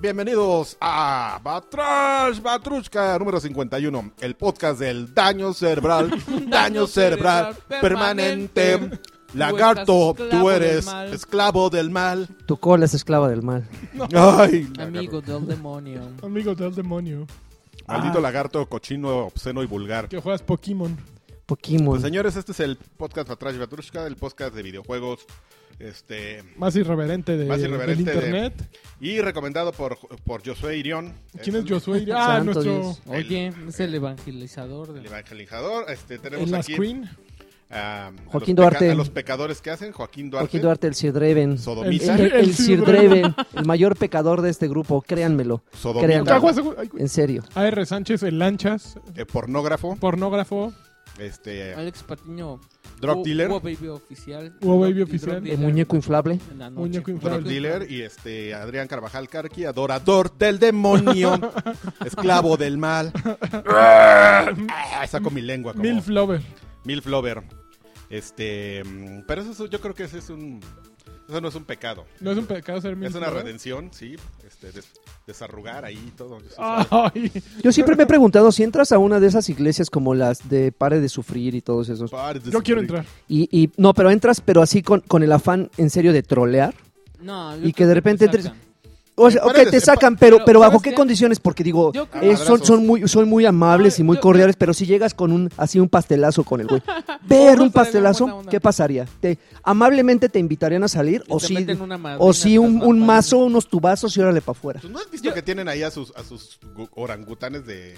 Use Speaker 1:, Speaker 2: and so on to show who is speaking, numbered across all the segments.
Speaker 1: Bienvenidos a Batrash Batrushka número 51, el podcast del daño cerebral, daño cerebral permanente. Lagarto,
Speaker 2: esclavo
Speaker 1: tú
Speaker 2: del
Speaker 1: eres
Speaker 2: mal.
Speaker 1: esclavo del mal.
Speaker 3: Tu cola es esclava del mal.
Speaker 1: Ay,
Speaker 2: Amigo del demonio.
Speaker 4: Amigo del demonio,
Speaker 1: lagarto. maldito lagarto cochino, obsceno y vulgar.
Speaker 4: que juegas Pokémon.
Speaker 3: Pokémon.
Speaker 1: Pues señores, este es el podcast Batrash Batrushka, el podcast de videojuegos. Este
Speaker 4: Más irreverente de
Speaker 1: Más irreverente
Speaker 4: del internet.
Speaker 1: y recomendado por, por Josué Irión.
Speaker 4: ¿Quién es
Speaker 1: el-
Speaker 4: Josué? Ah,
Speaker 3: Santo
Speaker 4: nuestro...
Speaker 3: Dios.
Speaker 2: Oye, es el evangelizador
Speaker 1: El
Speaker 2: del...
Speaker 1: evangelizador. Este, tenemos
Speaker 4: En las
Speaker 1: aquí ah,
Speaker 4: Queen.
Speaker 1: a, a los
Speaker 3: Joaquín
Speaker 1: peca-
Speaker 3: Duarte.
Speaker 1: a los pecadores que hacen, Joaquín Duarte.
Speaker 3: Joaquín Duarte, el Sir Draven.
Speaker 1: Sodomita.
Speaker 3: El,
Speaker 4: El-
Speaker 3: el
Speaker 4: el
Speaker 3: Sir
Speaker 4: Sir
Speaker 3: Draven, el mayor pecador de este grupo, créanmelo.
Speaker 1: sodomita,
Speaker 3: Créanme.
Speaker 4: Caguas, ay, güey.
Speaker 3: En serio.
Speaker 4: AR Sánchez, el lanchas,
Speaker 1: eh, pornógrafo,
Speaker 4: pornógrafo.
Speaker 1: Ah, este,
Speaker 2: Alex Patiño.
Speaker 1: drug
Speaker 2: Hubo-
Speaker 1: dealer,
Speaker 2: hubo baby oficial.
Speaker 4: Hubo baby
Speaker 2: Y
Speaker 4: oficial.
Speaker 2: drug
Speaker 3: El
Speaker 2: dealer
Speaker 3: muñeco inflable.
Speaker 2: en la noche.
Speaker 4: Muñeco inflable.
Speaker 1: drug dealer y este Adrián Carvajal Carqui, adorador del demonio, esclavo del mal. Ah, saco mi lengua como
Speaker 4: Milf Lover.
Speaker 1: Milf Lover. Este, mm, pero eso es- yo creo que ese es un eso no es un pecado.
Speaker 4: No es un pecado ser Milf
Speaker 1: Es una
Speaker 4: Lover?
Speaker 1: redención, sí, este, des- desarrugar ahí todo. eso, ¿sabes?
Speaker 4: Ay,
Speaker 3: Yo siempre me he preguntado si entras a una de esas iglesias como las de Pare de Sufrir y todos esos.
Speaker 1: Pares de
Speaker 4: yo quiero
Speaker 1: sufrir.
Speaker 4: entrar.
Speaker 3: Y, y- no, pero entras, pero así con, con el afán en serio de trolear.
Speaker 2: No, yo
Speaker 3: Y
Speaker 2: creo
Speaker 3: que de repente
Speaker 2: te
Speaker 3: tres-
Speaker 2: sacan.
Speaker 3: O sea,
Speaker 1: Me
Speaker 3: ok,
Speaker 1: parece,
Speaker 3: te sacan,
Speaker 2: pero-
Speaker 3: pero, pero ¿bajo
Speaker 2: ¿sabes
Speaker 3: qué
Speaker 2: qué?
Speaker 3: condiciones? Porque digo,
Speaker 2: Yo creo-
Speaker 3: eh, son, son, muy, son muy amables y muy
Speaker 2: Yo-
Speaker 3: cordiales, pero si llegas con un así un pastelazo con el güey, ver un
Speaker 2: Vamos a darle buena
Speaker 3: pastelazo,
Speaker 2: onda.
Speaker 3: ¿qué pasaría? ¿Te, ¿Amablemente te invitarían a salir?
Speaker 2: Y
Speaker 3: ¿O
Speaker 2: te
Speaker 3: sí,
Speaker 2: meten una madrina
Speaker 3: o sí
Speaker 2: tras
Speaker 3: un,
Speaker 2: la
Speaker 3: un
Speaker 2: pared.
Speaker 3: mazo, unos tubazos y órale para afuera?
Speaker 1: ¿Tú Pues, no has visto
Speaker 2: Yo-
Speaker 1: que tienen ahí a sus, a sus gu- orangutanes de,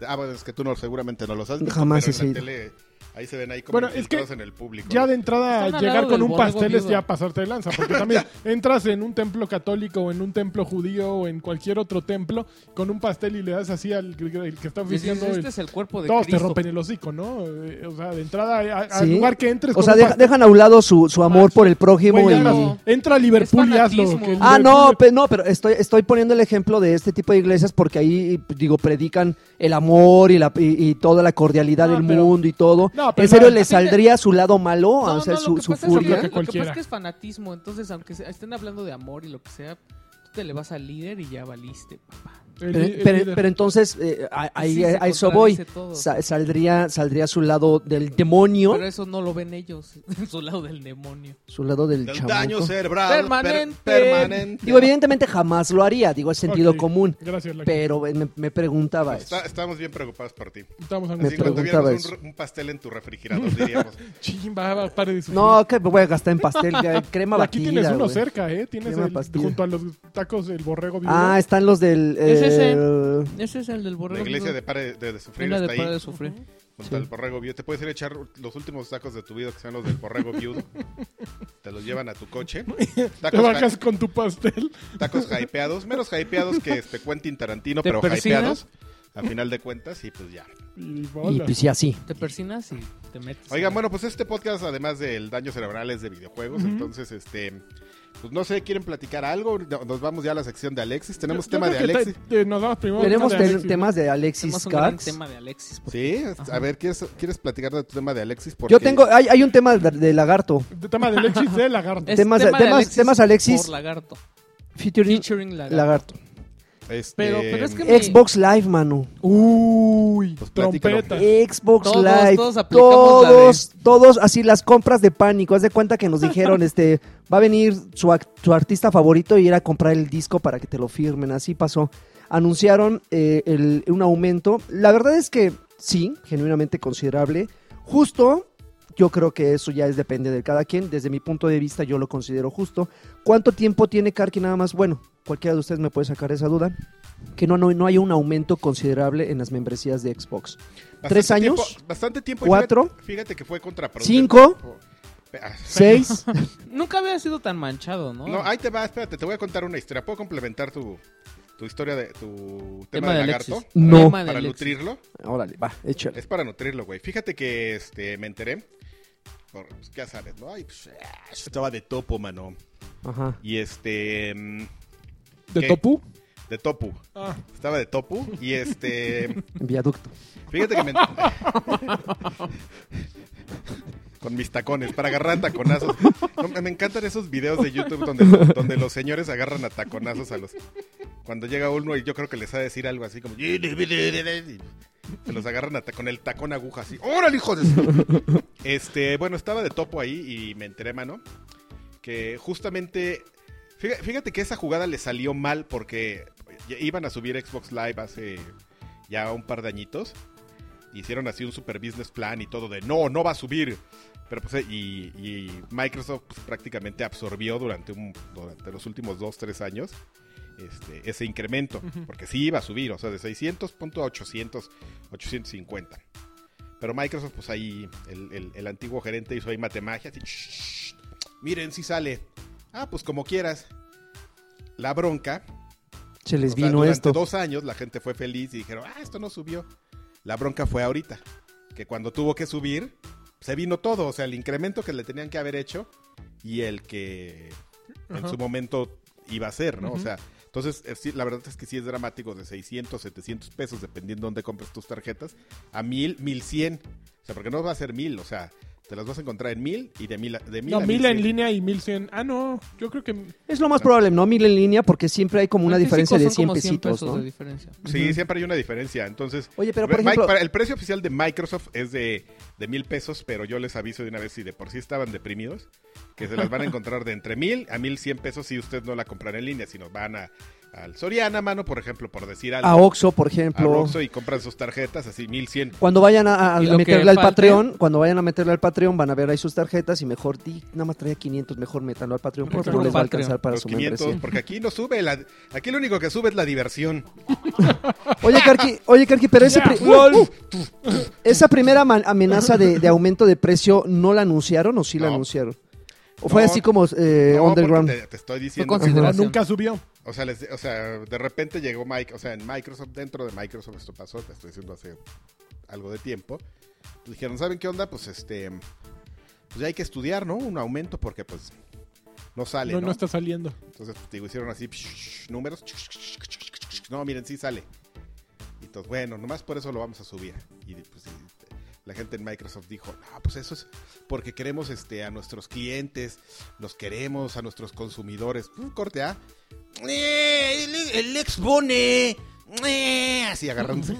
Speaker 1: de- Ah, bueno, es que tú no, seguramente no los has visto.
Speaker 3: Jamás
Speaker 1: pero
Speaker 3: he
Speaker 1: en la
Speaker 3: sido.
Speaker 1: tele, ahí se ven ahí como
Speaker 4: Bueno, es
Speaker 1: infiltrados
Speaker 4: que
Speaker 1: en el público.
Speaker 4: Ya
Speaker 1: ¿no?
Speaker 4: de entrada,
Speaker 2: Están al
Speaker 4: llegar
Speaker 2: lado
Speaker 4: con
Speaker 2: del
Speaker 4: un
Speaker 2: borrego
Speaker 4: pastel es
Speaker 2: vivo.
Speaker 4: ya pasarte de lanza. Porque también entras en un templo católico o en un templo judío o en cualquier otro templo con un pastel y le das así al el que está
Speaker 2: Dices,
Speaker 4: oficiando el,
Speaker 2: Este es el cuerpo de
Speaker 4: Todos te
Speaker 2: Cristo.
Speaker 4: rompen el hocico, ¿no? Eh, O sea, de entrada, a- a- al
Speaker 3: Sí.
Speaker 4: lugar que entres.
Speaker 3: O
Speaker 4: con
Speaker 3: sea,
Speaker 4: un
Speaker 3: deja-
Speaker 4: pastel,
Speaker 3: dejan a un lado su, su amor por el prójimo
Speaker 4: güey,
Speaker 3: y...
Speaker 4: ya no. Entra a Liverpool
Speaker 2: Es
Speaker 4: y hazlo.
Speaker 2: fanatismo.
Speaker 4: que el
Speaker 3: Ah, no,
Speaker 4: Liverpool-
Speaker 3: pe- no, pero estoy, estoy poniendo el ejemplo de este tipo de iglesias porque ahí, digo, predican el amor y, la, y, y toda la cordialidad
Speaker 4: No,
Speaker 3: del
Speaker 4: pero-
Speaker 3: mundo y todo.
Speaker 4: No, pero
Speaker 3: ¿En serio
Speaker 4: no,
Speaker 3: le
Speaker 2: así te-
Speaker 3: saldría su lado malo, o sea,
Speaker 2: no,
Speaker 3: su,
Speaker 2: lo que
Speaker 3: su
Speaker 2: pasa es que-
Speaker 3: furia?
Speaker 4: Lo que
Speaker 2: Lo que pasa
Speaker 4: cualquiera.
Speaker 2: es que es fanatismo. Entonces, aunque se- estén hablando de amor y lo que sea, tú te le vas al líder y ya valiste, papá.
Speaker 4: el-
Speaker 3: Pero,
Speaker 4: el
Speaker 3: pero-
Speaker 4: líder.
Speaker 3: pero entonces, eh, a- ahí,
Speaker 2: Sí, se
Speaker 3: a eso voy.
Speaker 2: contradice todo.
Speaker 3: Sa- saldría, saldría su lado del demonio,
Speaker 2: Pero eso no lo ven ellos, en su lado del demonio.
Speaker 3: su lado del,
Speaker 1: Del
Speaker 3: chamuco.
Speaker 1: daño cerebral.
Speaker 2: Permanente.
Speaker 1: permanente.
Speaker 3: Digo, evidentemente jamás lo haría, digo, es sentido
Speaker 4: Ok,
Speaker 3: común.
Speaker 4: Gracias, Lagarto.
Speaker 3: Pero eh, me, me preguntaba eso.
Speaker 1: Pues, Está- estamos bien preocupados por ti.
Speaker 4: Estamos
Speaker 3: Me
Speaker 1: Así, cuando
Speaker 4: angustiados.
Speaker 3: preguntaba
Speaker 1: viéramos un,
Speaker 3: eso.
Speaker 1: re- un pastel en tu refrigerador, diríamos.
Speaker 4: Chin, va, va, pare de sufrir.
Speaker 3: No, que me voy a gastar en pastel, que- crema
Speaker 4: Aquí
Speaker 3: batida.
Speaker 4: tienes uno
Speaker 3: güey.
Speaker 4: cerca, ¿eh? Tienes
Speaker 3: Crema
Speaker 4: el-
Speaker 3: pastilla.
Speaker 4: junto a los tacos del borrego vivo.
Speaker 3: Ah, están los del...
Speaker 2: Es ese.
Speaker 3: eh,
Speaker 2: Ese es el del borrego.
Speaker 1: La iglesia de
Speaker 2: vivo.
Speaker 1: Pare de, de Sufrir
Speaker 2: Una de
Speaker 1: está
Speaker 2: para
Speaker 1: ahí,
Speaker 2: de sufrir.
Speaker 1: junto
Speaker 3: Sí.
Speaker 1: al borrego viudo. Te puedes ir a echar los últimos tacos de tu vida, que sean los del borrego viudo. Te los llevan a tu coche.
Speaker 4: Te
Speaker 1: Tacos,
Speaker 4: bajas con tu pastel.
Speaker 1: hy- tacos hypeados, menos hypeados que este Quentin Tarantino,
Speaker 2: ¿Te
Speaker 1: pero
Speaker 2: persignas?
Speaker 1: hypeados. A final de cuentas, y pues ya.
Speaker 4: Y
Speaker 3: y
Speaker 4: bolas.
Speaker 3: pues sí, así.
Speaker 2: Te persinas y te metes.
Speaker 1: Oigan, bueno, pues este podcast, además del daño cerebral, es de videojuegos. Entonces, este. Pues no sé, ¿quieren platicar algo? No- Nos vamos ya a la sección de Alexis. Tenemos
Speaker 4: Yo- yo
Speaker 1: tema de
Speaker 4: creo que te-
Speaker 1: Alexis.
Speaker 4: te- nos damos primero.
Speaker 3: Tenemos
Speaker 4: tema de
Speaker 3: tel-
Speaker 4: Alexis, ¿no?
Speaker 3: temas de
Speaker 2: Tenemos
Speaker 3: Alexis
Speaker 2: un gran
Speaker 3: Katz.
Speaker 2: tema de Alexis. porque-
Speaker 1: Sí, es- a ver, ¿quieres, ¿quieres platicar de tu tema de Alexis? Porque
Speaker 3: Yo tengo, hay, hay un tema de, de lagarto.
Speaker 4: De- Tema de Alexis de Lagarto.
Speaker 2: Es
Speaker 3: Temas- temas- temas Alexis.
Speaker 2: Por lagarto.
Speaker 3: Featuring
Speaker 2: Featuring lagarto.
Speaker 3: lagarto.
Speaker 1: este,
Speaker 2: Pero- pero es que-
Speaker 3: Xbox Live, mano.
Speaker 4: Uy,
Speaker 1: Pues platícalo.
Speaker 4: trompeta.
Speaker 3: Xbox
Speaker 2: Todos-
Speaker 3: Live.
Speaker 2: todos aplicamos la de-
Speaker 3: todos, todos, así las compras de pánico. Haz de cuenta que nos dijeron, este, va a venir su, ac- su artista favorito y ir a comprar el disco para que te lo firmen. Así pasó. Anunciaron eh, el- un aumento. La verdad es que sí, genuinamente considerable. Justo, yo creo que eso ya es depende de cada quien. Desde mi punto de vista, yo lo considero justo. ¿Cuánto tiempo tiene Karki nada más? Bueno, cualquiera de ustedes me puede sacar esa duda. Que no, no, no hay un aumento considerable en las membresías de Xbox.
Speaker 1: bastante
Speaker 3: ¿Tres años?
Speaker 1: tiempo- bastante tiempo. y
Speaker 3: ¿Cuatro?
Speaker 1: Fíjate, fíjate que fue contraproducente.
Speaker 3: ¿Cinco?
Speaker 1: Ah,
Speaker 3: ¿Seis?
Speaker 2: Nunca había sido tan manchado, ¿no?
Speaker 1: No, ahí te va, espérate, te voy a contar una historia. ¿Puedo complementar tu, tu historia de tu tema, de, lagarto?
Speaker 2: Alexis.
Speaker 3: No.
Speaker 2: Tema de
Speaker 1: Para
Speaker 2: Alexis.
Speaker 1: nutrirlo.
Speaker 3: Órale, va, échale.
Speaker 1: Es para nutrirlo, güey. Fíjate que este, me enteré. Por, pues, ya sabes, ¿no? Ay, pues, ah, estaba de topo, mano.
Speaker 3: Ajá.
Speaker 1: Y este. mm,
Speaker 4: ¿De
Speaker 1: ¿Qué?
Speaker 4: Topu?
Speaker 1: De topu.
Speaker 4: Ah,
Speaker 1: Estaba de topu. Y este.
Speaker 3: En viaducto.
Speaker 1: Fíjate que me. Con mis tacones, para agarrar a taconazos. No, me me encantan esos videos de YouTube donde, donde los señores agarran a taconazos a los. Cuando llega uno y yo creo que les va a decir algo así como... y Se los agarran hasta con el tacón aguja así. ¡Órale, hijos! de su-! Este, bueno, estaba de topo ahí y me enteré, mano, que justamente... fíjate- Fíjate que esa jugada le salió mal porque ya iban a subir Xbox Live hace ya un par de añitos. Hicieron así un super business plan y todo de no, no va a subir. Pero pues, eh, y, y Microsoft pues, prácticamente absorbió durante, un, durante los últimos dos, tres años este, ese incremento. Porque sí iba a subir, o sea, de 600 punto a 800, 850. Pero Microsoft, pues ahí, el, el- el antiguo gerente hizo ahí matemagia. así, "Shh, miren si sale. Ah, pues como quieras. La bronca
Speaker 3: Se les
Speaker 1: o sea,
Speaker 3: vino
Speaker 1: durante
Speaker 3: esto.
Speaker 1: dos años la gente fue feliz y dijeron, ah, esto no subió. La bronca fue ahorita, que cuando tuvo que subir, se vino todo. O sea, el incremento que le tenían que haber hecho y el que en
Speaker 4: Ajá.
Speaker 1: su momento iba a ser, ¿no? O
Speaker 4: Ujú.
Speaker 1: sea, entonces eh, sí, la verdad es que sí es dramático de 600, 700 pesos, dependiendo dónde compres tus tarjetas, a 1000, 1100. O sea, porque no va a ser 1000, o sea, te las vas a encontrar en 1000 y de 1000 a- de 1000
Speaker 4: No,
Speaker 1: a
Speaker 4: mil en
Speaker 1: 1100.
Speaker 4: línea y mil cien. Ah, no, yo creo que
Speaker 3: Es lo más probable, ¿no? Mil en línea, porque siempre hay como una
Speaker 2: En físico
Speaker 3: diferencia de
Speaker 2: son
Speaker 3: 100
Speaker 2: como
Speaker 3: pesitos,
Speaker 2: pesos
Speaker 3: ¿no?
Speaker 2: de diferencia.
Speaker 1: Sí,
Speaker 3: Ujú.
Speaker 1: siempre hay una diferencia. Entonces,
Speaker 3: Oye, pero por
Speaker 1: Mike,
Speaker 3: ejemplo,
Speaker 1: para- el precio oficial de Microsoft es de, de mil pesos, pero yo les aviso de una vez si de por sí estaban deprimidos, que se las van a encontrar de entre mil a mil cien pesos si usted no la compran en línea, sino van a, al Soriana, mano, por ejemplo, por decir algo.
Speaker 3: a Oxxo, por
Speaker 1: a
Speaker 3: Ah, ejemplo.
Speaker 1: Roxxo y compran sus tarjetas así mil cien.
Speaker 3: Cuando vayan a, a
Speaker 2: Y lo que
Speaker 3: meterle al
Speaker 2: falte.
Speaker 3: Patreon, cuando vayan a meterle al Patreon, van a ver ahí sus tarjetas y mejor di, nada más traía 500, mejor métanlo al Patreon porque
Speaker 2: Métanlo
Speaker 3: no
Speaker 2: al
Speaker 3: les va a
Speaker 2: Patreon.
Speaker 3: alcanzar para
Speaker 1: Los
Speaker 3: su
Speaker 1: 500,
Speaker 3: membresía.
Speaker 1: porque aquí no sube, la, aquí lo único que sube es la diversión.
Speaker 3: Oye, Karki, oye, Karki, pero ese
Speaker 4: Ya,
Speaker 3: pri- Uh,
Speaker 4: lol.
Speaker 3: esa primera ma- amenaza de, de aumento de precio, ¿no la anunciaron o sí la
Speaker 1: No.
Speaker 3: anunciaron? ¿O fue
Speaker 1: No.
Speaker 3: así como eh,
Speaker 1: No, porque
Speaker 3: underground?
Speaker 1: Te, te estoy diciendo.
Speaker 2: considerado.
Speaker 4: no,
Speaker 2: Gracias.
Speaker 4: nunca subió.
Speaker 1: O sea, les- o sea, de repente llegó Mike, o sea, en Microsoft, dentro de Microsoft, esto pasó, te estoy diciendo hace algo de tiempo. Pues dijeron, ¿saben qué onda? Pues este, pues ya hay que estudiar, ¿no? Un aumento porque pues no sale, ¿no?
Speaker 4: No, no está saliendo.
Speaker 1: Entonces, pues, digo, hicieron así psh, números. No, miren, sí sale. Y entonces, bueno, nomás por eso lo vamos a subir. Y pues, y la gente en Microsoft dijo, no, pues eso es porque queremos este, a nuestros clientes, los queremos, a nuestros consumidores. Un corte A. ¡Eh! El, el expone. ¡Eh! Así agarrándose.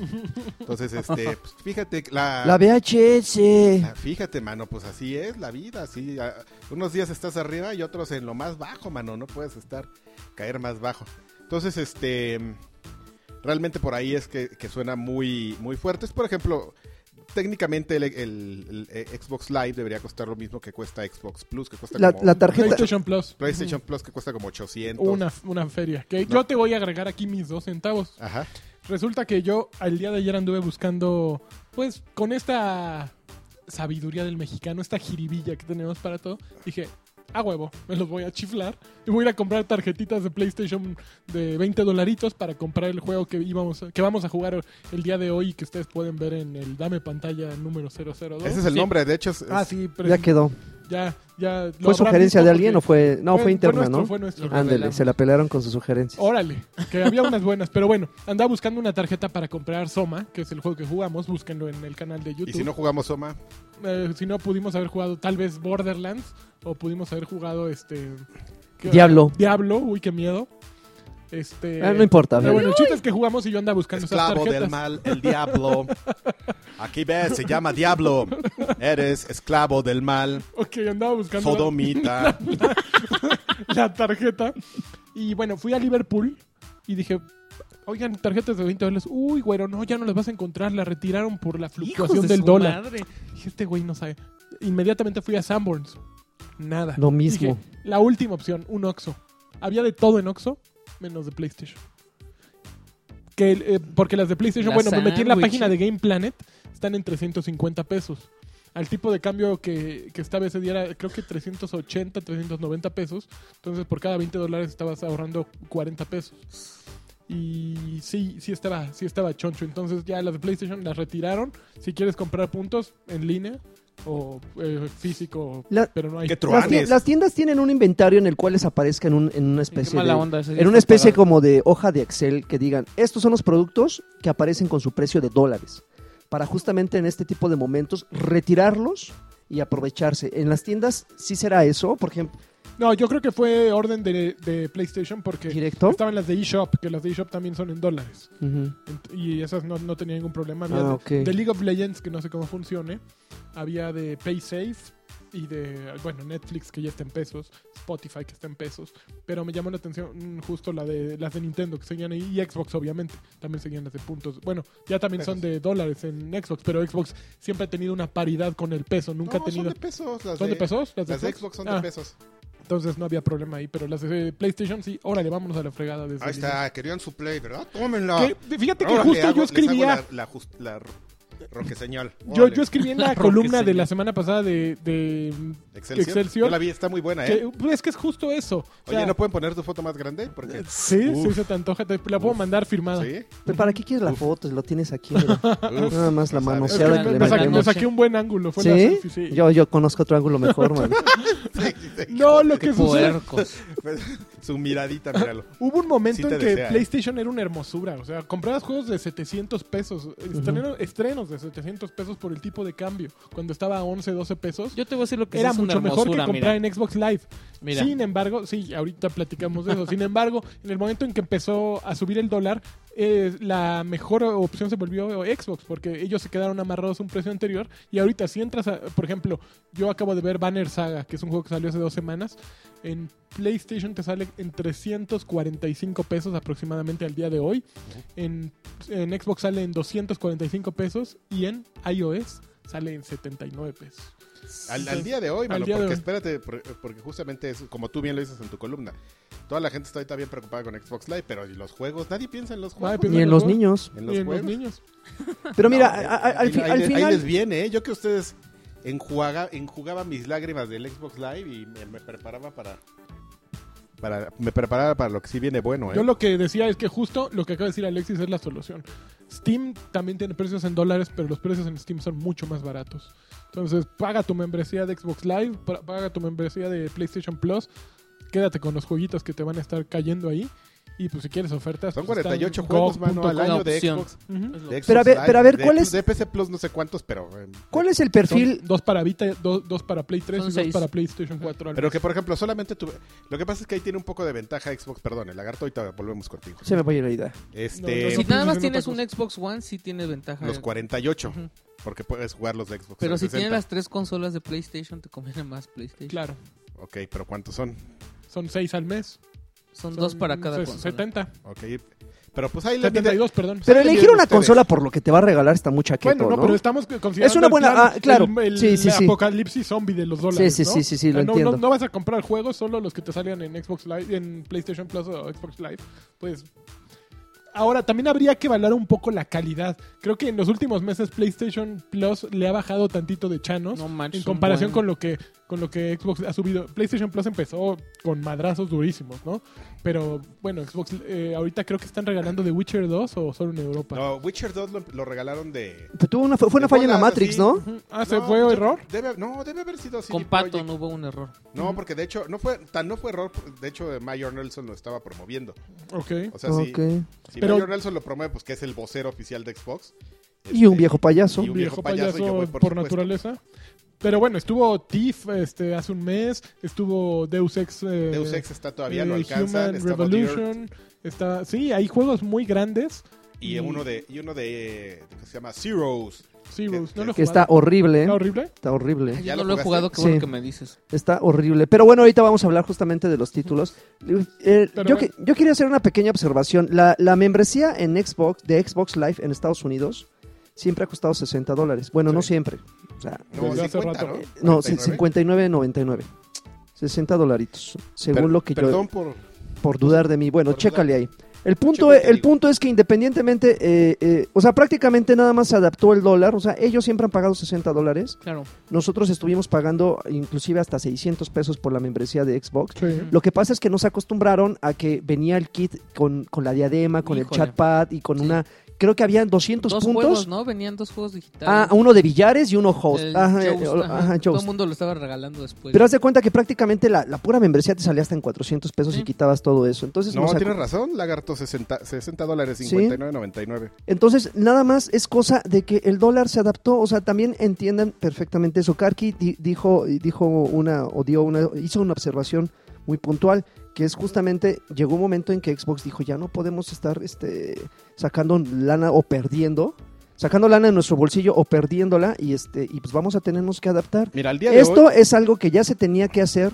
Speaker 1: Entonces, este, pues, fíjate, la,
Speaker 3: La VHS.
Speaker 1: Ah, Fíjate, mano, pues así es la vida, así ah, unos días estás arriba y otros en lo más bajo, mano, no puedes estar caer más bajo. Entonces, este realmente por ahí es que, que suena muy muy fuerte. Es por ejemplo, técnicamente el, el- el, eh, Xbox Live debería costar lo mismo que cuesta Xbox Plus, que cuesta
Speaker 3: La,
Speaker 1: como
Speaker 3: la tarjeta.
Speaker 4: PlayStation Plus.
Speaker 1: PlayStation Plus que cuesta como 800.
Speaker 4: Una, una feria. Que Yo te voy a agregar aquí mis dos centavos.
Speaker 1: Ajá.
Speaker 4: Resulta que yo al día de ayer anduve buscando, pues, con esta sabiduría del mexicano, esta jiribilla que tenemos para todo, dije, a huevo, me los voy a chiflar y voy a ir a comprar tarjetitas de PlayStation de 20 dolaritos para comprar el juego que, íbamos a- que vamos a jugar el día de hoy y que ustedes pueden ver en el Dame Pantalla número 002.
Speaker 1: Ese es el
Speaker 4: Sí.
Speaker 1: nombre, de hecho es-
Speaker 4: Ah,
Speaker 1: es-
Speaker 4: sí, pero
Speaker 3: Ya quedó.
Speaker 4: ya, ya. lo
Speaker 3: ¿Fue
Speaker 4: habrán
Speaker 3: sugerencia
Speaker 4: visto
Speaker 3: de alguien o
Speaker 4: porque
Speaker 3: fue.? No, fue interna,
Speaker 4: nuestro,
Speaker 3: ¿no?
Speaker 4: Fue nuestro.
Speaker 3: Ándele, se la pelaron con sus sugerencias.
Speaker 4: Órale, que había unas buenas, pero bueno, andaba buscando una tarjeta para comprar Soma, que es el juego que jugamos, búsquenlo en el canal de YouTube.
Speaker 1: y si no jugamos Soma,
Speaker 4: Eh, si no, pudimos haber jugado tal vez Borderlands o pudimos haber jugado este ¿qué?
Speaker 3: Diablo.
Speaker 4: Diablo, uy, qué miedo. Este
Speaker 3: Ah, no importa,
Speaker 4: Pero
Speaker 3: bien.
Speaker 4: bueno, el chiste es que jugamos y yo andaba buscando esas
Speaker 1: Esclavo del
Speaker 4: tarjetas.
Speaker 1: mal, el diablo. Aquí ves, se llama diablo. Eres esclavo del mal,
Speaker 4: Ok, andaba buscando la-
Speaker 1: sodomita.
Speaker 4: la tarjeta. Y bueno, fui a Liverpool y dije, oigan, tarjetas de 20 dólares. Uy, güero, no, ya no las vas a encontrar. La retiraron por la fluctuación
Speaker 2: de
Speaker 4: del
Speaker 2: su
Speaker 4: dólar.
Speaker 2: madre.
Speaker 4: Dije, este güey no sabe. Inmediatamente fui a Sanborns. Nada.
Speaker 3: Lo mismo.
Speaker 4: Dije, la última opción, un Oxxo. Había de todo en Oxxo, menos de PlayStation. Que, eh, porque las de PlayStation,
Speaker 2: La
Speaker 4: bueno, me metí en la
Speaker 2: sandwich.
Speaker 4: página de Game Planet, están en 350 pesos. Al tipo de cambio que, que estaba ese día era, creo que 380, 390 pesos. Entonces, por cada 20 dólares estabas ahorrando 40 pesos. Y sí, sí estaba, sí estaba choncho. Entonces ya las de PlayStation las retiraron. Si quieres comprar puntos en línea o eh, físico,
Speaker 3: La-
Speaker 4: pero no hay.
Speaker 1: Qué
Speaker 3: Las, ti-
Speaker 1: truanes.
Speaker 3: las tiendas tienen un inventario en el cual les aparezca en, un- en una
Speaker 2: Qué
Speaker 3: especie de.
Speaker 2: mala onda. ese día
Speaker 3: En una especie
Speaker 2: estaba
Speaker 3: como de hoja de Excel que digan, estos son los productos que aparecen con su precio de dólares, para justamente en este tipo de momentos retirarlos y aprovecharse. En las tiendas sí será eso, por ejemplo,
Speaker 4: No, yo creo que fue orden de, de PlayStation porque
Speaker 3: ¿Directo?
Speaker 4: estaban las de eShop, que las de eShop también son en dólares.
Speaker 3: Ujú.
Speaker 4: Ent- Y esas no, no tenía ningún problema.
Speaker 3: Ah,
Speaker 4: Había de-
Speaker 3: ok.
Speaker 4: de, League of Legends, que no sé cómo funcione. Había de PaySafe y de, bueno, Netflix, que ya está en pesos. Spotify, que está en pesos. Pero me llamó la atención mm, justo la de las de Nintendo, que seguían ahí. Y Xbox, obviamente. También seguían las de puntos. Bueno, ya también son de dólares en Xbox. Pero Xbox siempre ha tenido una paridad con el peso. Nunca
Speaker 5: No,
Speaker 4: ha tenido...
Speaker 5: Son de pesos. Las
Speaker 4: ¿Son de pesos?
Speaker 5: Las de Xbox son de
Speaker 4: Ah,
Speaker 5: pesos.
Speaker 4: Entonces no había problema ahí, pero las de PlayStation sí. Órale, vámonos a la fregada desde
Speaker 5: Ahí
Speaker 4: el
Speaker 5: está, querían su play, ¿verdad? Tómenla.
Speaker 4: inicio. Que- Fíjate que
Speaker 5: Ahora le
Speaker 4: justo
Speaker 5: hago-
Speaker 4: yo
Speaker 5: les hago
Speaker 4: escribía...
Speaker 5: La, la, just- la ro- roqueseñal.
Speaker 4: Yo,
Speaker 5: Órale.
Speaker 4: yo escribí en la
Speaker 2: Roque
Speaker 4: columna de
Speaker 2: señor.
Speaker 4: la semana pasada de, de
Speaker 5: Excelsior.
Speaker 4: Excelsior.
Speaker 5: Yo la vi, está muy buena, ¿eh?
Speaker 4: que, pues, es que es justo eso. O sea,
Speaker 5: Oye, ¿no pueden poner tu foto más grande? Porque...
Speaker 4: sí,
Speaker 5: Uf.
Speaker 4: sí, se te antoja, te la puedo
Speaker 5: Uf.
Speaker 4: mandar firmada.
Speaker 5: ¿Sí?
Speaker 3: ¿Pero ¿Para qué quieres la foto? Lo tienes aquí. mira.
Speaker 5: Uf,
Speaker 3: Nada más la mano.
Speaker 5: no sabes.
Speaker 4: Es
Speaker 3: Sí,
Speaker 4: que
Speaker 3: ahora
Speaker 4: me,
Speaker 3: que le
Speaker 4: me saqué, me
Speaker 3: metemos.
Speaker 4: saqué un buen ángulo, fue la
Speaker 3: ¿Sí?
Speaker 4: selfie, sí.
Speaker 3: Yo, yo conozco otro ángulo mejor, man.
Speaker 4: No, lo que sucede,
Speaker 2: Puercos.
Speaker 5: Su miradita, míralo.
Speaker 4: hubo un
Speaker 5: Sí
Speaker 4: momento
Speaker 5: te
Speaker 4: en que
Speaker 5: desea, ¿eh?
Speaker 4: PlayStation era una hermosura, o sea, comprabas juegos de 700 pesos, estreno- estrenos de 700 pesos por el tipo de cambio, cuando estaba a 11, 12 pesos.
Speaker 2: Yo te voy a decir lo que
Speaker 4: era
Speaker 2: es una
Speaker 4: mucho mejor que
Speaker 2: hermosura,
Speaker 4: comprar
Speaker 2: mira.
Speaker 4: en Xbox Live.
Speaker 2: Mira.
Speaker 4: Sin embargo, sí, ahorita platicamos de eso. Sin embargo, en el momento en que empezó a subir el dólar, eh, la mejor opción se volvió Xbox, porque ellos se quedaron amarrados a un precio anterior. Y ahorita, si entras a, por ejemplo, yo acabo de ver Banner Saga, que es un juego que salió hace dos semanas. En PlayStation te sale en 345 pesos aproximadamente al día de hoy. En, en Xbox sale en 245 pesos. Y en iOS sale en 79 pesos.
Speaker 5: Al, al día de hoy,
Speaker 4: Al
Speaker 5: mano,
Speaker 4: día de
Speaker 5: porque
Speaker 4: hoy.
Speaker 5: espérate, por- porque justamente es como tú bien lo dices en tu columna. Toda la gente está ahorita bien preocupada con Xbox Live, pero ¿y los juegos? Nadie piensa en los
Speaker 4: Nadie
Speaker 5: juegos.
Speaker 4: piensa
Speaker 3: Ni en los niños.
Speaker 5: en los
Speaker 4: Y en los
Speaker 5: juegos.
Speaker 4: niños.
Speaker 3: Pero mira,
Speaker 5: No,
Speaker 3: a- a- al,
Speaker 5: ahí-
Speaker 3: fi-
Speaker 5: ahí
Speaker 3: al
Speaker 5: les- ahí les
Speaker 3: final...
Speaker 5: viene, ¿eh? Yo que ustedes enjuaga, enjugaba mis lágrimas del Xbox Live y me, me preparaba para, para... Me preparaba para lo que sí viene bueno, ¿eh?
Speaker 4: Yo lo que decía es que justo lo que acaba de decir Alexis es la solución. Steam también tiene precios en dólares, pero los precios en Steam son mucho más baratos. Entonces, paga tu membresía de Xbox Live, pa- paga tu membresía de PlayStation Plus, quédate con los jueguitos que te van a estar cayendo ahí. Y pues si quieres ofertas...
Speaker 5: Son
Speaker 4: pues, están
Speaker 5: 48
Speaker 4: en
Speaker 5: juegos,
Speaker 4: GOG.com.
Speaker 5: mano, al
Speaker 2: La
Speaker 5: año de
Speaker 2: opción.
Speaker 5: Xbox.
Speaker 4: Ujú.
Speaker 2: Es lo-
Speaker 1: Este,
Speaker 5: de Xbox
Speaker 3: Pero a ver-
Speaker 5: Live,
Speaker 3: pero a ver,
Speaker 5: de-
Speaker 3: ¿cuál es-
Speaker 5: De PC Plus no sé cuántos, pero... eh,
Speaker 3: ¿Cuál es el perfil?
Speaker 4: Son dos para Vita, dos, dos para Play 3
Speaker 2: Son
Speaker 4: y dos
Speaker 2: seis.
Speaker 4: para PlayStation 4. al
Speaker 5: Pero
Speaker 4: mes.
Speaker 5: que, por ejemplo, solamente tuve... Lo que pasa es que ahí tiene un poco de ventaja Xbox, perdón, el lagarto, ahorita volvemos contigo.
Speaker 3: Se me va a ir la idea.
Speaker 4: No,
Speaker 5: Este,
Speaker 1: eh,
Speaker 4: no,
Speaker 2: Si
Speaker 4: no.
Speaker 2: nada más
Speaker 4: otra
Speaker 2: tienes un
Speaker 4: cosa.
Speaker 2: Xbox One, sí tienes ventaja.
Speaker 5: los 48,
Speaker 2: Ujú.
Speaker 5: porque puedes jugar los de Xbox.
Speaker 2: Pero si
Speaker 5: 360.
Speaker 2: tienes las tres consolas de PlayStation, te conviene más PlayStation.
Speaker 4: Claro,
Speaker 5: Ok, pero ¿cuántos son?
Speaker 4: son 6 al mes.
Speaker 2: Son,
Speaker 4: Son
Speaker 2: dos para cada
Speaker 4: ses-
Speaker 2: consola.
Speaker 4: 70.
Speaker 5: Ok, pero pues ahí le...
Speaker 4: 72, perdón.
Speaker 3: Pero
Speaker 5: Sí,
Speaker 3: elegir
Speaker 5: bien,
Speaker 3: una
Speaker 5: ustedes.
Speaker 3: consola por lo que te va a regalar está muy chaqueto,
Speaker 4: Bueno, no,
Speaker 3: ¿no?
Speaker 4: pero estamos considerando
Speaker 3: Es una buena-
Speaker 4: el plan-
Speaker 3: ah, claro.
Speaker 4: el, el
Speaker 3: Sí, sí, sí.
Speaker 4: apocalipsis zombie de los dólares,
Speaker 3: Sí, sí,
Speaker 4: ¿no?
Speaker 3: sí, sí, sí, lo
Speaker 4: O sea, no-
Speaker 3: entiendo.
Speaker 4: No, no vas a comprar juegos, solo los que te salgan en Xbox Live, en PlayStation Plus o Xbox Live, pues... Ahora, también habría que valorar un poco la calidad. Creo que en los últimos meses PlayStation Plus le ha bajado tantito de chanos
Speaker 2: No manches,
Speaker 4: en
Speaker 2: son
Speaker 4: comparación
Speaker 2: buenos.
Speaker 4: con lo que con lo que Xbox ha subido. PlayStation Plus empezó con madrazos durísimos, ¿no? Pero bueno, Xbox eh, ahorita creo que están regalando The Witcher 2 o solo en Europa.
Speaker 5: No, Witcher 2 lo, em, lo regalaron de...
Speaker 3: Pero Pues tuvo una, fue una
Speaker 5: De
Speaker 3: falla en la
Speaker 5: bolas,
Speaker 3: Matrix,
Speaker 5: así.
Speaker 3: ¿no?
Speaker 4: Ujú. Ah, ¿se
Speaker 5: No,
Speaker 4: fue
Speaker 5: yo-
Speaker 4: error?
Speaker 5: Debe, no, debe haber sido así.
Speaker 2: Con Pato no hubo un error.
Speaker 5: No, porque de hecho, no fue, tan no fue error, de hecho eh, Mayor Nelson lo estaba promoviendo.
Speaker 4: Ok.
Speaker 5: O sea, sí. Este,
Speaker 3: Ok.
Speaker 5: Si
Speaker 4: Pero-
Speaker 5: Mayor Nelson lo promueve, pues que es el vocero oficial de Xbox.
Speaker 3: Y un
Speaker 5: este,
Speaker 3: viejo payaso.
Speaker 5: y un viejo payaso, yo voy, por
Speaker 4: por,
Speaker 5: supuesto.
Speaker 4: naturaleza. Pero bueno, estuvo Thief este, hace un mes, estuvo Deus Ex. eh,
Speaker 5: Deus Ex está todavía,
Speaker 4: eh,
Speaker 5: lo alcanzan.
Speaker 4: Human
Speaker 5: Está Not Earth,
Speaker 4: Revolution. Está, sí, hay juegos muy grandes.
Speaker 5: y
Speaker 4: Mm.
Speaker 5: uno de, y uno de, de que se llama Zeros.
Speaker 4: Zeros,
Speaker 5: que-
Speaker 4: no lo he
Speaker 3: Que está
Speaker 4: jugado.
Speaker 3: horrible, ¿eh?
Speaker 4: Está horrible.
Speaker 3: Está
Speaker 2: Ay,
Speaker 3: horrible.
Speaker 5: Ya
Speaker 2: yo
Speaker 5: lo
Speaker 2: no lo he
Speaker 5: jugaste.
Speaker 2: jugado, qué bueno
Speaker 3: Sí.
Speaker 2: que me dices.
Speaker 3: Está horrible. Pero bueno, ahorita vamos a hablar justamente de los títulos. Eh,
Speaker 4: Pero
Speaker 3: yo,
Speaker 4: bueno.
Speaker 3: que- yo quería hacer una pequeña observación. La, la membresía en Xbox, de Xbox Live en Estados Unidos, siempre ha costado 60 dólares. Bueno, no
Speaker 5: Sí.
Speaker 3: siempre. O sea,
Speaker 5: No,
Speaker 4: Desde hace
Speaker 5: 50,
Speaker 4: rato.
Speaker 3: no, sí,
Speaker 5: 49.
Speaker 3: 59.99. 60 dolaritos, según
Speaker 5: Per-
Speaker 3: lo que yo...
Speaker 5: Perdón por...
Speaker 3: por dudar de mí. Bueno,
Speaker 5: Por
Speaker 3: chécale ahí. El punto, e,
Speaker 5: Chécate,
Speaker 3: el
Speaker 5: digo.
Speaker 3: punto es que independientemente, eh, eh, o sea, prácticamente nada más se adaptó el dólar, o sea, ellos siempre han pagado 60 dólares,
Speaker 2: Claro.
Speaker 3: nosotros estuvimos pagando inclusive hasta 600 pesos por la membresía de Xbox.
Speaker 4: Sí.
Speaker 3: Lo que pasa es que nos acostumbraron a que venía el kit con, con la diadema, con el
Speaker 2: Híjole.
Speaker 3: chatpad y con una, creo que habían 200
Speaker 2: Dos
Speaker 3: puntos.
Speaker 2: juegos, ¿no? Venían dos juegos digitales.
Speaker 3: Ah, uno de billares y uno host.
Speaker 2: El
Speaker 3: Ajá,
Speaker 2: Joust,
Speaker 3: eh,
Speaker 2: ajá.
Speaker 3: ajá,
Speaker 2: Todo
Speaker 3: Joust.
Speaker 2: el mundo lo estaba regalando después.
Speaker 3: Pero haz de cuenta que prácticamente la, la pura membresía te salía hasta en 400 pesos
Speaker 2: Sí.
Speaker 3: y quitabas todo eso. Entonces
Speaker 5: No,
Speaker 3: nos ac-
Speaker 5: tienes razón, Lagarto, 60, 60 dólares,
Speaker 3: Sí.
Speaker 5: 59.99.
Speaker 3: Entonces, nada más es cosa de que el dólar se adaptó, o sea, también entiendan perfectamente eso. Karki di- dijo, dijo una, o dio una, hizo una observación muy puntual, que es justamente, llegó un momento en que Xbox dijo, ya no podemos estar este, sacando lana o perdiendo, sacando lana de nuestro bolsillo o perdiéndola, y, este, y pues vamos a tenernos que adaptar.
Speaker 5: Mira, al día de
Speaker 3: Esto
Speaker 5: hoy,
Speaker 3: es algo que ya se tenía que hacer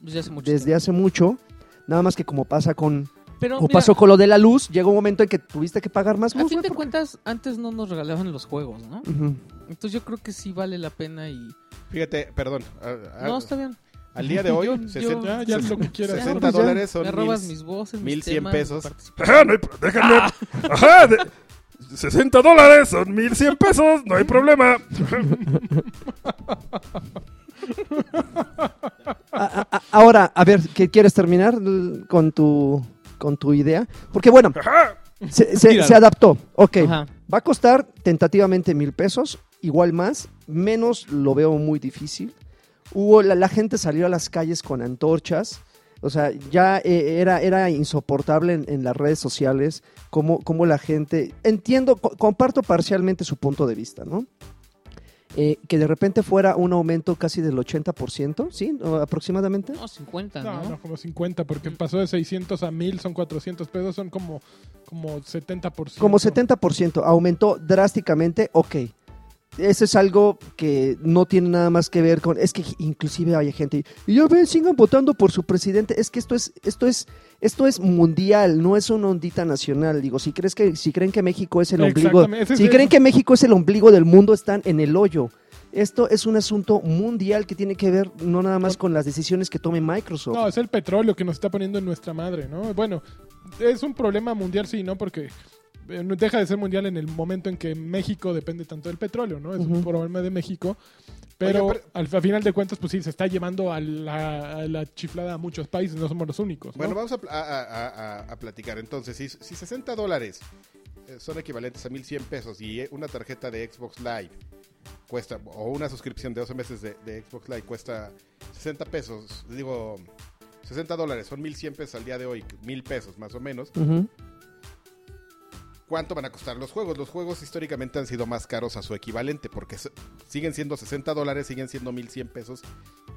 Speaker 2: Desde hace mucho
Speaker 3: desde
Speaker 2: tiempo.
Speaker 3: hace mucho, nada más que como pasa con,
Speaker 2: Pero,
Speaker 3: como
Speaker 2: mira,
Speaker 3: pasó con lo de la luz, llegó un momento en que tuviste que pagar más
Speaker 2: a
Speaker 3: luz.
Speaker 2: fin de
Speaker 3: güey, porque-
Speaker 2: cuentas, antes no nos regalaban los juegos, ¿no?
Speaker 3: Ujú.
Speaker 2: Entonces yo creo que sí vale la pena y...
Speaker 5: fíjate, perdón. a- a-
Speaker 2: No, está bien.
Speaker 5: al día de hoy,
Speaker 2: Yo- yo-
Speaker 5: 60,
Speaker 4: Ya, ya lo que quieras.
Speaker 5: 60 dólares son
Speaker 2: Me robas
Speaker 5: mil-
Speaker 2: mis voces, mis
Speaker 5: 1100
Speaker 2: temas,
Speaker 5: pesos.
Speaker 2: mi participación.
Speaker 6: Ajá, no hay pro- déjame. Ajá, de- 60 dólares son 1100 pesos, no hay problema.
Speaker 3: A- a- a- ahora, a ver, ¿qué quieres terminar l- con tu con tu idea? Porque bueno,
Speaker 6: Ajá.
Speaker 3: se, se-
Speaker 4: Tíralo.
Speaker 3: se adaptó. Ok,
Speaker 2: Ajá.
Speaker 3: va a costar tentativamente mil pesos, igual más, menos lo veo muy difícil. Hubo la, la gente salió a las calles con antorchas. O sea, ya eh, era, era insoportable en, en las redes sociales cómo, cómo la gente... Entiendo, co- comparto parcialmente su punto de vista, ¿no? Eh, que de repente fuera un aumento casi del 80%, ¿sí? O aproximadamente.
Speaker 2: No, 50, ¿no?
Speaker 4: No, no, como 50, porque pasó de 600 a 1000, son 400 pesos, son como, como 70%.
Speaker 3: Como 70%, aumentó drásticamente, ok. Eso es algo que no tiene nada más que ver con... Es que inclusive hay gente... Y ya ven, sigan votando por su presidente. Es que esto es, esto es, esto es mundial, no es una ondita nacional. Digo, si crees que, si creen que México es el ombligo...
Speaker 4: Exactamente, ese es
Speaker 3: Si
Speaker 4: el-
Speaker 3: creen que México es el ombligo del mundo, están en el hoyo. Esto es un asunto mundial que tiene que ver no nada más con las decisiones que tome Microsoft.
Speaker 4: No, es el petróleo que nos está poniendo en nuestra madre, ¿no? Bueno, es un problema mundial, sí, ¿no? Porque eh, no deja de ser mundial en el momento en que México depende tanto del petróleo, ¿no? Es un
Speaker 3: Ujú.
Speaker 4: problema de México. Pero,
Speaker 5: Oiga,
Speaker 4: al, al final de cuentas, pues sí, se está llevando a la, a la chiflada a muchos países, no somos los únicos. ¿no?
Speaker 5: Bueno, vamos a, pl- a- a- a- a- a platicar. Entonces, si, si 60 dólares eh, son equivalentes a 1100 pesos y eh, una tarjeta de Xbox Live cuesta, o una suscripción de 12 meses de, de Xbox Live cuesta 60 pesos, digo, 60 dólares son 1100 pesos al día de hoy, 1000 pesos más o menos.
Speaker 3: Ujú.
Speaker 5: ¿Cuánto van a costar los juegos? Los juegos históricamente han sido más caros a su equivalente porque se- siguen siendo 60 dólares, siguen siendo 1100 pesos,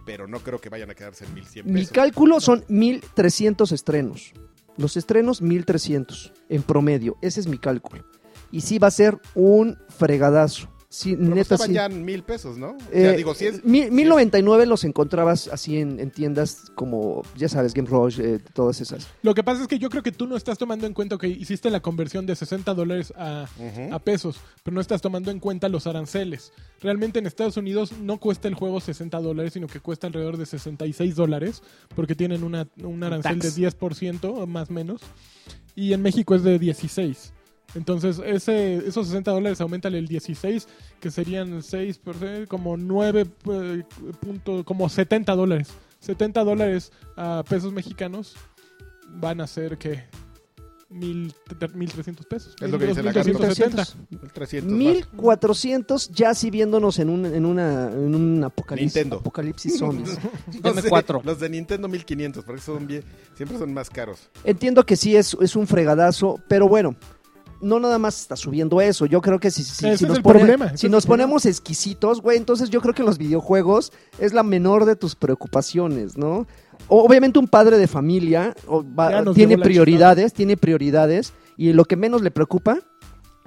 Speaker 5: pero no creo que vayan a quedarse en 1100
Speaker 3: Mi
Speaker 5: pesos.
Speaker 3: cálculo son 1300 estrenos. Los estrenos 1300 en promedio. Ese es mi cálculo. Y sí va a ser un fregadazo. Sí,
Speaker 5: Pero
Speaker 3: neta,
Speaker 5: costaban
Speaker 3: sí.
Speaker 5: ya en 1000 pesos, ¿no?
Speaker 3: Eh,
Speaker 5: ya digo, si es,
Speaker 3: mil- 1099 los encontrabas así en, en tiendas como, ya sabes, Game Rush, eh, todas esas.
Speaker 4: Lo que pasa es que yo creo que tú no estás tomando en cuenta que hiciste la conversión de 60 dólares a,
Speaker 5: Ujú.
Speaker 4: a pesos, pero no estás tomando en cuenta los aranceles. Realmente en Estados Unidos no cuesta el juego 60 dólares, sino que cuesta alrededor de 66 dólares, porque tienen una, un arancel
Speaker 3: tax.
Speaker 4: de 10% o más menos, y en México es de 16. Entonces, ese, esos 60 dólares aumentan el 16, que serían 6, como 9, eh, punto, como 70 dólares. 70 dólares a pesos mexicanos van a ser que 1.300 pesos.
Speaker 5: Es lo que dice la
Speaker 4: 1,270.
Speaker 5: 300 más.
Speaker 3: 1400 ya así viéndonos en un, en una, en un apocalipsis,
Speaker 5: Nintendo.
Speaker 3: apocalipsis zombies.
Speaker 2: Dame
Speaker 5: Los de-
Speaker 2: cuatro.
Speaker 5: Los de Nintendo 1500, porque esos son bien, siempre son más caros.
Speaker 3: Entiendo que sí es, es un fregadazo, pero bueno, no nada más está subiendo eso. Yo creo que si, si-
Speaker 4: Ese
Speaker 3: si
Speaker 4: es
Speaker 3: nos,
Speaker 4: el
Speaker 3: pone-
Speaker 4: problema, ese
Speaker 3: si
Speaker 4: es
Speaker 3: nos
Speaker 4: el problema.
Speaker 3: ponemos exquisitos, güey, entonces yo creo que los videojuegos es la menor de tus preocupaciones, ¿no? O- obviamente un padre de familia o va-
Speaker 4: Ya nos
Speaker 3: tiene
Speaker 4: llevó la
Speaker 3: prioridades, tiene prioridades y lo que menos le preocupa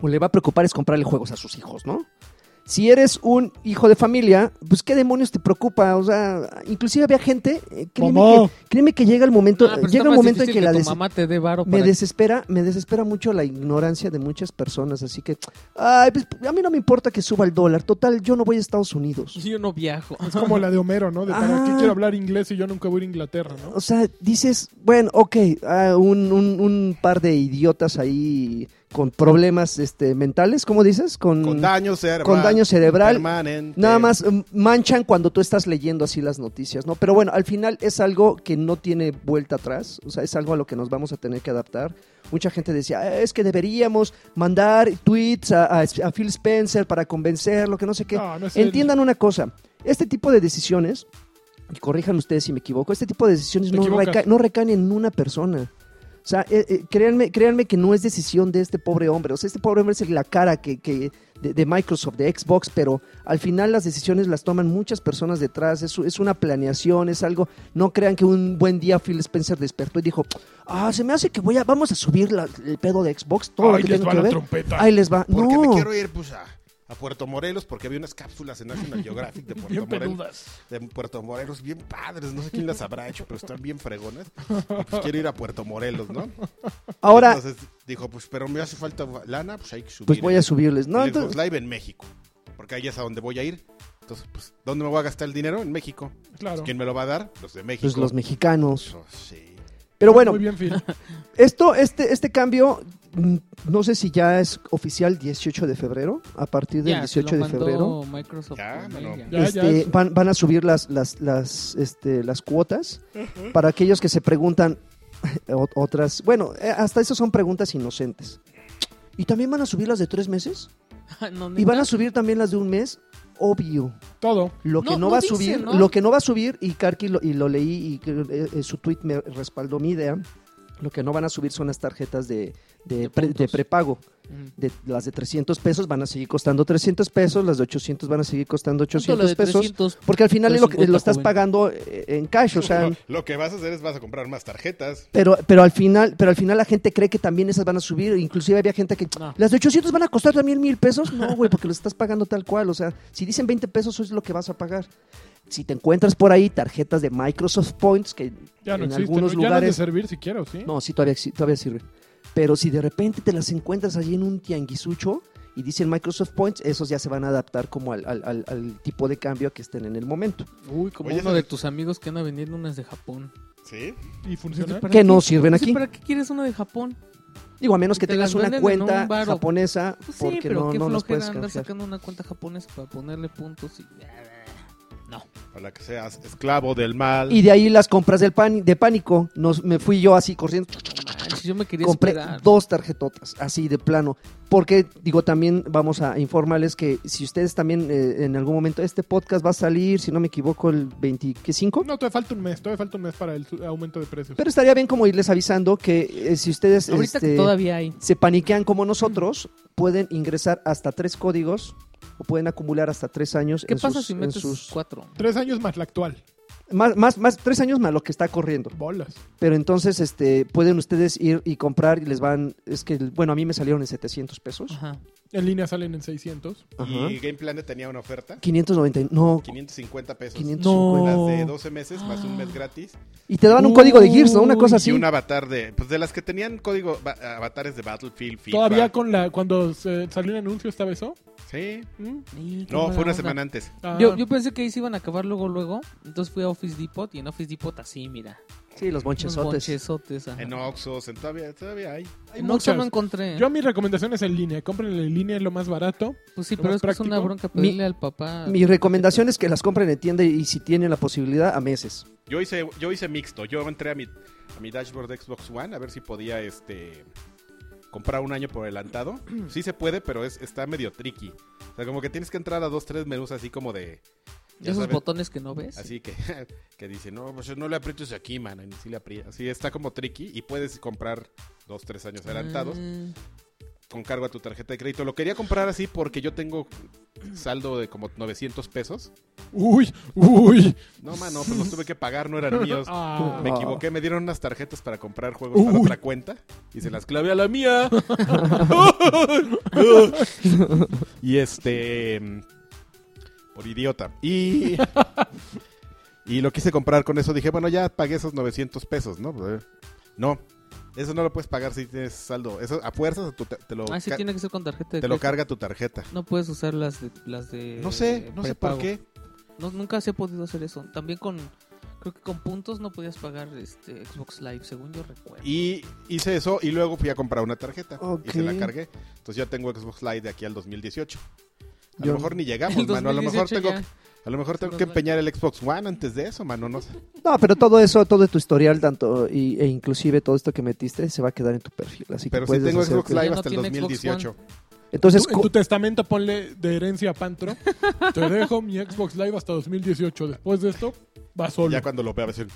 Speaker 3: o le va a preocupar es comprarle juegos a sus hijos, ¿no? Si eres un hijo de familia, pues qué demonios te preocupa, o sea, inclusive había gente, eh, créeme,
Speaker 4: Mamá.
Speaker 3: que, créeme que llega el momento,
Speaker 2: Ah, pero está
Speaker 3: llega un
Speaker 2: más
Speaker 3: momento en
Speaker 2: difícil
Speaker 3: que, la
Speaker 2: tu
Speaker 3: des-
Speaker 2: mamá te dé varo
Speaker 3: me
Speaker 2: para-
Speaker 3: desespera, me desespera mucho la ignorancia de muchas personas, así que ay, pues, a mí no me importa que suba el dólar, total yo no voy a Estados Unidos.
Speaker 2: Yo no viajo.
Speaker 4: Es como la de Homero, ¿no? De para qué
Speaker 3: Ah.
Speaker 4: quiero hablar inglés si yo nunca voy a ir a Inglaterra, ¿no?
Speaker 3: O sea, dices, bueno, ok, ah, un, un- un par de idiotas ahí con problemas este, mentales, ¿cómo dices? Con,
Speaker 5: Con daño cerebral.
Speaker 3: Mm, con daño cerebral.
Speaker 5: permanente.
Speaker 3: Nada más mm, manchan cuando tú estás leyendo así las noticias, ¿no? Pero bueno, al final es algo que no tiene vuelta atrás, o sea, es algo a lo que nos vamos a tener que adaptar. Mucha gente decía, "Ah, es que deberíamos mandar tweets a, a- a Phil Spencer para convencerlo, que no sé qué.
Speaker 4: No, no es el-
Speaker 3: Entiendan una cosa, este tipo de decisiones, y corrijan ustedes si me equivoco, este tipo de decisiones
Speaker 4: Te
Speaker 3: no,
Speaker 4: equivocas.
Speaker 3: reca- no recaen en una persona. O sea, eh, eh, créanme, créanme que no es decisión de este pobre hombre. O sea, este pobre hombre es la cara que, que- de, de Microsoft, de Xbox, pero al final las decisiones las toman muchas personas detrás. Es, es una planeación, es algo. No crean que un buen día Phil Spencer despertó y dijo, ah, se me hace que voy a, vamos a subir la- el pedo de Xbox, todo
Speaker 4: Ahí
Speaker 3: lo que
Speaker 4: les
Speaker 3: tengo
Speaker 4: va
Speaker 3: que
Speaker 4: la
Speaker 3: ver.
Speaker 4: trompeta.
Speaker 3: Ahí les va.
Speaker 5: Porque
Speaker 3: no.
Speaker 5: me quiero ir pues, a, a Puerto Morelos porque había unas cápsulas en National Geographic de Puerto
Speaker 4: Bien
Speaker 5: Morelos.
Speaker 4: peludas.
Speaker 5: De Puerto Morelos, bien padres. No sé quién las habrá hecho, pero están bien fregonas. Pues quiero ir a Puerto Morelos, ¿no?
Speaker 3: Ahora,
Speaker 5: Entonces dijo, pues, pero me hace falta lana, pues hay que subir.
Speaker 3: pues voy a
Speaker 5: el-
Speaker 3: subirles. No,
Speaker 5: el
Speaker 3: entonces-
Speaker 5: Xbox Live en México. Porque ahí es a donde voy a ir. Entonces, pues, ¿dónde me voy a gastar el dinero? En México.
Speaker 4: Claro.
Speaker 5: ¿Quién me lo va a dar? Los de México.
Speaker 3: pues los mexicanos.
Speaker 5: Eso sí.
Speaker 3: Pero bueno,
Speaker 4: Muy bien, Phil.
Speaker 3: Esto, este, este cambio, mm, no sé si ya es oficial 18 de febrero, a partir del
Speaker 2: Ya, se
Speaker 3: 18
Speaker 2: lo
Speaker 3: de febrero.
Speaker 2: mandó Microsoft.
Speaker 5: Ya,
Speaker 2: por mail,
Speaker 5: mano.
Speaker 2: ya.
Speaker 4: Ya, ya
Speaker 3: este,
Speaker 4: es-
Speaker 3: van, van a subir las, las, las, este, las cuotas para aquellos que se preguntan o- otras. Bueno, eh, hasta eso son preguntas inocentes. ¿Y también van a subir las de tres meses?
Speaker 2: No,
Speaker 3: ¿Y van
Speaker 2: neta.
Speaker 3: a subir también las de un mes? Obvio.
Speaker 4: Todo.
Speaker 3: Lo que
Speaker 2: No,
Speaker 3: no,
Speaker 2: no
Speaker 3: va a
Speaker 2: dice,
Speaker 3: subir,
Speaker 2: ¿no?
Speaker 3: lo que no va a subir, y Karki lo, y lo leí y creo, eh, eh, su tweet me respaldó mi idea, lo que no van a subir son las tarjetas de, de
Speaker 2: De
Speaker 3: pre-
Speaker 2: puntos.
Speaker 3: de prepago.
Speaker 2: Mm.
Speaker 3: De, las de 300 pesos van a seguir costando 300 pesos, las de 800 van a seguir costando
Speaker 2: Punto lo
Speaker 3: 800
Speaker 2: de
Speaker 3: pesos.
Speaker 2: 300.
Speaker 3: Porque al final lo, que-
Speaker 2: 350,
Speaker 3: lo estás
Speaker 2: joven.
Speaker 3: pagando eh, en cash, o sea,
Speaker 5: lo, lo que vas a hacer es vas a comprar más tarjetas.
Speaker 3: pero, pero, al final, pero al final la gente cree que también esas van a subir. Inclusive había gente que...
Speaker 2: No.
Speaker 3: Las de 800 van a costar también mil pesos. No, güey, porque lo estás pagando tal cual. O sea, si dicen 20 pesos, eso es lo que vas a pagar. Si te encuentras por ahí tarjetas de Microsoft Points, que
Speaker 4: Ya no
Speaker 3: en
Speaker 4: existe.
Speaker 3: algunos
Speaker 4: ¿no? Ya no han de
Speaker 3: lugares...
Speaker 4: servir siquiera, ¿o ¿sí?
Speaker 3: No, sí, todavía, exi- todavía sirve. Pero si de repente te las encuentras allí en un tianguisucho y dicen Microsoft Points, esos ya se van a adaptar como al, al- al- al tipo de cambio que estén en el momento.
Speaker 2: Uy, como
Speaker 5: Oye,
Speaker 2: uno de
Speaker 5: ¿sabes?
Speaker 2: tus amigos que anda vendiendo unas de Japón.
Speaker 5: Sí.
Speaker 4: ¿Y funciona?
Speaker 2: Pues, ¿Para
Speaker 3: Que
Speaker 2: qué?
Speaker 3: no sirven
Speaker 2: Entonces,
Speaker 3: aquí.
Speaker 2: ¿Para qué quieres una de Japón?
Speaker 3: Digo, a menos
Speaker 2: Y
Speaker 3: que
Speaker 2: te
Speaker 3: tengas
Speaker 2: las
Speaker 3: una
Speaker 2: venden en
Speaker 3: cuenta
Speaker 2: un bar o-
Speaker 3: japonesa,
Speaker 2: Pues sí,
Speaker 3: porque
Speaker 2: pero
Speaker 3: no,
Speaker 2: qué
Speaker 3: no las
Speaker 2: flojera
Speaker 3: puedes
Speaker 2: andar
Speaker 3: canjear.
Speaker 2: sacando una cuenta japonesa para ponerle puntos y... ah, No.
Speaker 5: Para que seas esclavo del mal.
Speaker 3: Y de ahí las compras del pan, de pánico. Nos, me fui yo así corriendo.
Speaker 2: Si yo me quería
Speaker 3: compré
Speaker 2: esperar.
Speaker 3: dos tarjetotas, así de plano. Porque, digo, también vamos a informarles que si ustedes también eh, en algún momento, este podcast va a salir, si no me equivoco, el 25.
Speaker 4: No, todavía falta un mes. Todavía falta un mes para el su- aumento de precios.
Speaker 3: Pero estaría bien como irles avisando que eh, si ustedes
Speaker 2: Ahorita
Speaker 3: este,
Speaker 2: que todavía hay.
Speaker 3: se paniquean como nosotros, pueden ingresar hasta tres códigos o pueden acumular hasta tres años.
Speaker 2: ¿Qué
Speaker 3: en
Speaker 2: pasa
Speaker 3: sus-
Speaker 2: si
Speaker 3: en
Speaker 2: metes
Speaker 3: sus-
Speaker 2: cuatro?
Speaker 4: Tres años más la actual.
Speaker 3: más, más, más tres años más lo que está corriendo.
Speaker 4: Bolas.
Speaker 3: Pero entonces este, pueden ustedes ir y comprar y les van, es que, bueno, a mí me salieron en 700 pesos.
Speaker 2: Ajá.
Speaker 4: En línea salen en 600.
Speaker 3: Ajá.
Speaker 5: Y Game Planet tenía una oferta.
Speaker 3: 599, no,
Speaker 5: 550 pesos.
Speaker 3: 550.
Speaker 5: Las
Speaker 2: No.
Speaker 5: de 12 meses más un mes gratis.
Speaker 3: Y te daban un código de Gears, ¿no? Una
Speaker 2: Uy,
Speaker 3: cosa
Speaker 5: Y
Speaker 3: así.
Speaker 5: un avatar de. Pues de las que tenían código. ba- avatares de Battlefield. FIFA.
Speaker 4: Todavía con la cuando se- salió el anuncio estaba eso.
Speaker 5: Sí.
Speaker 4: ¿Mm?
Speaker 2: Y qué
Speaker 5: No,
Speaker 2: mala
Speaker 5: fue una
Speaker 2: onda.
Speaker 5: semana antes.
Speaker 4: Ah,
Speaker 2: Yo, yo pensé que ahí se iban a acabar luego, luego. Entonces fui a Office Depot y en Office Depot así, mira.
Speaker 3: Sí,
Speaker 2: Unos
Speaker 3: los bonchesotes.
Speaker 2: bonchesotes, ajá.
Speaker 5: En Oxxos. en- Todavía, todavía hay.
Speaker 4: hay
Speaker 2: No,
Speaker 4: muchas.
Speaker 2: yo no encontré. ¿eh?
Speaker 4: Yo mi recomendación es en línea. Compren en línea, es lo más barato.
Speaker 2: pues sí,
Speaker 4: lo
Speaker 2: pero
Speaker 4: más
Speaker 2: es que es una
Speaker 4: práctico.
Speaker 2: bronca
Speaker 3: Mi-
Speaker 2: pedirle al papá.
Speaker 3: Mi recomendación es que las compren en tienda y si tienen la posibilidad, a meses.
Speaker 5: Yo hice, yo hice mixto. Yo entré a mi, a mi dashboard de Xbox One a ver si podía este comprar un año por adelantado. Sí se puede, pero es, está medio tricky. O sea, como que tienes que entrar a dos, tres menús así como de. ya
Speaker 2: esos
Speaker 5: sabes,
Speaker 2: botones que no ves.
Speaker 5: Así que, que dice, no, pues no le aprietes aquí, man. Y sí le aprietas. Así está como tricky y puedes comprar dos, tres años adelantados
Speaker 2: Ah,
Speaker 5: con cargo a tu tarjeta de crédito. Lo quería comprar así porque yo tengo saldo de como 900 pesos.
Speaker 4: Uy, uy.
Speaker 5: No, mano, pues los tuve que pagar, no eran míos.
Speaker 4: Ah,
Speaker 5: Me
Speaker 3: Ah.
Speaker 5: equivoqué, me dieron unas tarjetas para comprar juegos para
Speaker 4: Uy.
Speaker 5: otra cuenta y se las clavé a la mía. y este mm, por idiota. Y y lo quise comprar con eso, dije, bueno, ya pagué esos 900 pesos, ¿no? Pues, eh, No. Eso no lo puedes pagar si tienes saldo. Eso a fuerzas tú te, te lo
Speaker 2: Ah, sí,
Speaker 5: ca-
Speaker 2: tiene que ser con tarjeta de
Speaker 5: te lo
Speaker 2: crédito.
Speaker 5: carga tu tarjeta.
Speaker 2: No puedes usar las de. Las de
Speaker 5: No sé, no sé por
Speaker 2: prepago.
Speaker 5: qué.
Speaker 2: No, nunca se ha podido hacer eso. También con. Creo que con puntos no podías pagar este Xbox Live, según yo recuerdo.
Speaker 5: Y hice eso y luego fui a comprar una tarjeta y se la
Speaker 3: Ok.
Speaker 5: cargué. Entonces ya tengo Xbox Live de aquí al 2018. A
Speaker 3: Yo-
Speaker 5: lo mejor ni llegamos,
Speaker 2: El
Speaker 5: mano. A lo mejor
Speaker 2: 2018
Speaker 5: tengo,
Speaker 2: ya.
Speaker 5: a lo mejor tengo que empeñar el Xbox One antes de eso, mano. No sé.
Speaker 3: No, pero todo eso, todo tu historial, tanto y- e inclusive todo esto que metiste, se va a quedar en tu perfil. Así que
Speaker 5: Pero si
Speaker 3: puedes
Speaker 5: tengo
Speaker 3: hacerte-
Speaker 5: Xbox Live
Speaker 2: Ya no
Speaker 5: hasta el
Speaker 2: tiene Xbox
Speaker 5: 2018.
Speaker 3: Entonces,
Speaker 4: Tú, en tu testamento ponle de herencia a Pantro. Te dejo mi Xbox Live hasta 2018. Después de esto, va solo.
Speaker 5: Ya cuando lo vea, va a decir,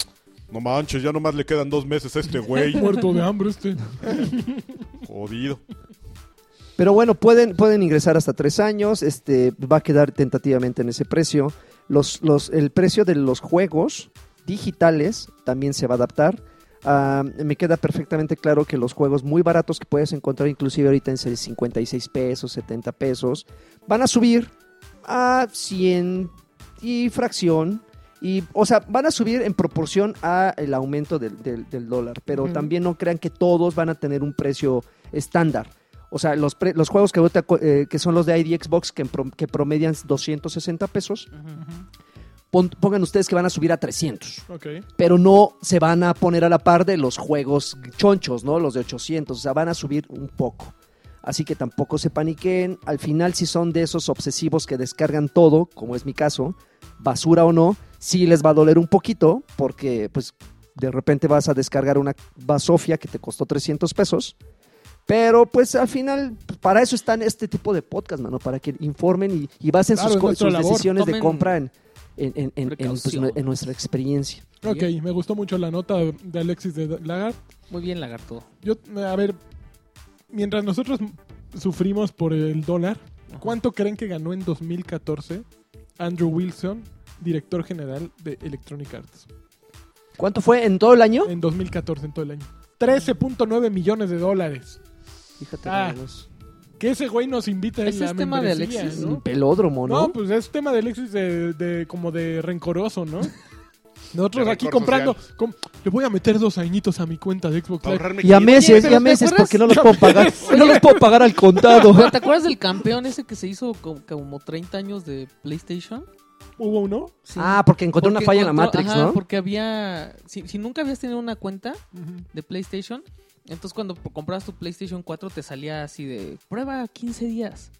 Speaker 5: No manches, ya nomás le quedan dos meses a este güey.
Speaker 4: Muerto de hambre este.
Speaker 5: Jodido.
Speaker 3: Pero bueno, pueden, pueden ingresar hasta tres años, este, va a quedar tentativamente en ese precio. Los, los, el precio de los juegos digitales también se va a adaptar. Ah, me queda perfectamente claro que los juegos muy baratos que puedes encontrar inclusive ahorita en 56 pesos, 70 pesos, van a subir a 100 y fracción. Y, o sea, van a subir en proporción al aumento del, del- del dólar. Pero
Speaker 2: Ujú.
Speaker 3: también no crean que todos van a tener un precio estándar. O sea, los, pre- los juegos que, ahorita co- eh, que son los de ID Xbox que, prom- que promedian 260 pesos, pon- pongan ustedes que van a subir a 300
Speaker 4: Ok.
Speaker 3: pero no se van a poner a la par de los juegos chonchos, ¿no? Los de 800, o sea, van a subir un poco. Así que tampoco se paniquen. Al final, si son de esos obsesivos que descargan todo, como es mi caso, basura o no, sí les va a doler un poquito, porque pues de repente vas a descargar una basofia que te costó 300 pesos. Pero pues al final, para eso están este tipo de podcast, mano, para que informen y, y basen
Speaker 4: Claro,
Speaker 3: sus,
Speaker 4: es
Speaker 3: co-
Speaker 4: nuestra
Speaker 3: sus
Speaker 4: labor.
Speaker 3: decisiones de
Speaker 2: Tomen
Speaker 3: compra en, en- en- en- en, pues,
Speaker 2: precaución.
Speaker 3: en nuestra experiencia.
Speaker 4: Ok, me gustó mucho la nota de Alexis de Lagar.
Speaker 2: Muy bien, lagarto.
Speaker 4: Yo, a ver, mientras nosotros sufrimos por el dólar,
Speaker 2: Ajá.
Speaker 4: ¿cuánto creen que ganó en 2014 Andrew Wilson, director general de Electronic Arts?
Speaker 3: ¿Cuánto fue en todo el año?
Speaker 4: En 2014, en todo el año. 13.9 millones de dólares.
Speaker 3: Fíjate,
Speaker 4: Ah,
Speaker 3: menos.
Speaker 4: Que ese güey nos invita a
Speaker 2: Ese
Speaker 4: la
Speaker 2: es tema de
Speaker 4: membresía,
Speaker 2: Alexis,
Speaker 4: ¿no?
Speaker 3: un pelódromo, ¿no?
Speaker 4: No, pues es tema de Alexis de, de- como de rencoroso, ¿no? Nosotros
Speaker 5: De
Speaker 4: aquí
Speaker 5: rencor
Speaker 4: comprando. com- le voy a meter dos añitos a mi cuenta de Xbox
Speaker 5: Para
Speaker 4: Live.
Speaker 5: ahorrarme
Speaker 3: y a
Speaker 5: 500.
Speaker 3: meses,
Speaker 2: pero
Speaker 3: y a
Speaker 2: ¿te
Speaker 3: meses,
Speaker 2: acuerdas?
Speaker 3: porque no los puedo pagar. no los puedo pagar al contado.
Speaker 2: Pero, ¿Te acuerdas del campeón ese que se hizo como, como 30 años de PlayStation?
Speaker 4: Hubo uno.
Speaker 2: Sí.
Speaker 3: Ah, porque encontré una
Speaker 2: Porque
Speaker 3: falla en la
Speaker 2: encontró-
Speaker 3: Matrix,
Speaker 2: ajá,
Speaker 3: ¿no?
Speaker 2: Porque había. Si, si nunca habías tenido una cuenta de PlayStation, entonces cuando p- comprabas tu PlayStation 4 te salía así de prueba 15 días.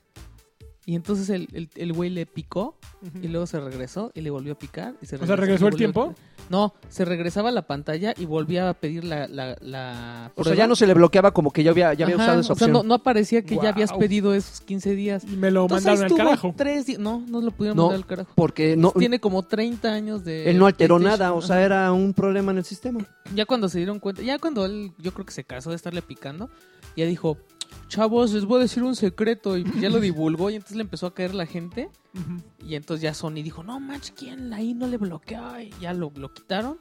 Speaker 2: Y entonces el, el, el güey le picó y luego se regresó y le volvió a picar. Y se
Speaker 4: O sea,
Speaker 2: y
Speaker 4: ¿regresó el
Speaker 2: volvió a-
Speaker 4: tiempo?
Speaker 2: No, se regresaba a la pantalla y volvía a pedir la. la, la
Speaker 3: O sea,
Speaker 2: prueba.
Speaker 3: ya no se le bloqueaba como que ya había, ya había
Speaker 2: Ajá,
Speaker 3: usado esa
Speaker 2: o sea,
Speaker 3: opción.
Speaker 2: no, no aparecía que ya habías
Speaker 4: Guau.
Speaker 2: pedido esos 15 días.
Speaker 4: Y me lo
Speaker 2: Entonces, ahí
Speaker 4: mandaron al
Speaker 2: estuvo
Speaker 4: carajo.
Speaker 2: Tres di- no, no lo pudieron
Speaker 3: No.
Speaker 2: mandar al carajo.
Speaker 3: Porque no,
Speaker 2: pues Tiene como 30 años de.
Speaker 3: él no alteró
Speaker 2: PlayStation,
Speaker 3: nada, o
Speaker 2: ajá.
Speaker 3: sea, era un problema en el sistema.
Speaker 2: Ya cuando se dieron cuenta, ya cuando él, yo creo que se casó de estarle picando, ya dijo, chavos, les voy a decir un secreto. Y pues ya lo divulgó y entonces le empezó a caer la gente.
Speaker 4: Ujú.
Speaker 2: Y entonces ya Sony dijo, no manches, ¿quién ahí no le bloqueó? Y ya lo, lo quitaron.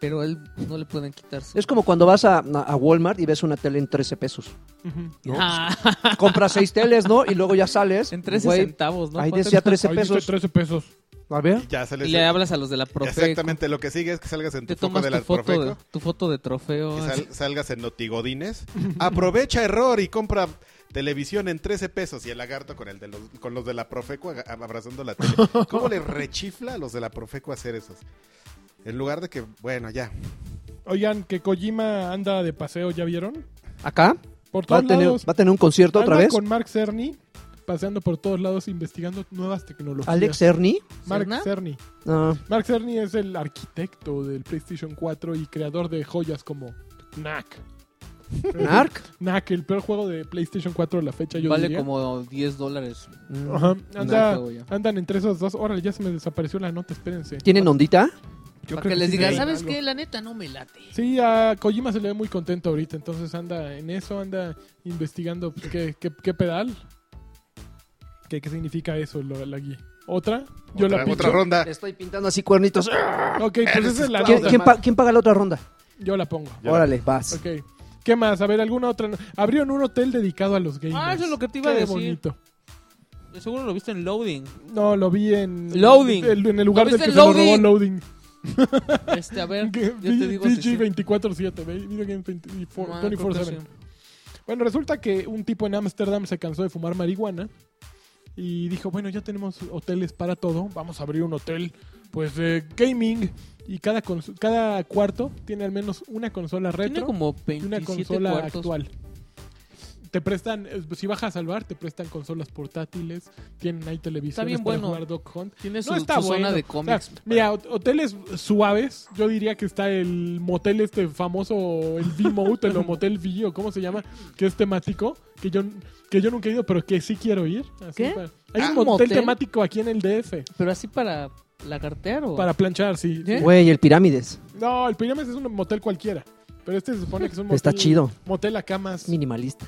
Speaker 2: Pero él pues, no le pueden quitarse.
Speaker 3: Es como cuando vas a, a Walmart y ves una tele en 13 pesos.
Speaker 4: Ujú.
Speaker 3: Compras seis teles, ¿no? Y luego ya sales.
Speaker 2: Ah, en 13
Speaker 3: güey,
Speaker 2: centavos, ¿no?
Speaker 3: Ahí
Speaker 2: ¿Cuánto
Speaker 3: decía
Speaker 2: era?
Speaker 3: 13
Speaker 4: Ahí dice
Speaker 3: pesos.
Speaker 4: 13 pesos.
Speaker 3: A
Speaker 5: Y
Speaker 3: ver.
Speaker 5: ya sales.
Speaker 2: Y le hablas a los de la Profeco.
Speaker 5: Exactamente, lo que sigue es que salgas en
Speaker 2: Te
Speaker 5: tu foto
Speaker 2: tomas
Speaker 5: de
Speaker 2: tu
Speaker 5: la
Speaker 2: foto de,
Speaker 5: Profeco,
Speaker 2: tu foto de trofeo.
Speaker 5: que sal- salgas en Notigodines. Aprovecha error y compra televisión en 13 pesos y el lagarto con el de los, con los de la Profeco aga- abrazando la tele. ¿Cómo le rechifla a los de la Profeco hacer esos? En lugar de que, bueno, ya.
Speaker 4: Oigan, que Kojima anda de paseo, ¿ya vieron?
Speaker 3: ¿Acá?
Speaker 4: Por
Speaker 3: ¿Va a
Speaker 4: todos
Speaker 3: tener,
Speaker 4: lados.
Speaker 3: va a tener un concierto otra
Speaker 4: Anda
Speaker 3: vez?
Speaker 4: con Mark Cerny, paseando por todos lados, investigando nuevas tecnologías.
Speaker 3: ¿Alex Ernie?
Speaker 4: Mark
Speaker 2: ¿Cerna?
Speaker 4: Cerny.
Speaker 3: Ah,
Speaker 4: Mark Cerny es el arquitecto del PlayStation 4 y creador de joyas como Knack.
Speaker 3: ¿Narc?
Speaker 4: Knack, el peor juego de PlayStation 4 a la fecha, yo
Speaker 2: vale
Speaker 4: diría.
Speaker 2: como 10 dólares.
Speaker 3: Mm.
Speaker 4: Ajá. Anda-
Speaker 2: Knack, juego ya.
Speaker 4: andan entre esos dos. Órale, ya se me desapareció la nota, espérense.
Speaker 3: ¿Tienen ondita?
Speaker 4: Yo
Speaker 2: para
Speaker 4: creo
Speaker 2: que les
Speaker 4: sí
Speaker 2: digan,
Speaker 4: tienen
Speaker 2: ¿sabes
Speaker 4: algo".
Speaker 2: qué? La neta no me late.
Speaker 4: Sí, a Kojima se le ve muy contento ahorita, entonces anda en eso, anda investigando pues, qué, qué- qué pedal. ¿Qué, qué significa eso, lo- la guía? ¿Otra? Yo
Speaker 5: otra,
Speaker 4: la
Speaker 5: otra
Speaker 4: pincho.
Speaker 5: ronda.
Speaker 3: Estoy pintando así cuernitos.
Speaker 4: Ok, pues esa es la
Speaker 3: ¿Quién,
Speaker 4: nota.
Speaker 3: quién pa- quién paga la otra ronda?
Speaker 4: Yo la pongo.
Speaker 5: Ya.
Speaker 3: Órale, vas.
Speaker 4: Ok. ¿Qué más? A ver, alguna otra. no- Abrieron un hotel dedicado a los gamers.
Speaker 2: Ah, eso es lo que te iba a
Speaker 4: Qué
Speaker 2: decir.
Speaker 4: bonito.
Speaker 2: Seguro lo viste en Loading.
Speaker 4: No, lo vi en.
Speaker 2: Loading.
Speaker 4: el- En el lugar
Speaker 2: ¿Lo
Speaker 4: del
Speaker 2: viste
Speaker 4: que
Speaker 2: en
Speaker 4: se lo robó
Speaker 2: Loading?
Speaker 4: Loading.
Speaker 2: Este, a ver,
Speaker 4: Que-
Speaker 2: yo te digo si sí.
Speaker 4: VG 24-7. ve- Video Game 24
Speaker 2: Ah, creo que
Speaker 4: 24/7.
Speaker 2: sí.
Speaker 4: Bueno, resulta que un tipo en Ámsterdam se cansó de fumar marihuana y dijo, bueno, ya tenemos hoteles para todo, vamos a abrir un hotel pues de gaming y cada cons- cada cuarto tiene al menos una consola
Speaker 2: Tiene
Speaker 4: retro
Speaker 2: como
Speaker 4: y una
Speaker 2: 27
Speaker 4: consola
Speaker 2: cuartos.
Speaker 4: actual. Te prestan, eh, si bajas al bar, te prestan consolas portátiles, tienen ahí televisiones
Speaker 2: bien
Speaker 4: para
Speaker 2: bueno.
Speaker 4: jugar Dog Hunt.
Speaker 2: Tiene su,
Speaker 4: No está
Speaker 2: su
Speaker 4: bueno.
Speaker 2: zona de
Speaker 4: O sea,
Speaker 2: cómics.
Speaker 4: mira, hot- hoteles suaves. Yo diría que está el motel este famoso, el V-Motel o Motel V o cómo se llama, que es temático, que yo, que yo nunca he ido, pero que sí quiero ir. Así
Speaker 2: ¿Qué?
Speaker 4: para- Hay
Speaker 2: Ah,
Speaker 4: un motel,
Speaker 2: ¿motel?
Speaker 4: temático aquí en el DF
Speaker 2: Pero así para lagartear o...
Speaker 4: para planchar, sí.
Speaker 2: ¿Eh?
Speaker 3: Güey, el Pirámides.
Speaker 4: No, el Pirames es un motel cualquiera. Pero este se supone que es un motel.
Speaker 3: Está chido.
Speaker 4: Motel a camas.
Speaker 3: Minimalista.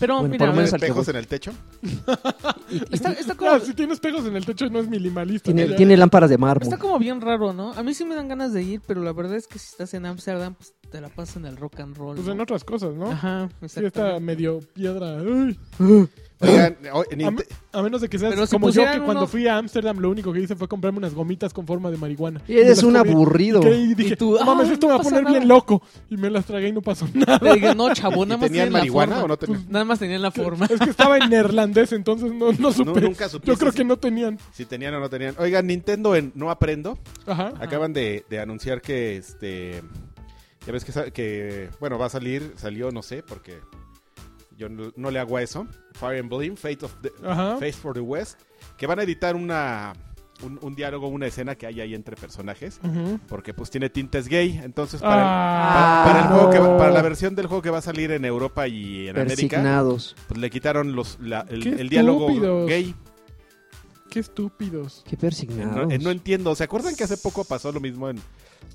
Speaker 2: Pero
Speaker 3: Bueno,
Speaker 2: mira,
Speaker 3: por lo menos
Speaker 5: ¿Tiene
Speaker 3: al que
Speaker 5: espejos
Speaker 3: voy.
Speaker 5: en el techo?
Speaker 2: está, está como,
Speaker 4: Ah, si tienes pegos en el techo no es minimalista.
Speaker 3: Tiene,
Speaker 4: ¿no?
Speaker 3: tiene lámparas de mármol.
Speaker 2: está como bien raro, ¿no? A mí sí me dan ganas de ir, pero la verdad es que si estás en Amsterdam, pues te la pasas en el rock and roll.
Speaker 4: Pues
Speaker 2: ¿no?
Speaker 4: en otras cosas, ¿no?
Speaker 2: Ajá,
Speaker 4: Sí, está
Speaker 2: exactamente.
Speaker 4: medio piedra. Ay.
Speaker 5: Oigan, o- en
Speaker 4: A,
Speaker 5: Inte-
Speaker 4: me- a menos de que seas
Speaker 2: Pero si
Speaker 4: como yo, que
Speaker 2: pusieran
Speaker 4: cuando
Speaker 2: unos-
Speaker 4: fui a Ámsterdam lo único que hice fue comprarme unas gomitas con forma de marihuana.
Speaker 3: Y eres
Speaker 4: me las
Speaker 3: un
Speaker 4: comí.
Speaker 3: aburrido.
Speaker 4: Y, creí- y dije,
Speaker 2: Y tú,
Speaker 4: "No mames,
Speaker 2: ay,
Speaker 4: esto
Speaker 2: no
Speaker 4: me va a
Speaker 2: pasa
Speaker 4: poner
Speaker 2: nada".
Speaker 4: bien loco. Y me las tragué y no pasó nada.
Speaker 2: Le dije, no, chavo, nada más
Speaker 5: ¿Tenían
Speaker 2: tienen la
Speaker 5: marihuana
Speaker 2: forma. Pues,
Speaker 5: o no tenían?
Speaker 2: Nada más tenían la forma.
Speaker 4: Es que estaba en neerlandés, entonces no, no supe.
Speaker 5: nunca supiste
Speaker 4: Yo creo
Speaker 5: si-
Speaker 4: que no tenían.
Speaker 5: Si tenían o no tenían. Oigan, Nintendo en No Aprendo
Speaker 4: Ajá.
Speaker 5: acaban de, de anunciar que este. Ya ves que, sa- que. Bueno, va a salir, salió, no sé, porque yo no, no le hago a eso. Fire Emblem, Fate, of the,
Speaker 4: Ajá.
Speaker 5: Face for the West. Que van a editar una, un, un diálogo, una escena que hay ahí entre personajes.
Speaker 4: Ujú.
Speaker 5: Porque pues tiene tintes gay. Entonces, para,
Speaker 4: Ah,
Speaker 5: para- para el juego que va-
Speaker 4: no.
Speaker 5: para la versión del juego que va a salir en Europa y en América,
Speaker 3: Persignados.
Speaker 5: pues le quitaron los, la- el,
Speaker 4: Qué
Speaker 5: el diálogo
Speaker 4: estúpidos.
Speaker 5: gay.
Speaker 4: Qué estúpidos.
Speaker 3: Qué
Speaker 5: No,
Speaker 3: persignados.
Speaker 5: eh, no entiendo. ¿Se acuerdan que hace poco pasó lo mismo en,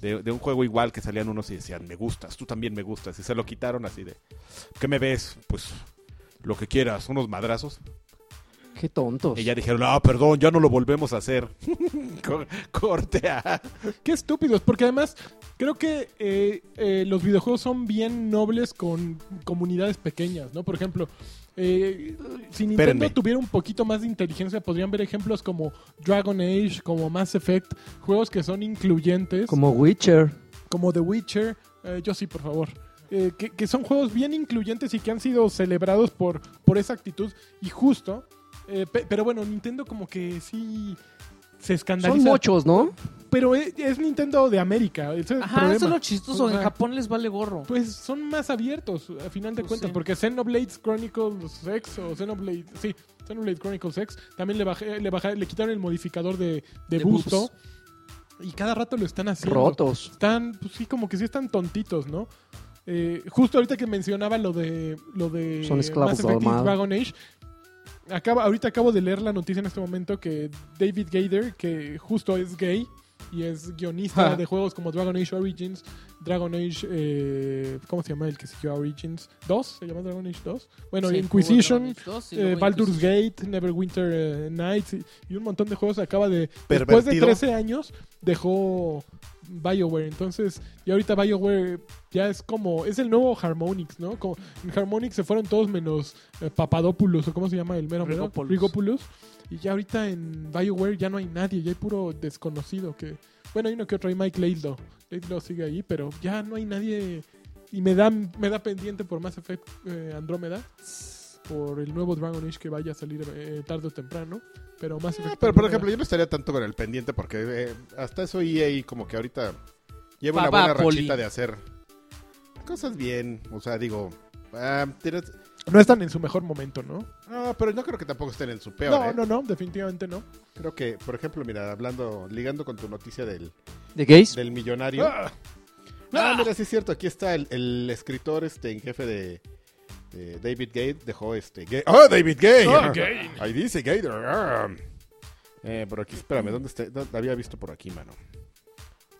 Speaker 5: de, de un juego igual que salían unos y decían, me gustas, tú también me gustas? Y se lo quitaron así de, ¿qué me ves? Pues lo que quieras, unos madrazos.
Speaker 3: Qué tontos.
Speaker 5: Y ya dijeron, ah, perdón, ya no lo volvemos a hacer. Co- Corte a...
Speaker 4: Qué estúpidos, porque además creo que eh, eh, los videojuegos son bien nobles con comunidades pequeñas, ¿no? Por ejemplo, eh, si Nintendo
Speaker 5: Espérenme.
Speaker 4: tuviera un poquito más de inteligencia, podrían ver ejemplos como Dragon Age, como Mass Effect, juegos que son incluyentes, como,
Speaker 3: Como Witcher.
Speaker 4: The Witcher. Eh, yo sí, por favor. Eh, que, que son juegos bien incluyentes y que han sido celebrados por, por esa actitud y justo. eh, pe- pero bueno, Nintendo como que sí se escandaliza.
Speaker 3: Son muchos, ¿no?
Speaker 4: Pero es, es Nintendo de América. ese es el
Speaker 2: Ajá,
Speaker 4: problema.
Speaker 2: eso es lo chistoso. En
Speaker 4: Ajá.
Speaker 2: Japón les vale gorro.
Speaker 4: Pues son más abiertos, a final de
Speaker 2: Pues
Speaker 4: cuentas,
Speaker 2: sí.
Speaker 4: porque Xenoblades Chronicles X o Xenoblade, sí, Xenoblade Chronicles X, también le, bajé, le, bajé- le quitaron el modificador de, de,
Speaker 2: De
Speaker 4: busto y cada rato lo están haciendo.
Speaker 3: Rotos.
Speaker 4: Están, pues sí, como que sí están tontitos, ¿no? Eh, justo ahorita que mencionaba lo de lo de
Speaker 3: Son esclavos
Speaker 4: Mass Effect y
Speaker 3: armados.
Speaker 4: Dragon Age. Acaba, ahorita acabo de leer la noticia en este momento que David Gader, que justo es gay y es guionista
Speaker 3: Ja.
Speaker 4: de juegos como Dragon Age Origins, Dragon Age, eh, ¿cómo se llama el que siguió a Origins? ¿2? ¿Se llama Dragon Age 2? Bueno,
Speaker 2: Sí,
Speaker 4: Inquisition,
Speaker 2: Dragon Age 2 y
Speaker 4: eh,
Speaker 2: luego
Speaker 4: Baldur's
Speaker 2: Inquisition.
Speaker 4: Gate, Neverwinter eh, Nights y, y un montón de juegos acaba de... Después de
Speaker 5: Pervertido.
Speaker 4: 13 años dejó BioWare, entonces... Y ahorita BioWare ya es como... Es el nuevo Harmonix, ¿no? Como, en Harmonix se fueron todos menos eh, Papadopoulos, o ¿cómo se llama el mero mero?
Speaker 2: Rigopoulos.
Speaker 4: Rigopoulos. Y ya ahorita en BioWare ya no hay nadie, ya hay puro desconocido que... Bueno, hay uno que otro, hay Mike Laidlaw. Laidlaw sigue ahí, pero ya no hay nadie... Y me da, me da pendiente por Mass Effect eh, Andrómeda, por el nuevo Dragon Age que vaya a salir eh, tarde o temprano. Pero Mass Effect
Speaker 5: Pero, por
Speaker 4: Andrómeda-
Speaker 5: ejemplo, yo no estaría tanto con el pendiente porque eh, hasta eso EA como que ahorita lleva
Speaker 2: Papá
Speaker 5: una buena
Speaker 2: Poli.
Speaker 5: rachita de hacer cosas bien. O sea, digo... ah, tienes-
Speaker 4: No están en su mejor momento, ¿no?
Speaker 5: No, pero no creo que tampoco estén en su peor,
Speaker 4: No,
Speaker 5: ¿eh?
Speaker 4: no, no, definitivamente no.
Speaker 5: Creo que, por ejemplo, mira, hablando, ligando con tu noticia del,
Speaker 3: ¿De gays?
Speaker 5: del millonario. Ah, mira, sí es cierto, aquí está el, el escritor este, en jefe de, de David Gate, dejó este... Gay. ¡Ah, David Gate!
Speaker 6: Ah, Gate.
Speaker 5: Ahí dice Gate. ah. Eh, por aquí, espérame, ¿dónde está? ¿Dónde- La había visto por aquí, mano.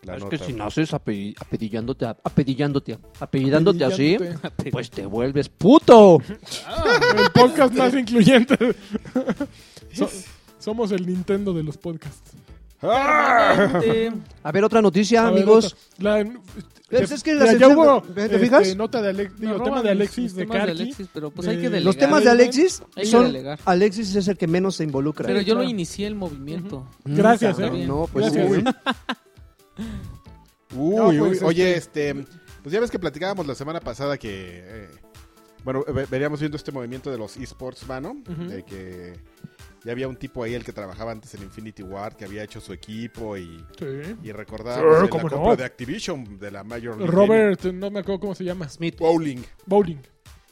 Speaker 5: La
Speaker 1: es que
Speaker 5: nota.
Speaker 1: si naces ape- apedillándote, a- apedillándote, apellidándote así,
Speaker 4: Apellidándote.
Speaker 1: pues te vuelves puto.
Speaker 4: Ah, El podcast más incluyente. So- somos el Nintendo de los podcasts.
Speaker 2: Claramente.
Speaker 3: A ver, otra noticia,
Speaker 4: A ver,
Speaker 3: amigos.
Speaker 4: otra. La- eh,
Speaker 3: Es- es que
Speaker 4: Mira,
Speaker 3: la
Speaker 4: ya
Speaker 3: sección-
Speaker 4: hubo,
Speaker 3: ¿te
Speaker 4: este,
Speaker 3: fijas?
Speaker 4: nota de Alex, digo,
Speaker 2: Nos
Speaker 4: tema
Speaker 2: roban
Speaker 4: de
Speaker 2: los-
Speaker 4: Alexis
Speaker 2: los
Speaker 4: de
Speaker 2: temas de
Speaker 4: Karki.
Speaker 2: Alexis, pero pues hay que
Speaker 4: de-
Speaker 2: delegar.
Speaker 3: Los temas de Alexis
Speaker 2: Hay que
Speaker 3: son...
Speaker 2: delegar.
Speaker 3: Alexis es el que menos se involucra. ¿eh?
Speaker 2: Pero
Speaker 4: Sí,
Speaker 2: yo lo
Speaker 4: claro.
Speaker 2: inicié el movimiento.
Speaker 4: Gracias,
Speaker 2: Está
Speaker 4: eh.
Speaker 2: bien.
Speaker 3: Mm, No, pues
Speaker 4: Gracias.
Speaker 3: uy.
Speaker 5: Uy,
Speaker 4: No, pues,
Speaker 5: uy,
Speaker 4: este-
Speaker 5: oye, este, pues ya ves que platicábamos la semana pasada que, eh, bueno, ve- veníamos viendo este movimiento de los esports, mano,
Speaker 4: Ujú.
Speaker 5: de que ya había un tipo ahí el que trabajaba antes en Infinity Ward que había hecho su equipo y,
Speaker 4: Sí.
Speaker 5: y recordábamos
Speaker 4: Sí,
Speaker 5: en la
Speaker 4: cómo no.
Speaker 5: compra de Activision de la Major League
Speaker 4: Robert, no me acuerdo cómo se llama.
Speaker 2: Smith
Speaker 5: Gaming, Bowling
Speaker 4: Bowling.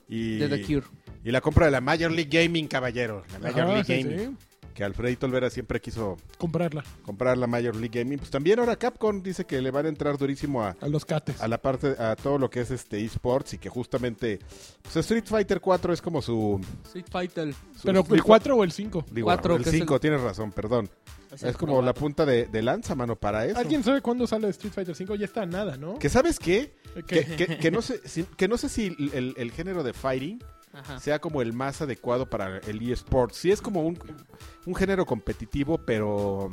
Speaker 5: y
Speaker 2: de The Cure.
Speaker 5: y Y la compra de la Major League Gaming, caballero. La Major
Speaker 4: Ajá,
Speaker 5: League
Speaker 4: sí,
Speaker 5: Gaming.
Speaker 4: sí.
Speaker 5: Que Alfredito Olvera siempre quiso
Speaker 4: Comprarla
Speaker 5: comprar la Major League Gaming. Pues también ahora Capcom dice que le van a entrar durísimo a,
Speaker 4: a los cates.
Speaker 5: a la parte, a todo lo que es este esports y que justamente pues, Street Fighter 4 es como su...
Speaker 2: Street Fighter.
Speaker 5: su-
Speaker 4: ¿Pero el
Speaker 5: digo-
Speaker 4: 4 o el 5?
Speaker 5: digo,
Speaker 2: Cuatro,
Speaker 5: el
Speaker 2: que es el-
Speaker 5: 5, tienes razón, perdón. Es, como la punta de, de lanza, mano, para eso.
Speaker 4: ¿Alguien sabe cuándo sale Street Fighter 5? Ya está nada, ¿no?
Speaker 5: Que sabes qué? Que,
Speaker 4: ¿Qué?
Speaker 5: que- que no sé, si, que no sé si el, el- el género de fighting
Speaker 2: Ajá.
Speaker 5: sea como el más adecuado para el eSports. Sí es como un, un género competitivo, pero...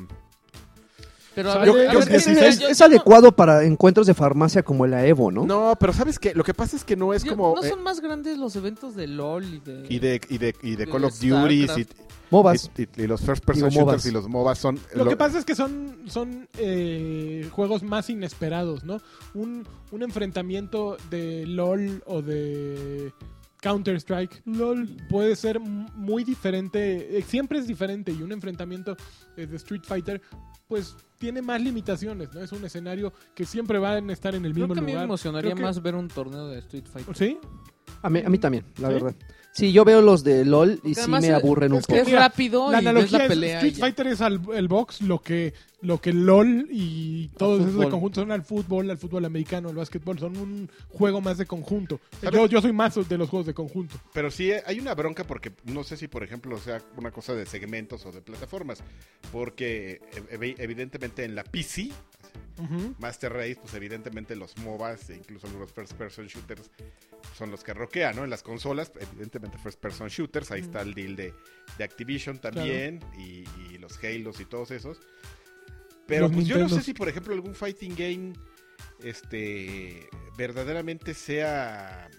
Speaker 2: Pero a
Speaker 4: Yo-
Speaker 2: ver,
Speaker 4: yo
Speaker 2: a
Speaker 4: creo
Speaker 2: ver,
Speaker 4: que
Speaker 2: es-
Speaker 3: Es,
Speaker 4: sí,
Speaker 2: es-
Speaker 4: sí.
Speaker 2: es-
Speaker 3: es- es
Speaker 2: yo no-
Speaker 3: adecuado para encuentros de farmacia como la Evo, ¿no?
Speaker 5: No, pero ¿sabes qué? Lo que pasa es que no es
Speaker 2: yo-
Speaker 5: como...
Speaker 2: ¿No
Speaker 5: eh,
Speaker 2: son más grandes los eventos de LOL y de...
Speaker 5: y de, y de, y de
Speaker 2: de
Speaker 5: Call of Duty y,
Speaker 2: StarCraft.
Speaker 3: Movas.
Speaker 5: y- y- y los first person
Speaker 3: Digo, MOBAs.
Speaker 5: shooters y los MOBAs son
Speaker 4: Lo,
Speaker 5: lo-
Speaker 4: que pasa es que son, son eh, juegos más inesperados, ¿no? Un, un enfrentamiento de LOL o de Counter-Strike. LOL puede ser m- muy diferente, eh, siempre es diferente y un enfrentamiento eh, de Street Fighter, pues tiene más limitaciones, ¿no? Es un escenario que siempre van a estar en el
Speaker 2: Creo
Speaker 4: mismo
Speaker 2: que a mí me
Speaker 4: lugar.
Speaker 2: emocionaría
Speaker 4: Creo que-
Speaker 2: más ver un torneo de Street Fighter.
Speaker 4: ¿Sí?
Speaker 3: A mí, a mí también, la
Speaker 4: ¿Sí?
Speaker 3: verdad. Sí, yo veo los de LOL y
Speaker 2: Porque
Speaker 3: sí
Speaker 2: además
Speaker 3: me
Speaker 2: el-
Speaker 3: aburren un
Speaker 4: es que
Speaker 3: poco.
Speaker 2: Es
Speaker 4: Mira,
Speaker 2: rápido y
Speaker 4: la
Speaker 2: ves
Speaker 4: analogía
Speaker 2: la
Speaker 4: es
Speaker 2: pelea. y
Speaker 4: Street
Speaker 2: ya.
Speaker 4: Fighter es al el box, lo que lo que LOL y todos esos de
Speaker 2: fútbol.
Speaker 4: conjunto son al fútbol, al fútbol americano, al básquetbol, son un juego más de conjunto.
Speaker 5: ¿Sabes?
Speaker 4: Yo, yo soy más de los juegos de conjunto.
Speaker 5: Pero sí eh, hay una bronca porque no sé si, por ejemplo, sea una cosa de segmentos o de plataformas. Porque ev- evidentemente en la PC, Master Race, pues evidentemente los MOBAs e incluso los first person shooters son los que roquean, ¿no? En las consolas, evidentemente first person shooters, ahí está el deal de, de Activision también y, y los Halos y todos esos. Pero
Speaker 4: Los
Speaker 5: pues, yo no sé
Speaker 4: Nintendos.
Speaker 5: si, por ejemplo, algún fighting game este verdaderamente sea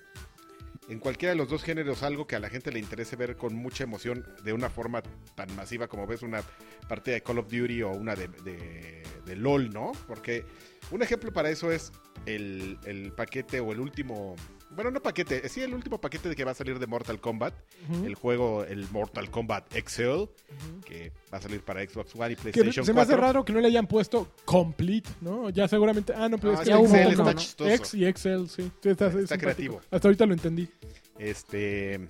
Speaker 5: en cualquiera de los dos géneros algo que a la gente le interese ver con mucha emoción de una forma tan masiva como ves una partida de Call of Duty o una de, de- de LOL, ¿no? Porque un ejemplo para eso es el, el paquete o el último... Bueno, no paquete, eh, sí, el último paquete de que va a salir de Mortal Kombat,
Speaker 4: Ujú.
Speaker 5: el juego, el Mortal Kombat XL, que va a salir para Xbox One y
Speaker 4: Que
Speaker 5: PlayStation 4.
Speaker 4: se me hace raro que no le hayan puesto complete, ¿no? Ya seguramente. Ah, no, pero
Speaker 5: No,
Speaker 4: es que
Speaker 5: es que
Speaker 2: ya hubo
Speaker 5: Excel
Speaker 2: uno,
Speaker 5: está
Speaker 2: ¿no?
Speaker 5: chistoso.
Speaker 4: X y Excel, sí. Sí, está,
Speaker 5: Está
Speaker 4: simpático.
Speaker 5: creativo.
Speaker 4: Hasta ahorita lo entendí.
Speaker 5: Este.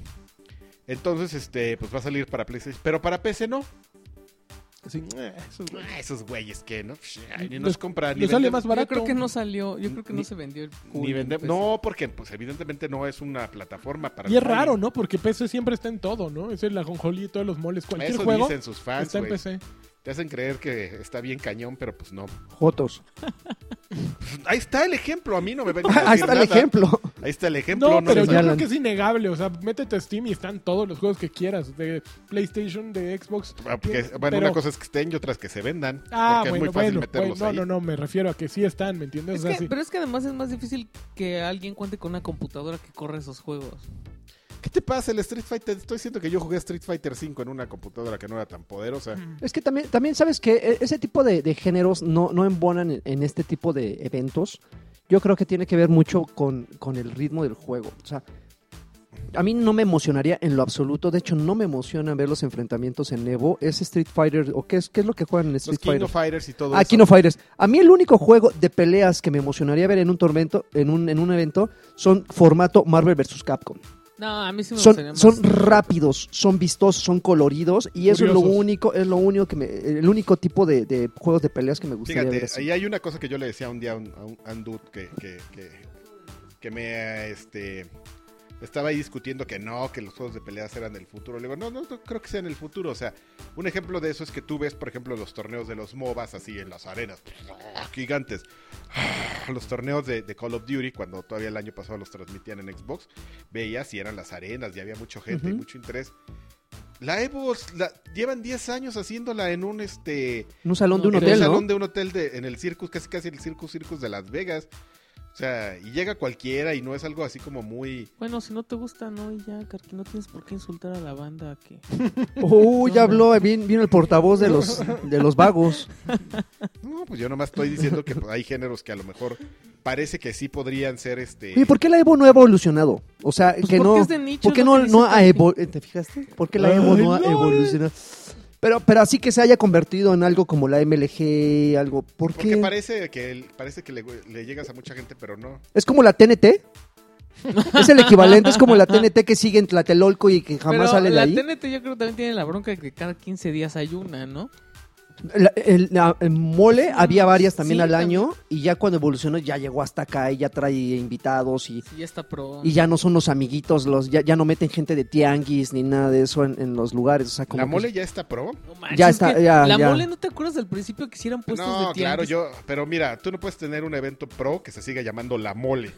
Speaker 5: Entonces, este, pues va a salir para PlayStation. Pero para PC no.
Speaker 4: Así, "Mueh", eso-
Speaker 5: Ah, esos güeyes que no. Psh, ay, ni
Speaker 4: Les-
Speaker 5: nos compran. Ni
Speaker 4: les sale
Speaker 5: vendemos-
Speaker 4: más barato.
Speaker 2: Yo creo que no salió, yo creo que no
Speaker 5: Ni-
Speaker 2: se vendió el
Speaker 5: ni
Speaker 2: culo en
Speaker 5: vende-
Speaker 2: PC.
Speaker 5: No, porque pues evidentemente no es una plataforma para.
Speaker 4: Y es
Speaker 5: nadie.
Speaker 4: raro, ¿no? Porque PC siempre está en todo, ¿no? Es el ajonjolí de todos los moles. Cualquier
Speaker 5: Eso
Speaker 4: juego
Speaker 5: dicen sus fans,
Speaker 4: está en
Speaker 5: güey.
Speaker 4: PC.
Speaker 5: Te hacen creer que está bien cañón, pero pues no.
Speaker 3: Jotos.
Speaker 5: Ahí está el ejemplo. A mí no me ven. a
Speaker 3: Ahí
Speaker 5: decir
Speaker 3: está el
Speaker 5: nada.
Speaker 3: ejemplo.
Speaker 5: Ahí está el ejemplo.
Speaker 4: No, pero
Speaker 5: les-
Speaker 4: yo
Speaker 3: señalan.
Speaker 4: creo que es innegable. O sea, métete a Steam y están todos los juegos que quieras. De PlayStation, de Xbox.
Speaker 5: Ah, porque-
Speaker 4: Pero-
Speaker 5: bueno, una cosa es que estén y otras que se vendan.
Speaker 4: Ah,
Speaker 5: porque
Speaker 4: bueno,
Speaker 5: es muy fácil
Speaker 4: bueno,
Speaker 5: meterlos
Speaker 4: bueno,
Speaker 5: ahí.
Speaker 4: No, no, no. Me refiero a que sí están, ¿me entiendes?
Speaker 2: Es
Speaker 4: O sea,
Speaker 2: que-
Speaker 4: sí.
Speaker 2: Pero es que además es más difícil que alguien cuente con una computadora que corre esos juegos.
Speaker 5: ¿Qué te pasa el Street Fighter? Estoy diciendo que yo jugué Street Fighter 5 en una computadora que no era tan poderosa.
Speaker 3: Es que también, también sabes que e- ese tipo de, de géneros no, no embonan en, en este tipo de eventos. Yo creo que tiene que ver mucho con, con el ritmo del juego. O sea, a mí no me emocionaría en lo absoluto. De hecho, no me emocionan ver los enfrentamientos en Evo. Es Street Fighter, o qué es, qué es lo que juegan en
Speaker 5: Los
Speaker 3: Street
Speaker 5: King
Speaker 3: Fighter.
Speaker 5: of Fighters y todo
Speaker 3: Ah,
Speaker 5: eso.
Speaker 3: King of Fighters. A mí el único juego de peleas que me emocionaría ver en un tormento, en un, en un evento, son formato Marvel vs. Capcom.
Speaker 2: No, a mí sí me gustaría
Speaker 3: Son,
Speaker 2: más.
Speaker 3: son rápidos, son vistosos, son coloridos y eso es
Speaker 4: Curiosos.
Speaker 3: lo único, es lo único que me, el único tipo de, de juegos de peleas que me gustaría ver.
Speaker 5: Fíjate,
Speaker 3: así.
Speaker 5: ahí hay una cosa que yo le decía un día a un, a un- a un dude que, que, que, que me eh, este, estaba ahí discutiendo que no, que los juegos de peleas eran del futuro. Le digo, no, no, no creo que sea en el futuro. O sea, un ejemplo de eso es que tú ves, por ejemplo, los torneos de los MOBAs así en las arenas, ¡ah! gigantes. ¡Ah! Los torneos de, de Call of Duty, cuando todavía el año pasado los transmitían en Xbox, veías y eran las arenas y había mucha gente y
Speaker 3: Ujú.
Speaker 5: mucho interés. La Evo la- llevan 10 años haciéndola en un este
Speaker 3: En un salón de un
Speaker 2: En
Speaker 5: en el
Speaker 3: hotel,
Speaker 5: salón
Speaker 3: ¿no?
Speaker 5: de un hotel de, en el circus, casi casi el circus circus de Las Vegas. O sea, y llega cualquiera y no es algo así como muy...
Speaker 2: Bueno, si no te gusta, no, y ya, Carqui, no tienes por qué insultar a la banda que...
Speaker 3: Uy, ya habló, bien, vino el portavoz de los de los vagos.
Speaker 5: No, pues yo nomás estoy diciendo que pues, hay géneros que a lo mejor parece que sí podrían ser este...
Speaker 3: Oye, ¿por qué la Evo no ha evolucionado? O sea,
Speaker 2: Pues
Speaker 3: que
Speaker 2: porque
Speaker 3: no,
Speaker 2: es de nicho,
Speaker 3: ¿por qué
Speaker 2: es
Speaker 3: no,
Speaker 2: lo que
Speaker 3: no
Speaker 2: dice
Speaker 3: ha
Speaker 2: Pepe.
Speaker 3: evolucionado? ¿Te fijaste? ¿Por qué la
Speaker 4: Ay,
Speaker 3: Evo no ha
Speaker 4: no, eh.
Speaker 3: evolucionado? Pero, pero así que se haya convertido en algo como la MLG, algo. ¿Por
Speaker 5: Porque
Speaker 3: qué?
Speaker 5: parece que, el- parece que le, le llegas a mucha gente, pero no.
Speaker 3: Es como la TNT, Es el equivalente, es como la TNT que sigue en Tlatelolco y que jamás
Speaker 2: Pero
Speaker 3: sale de
Speaker 2: la
Speaker 3: ahí.
Speaker 2: TNT yo creo que también tiene la bronca de que cada 15 días hay una, ¿no?
Speaker 3: La- el, la- el mole había varias también
Speaker 2: Sí,
Speaker 3: al
Speaker 2: también.
Speaker 3: año y ya cuando evolucionó ya llegó hasta acá y ya trae invitados y,
Speaker 2: Sí, está pro.
Speaker 3: y ya no son los amiguitos, los ya, ya no meten gente de tianguis ni nada de eso en, en los lugares. O sea, como
Speaker 5: ¿La
Speaker 3: que-
Speaker 5: mole ya está pro?
Speaker 2: No manches,
Speaker 3: Ya está,
Speaker 2: que
Speaker 3: ya,
Speaker 2: La
Speaker 3: ya.
Speaker 2: mole, ¿no te acuerdas del principio que hicieran puestos
Speaker 5: No,
Speaker 2: de tianguis?
Speaker 5: claro, yo. Pero mira, tú no puedes tener un evento pro que se siga llamando la mole.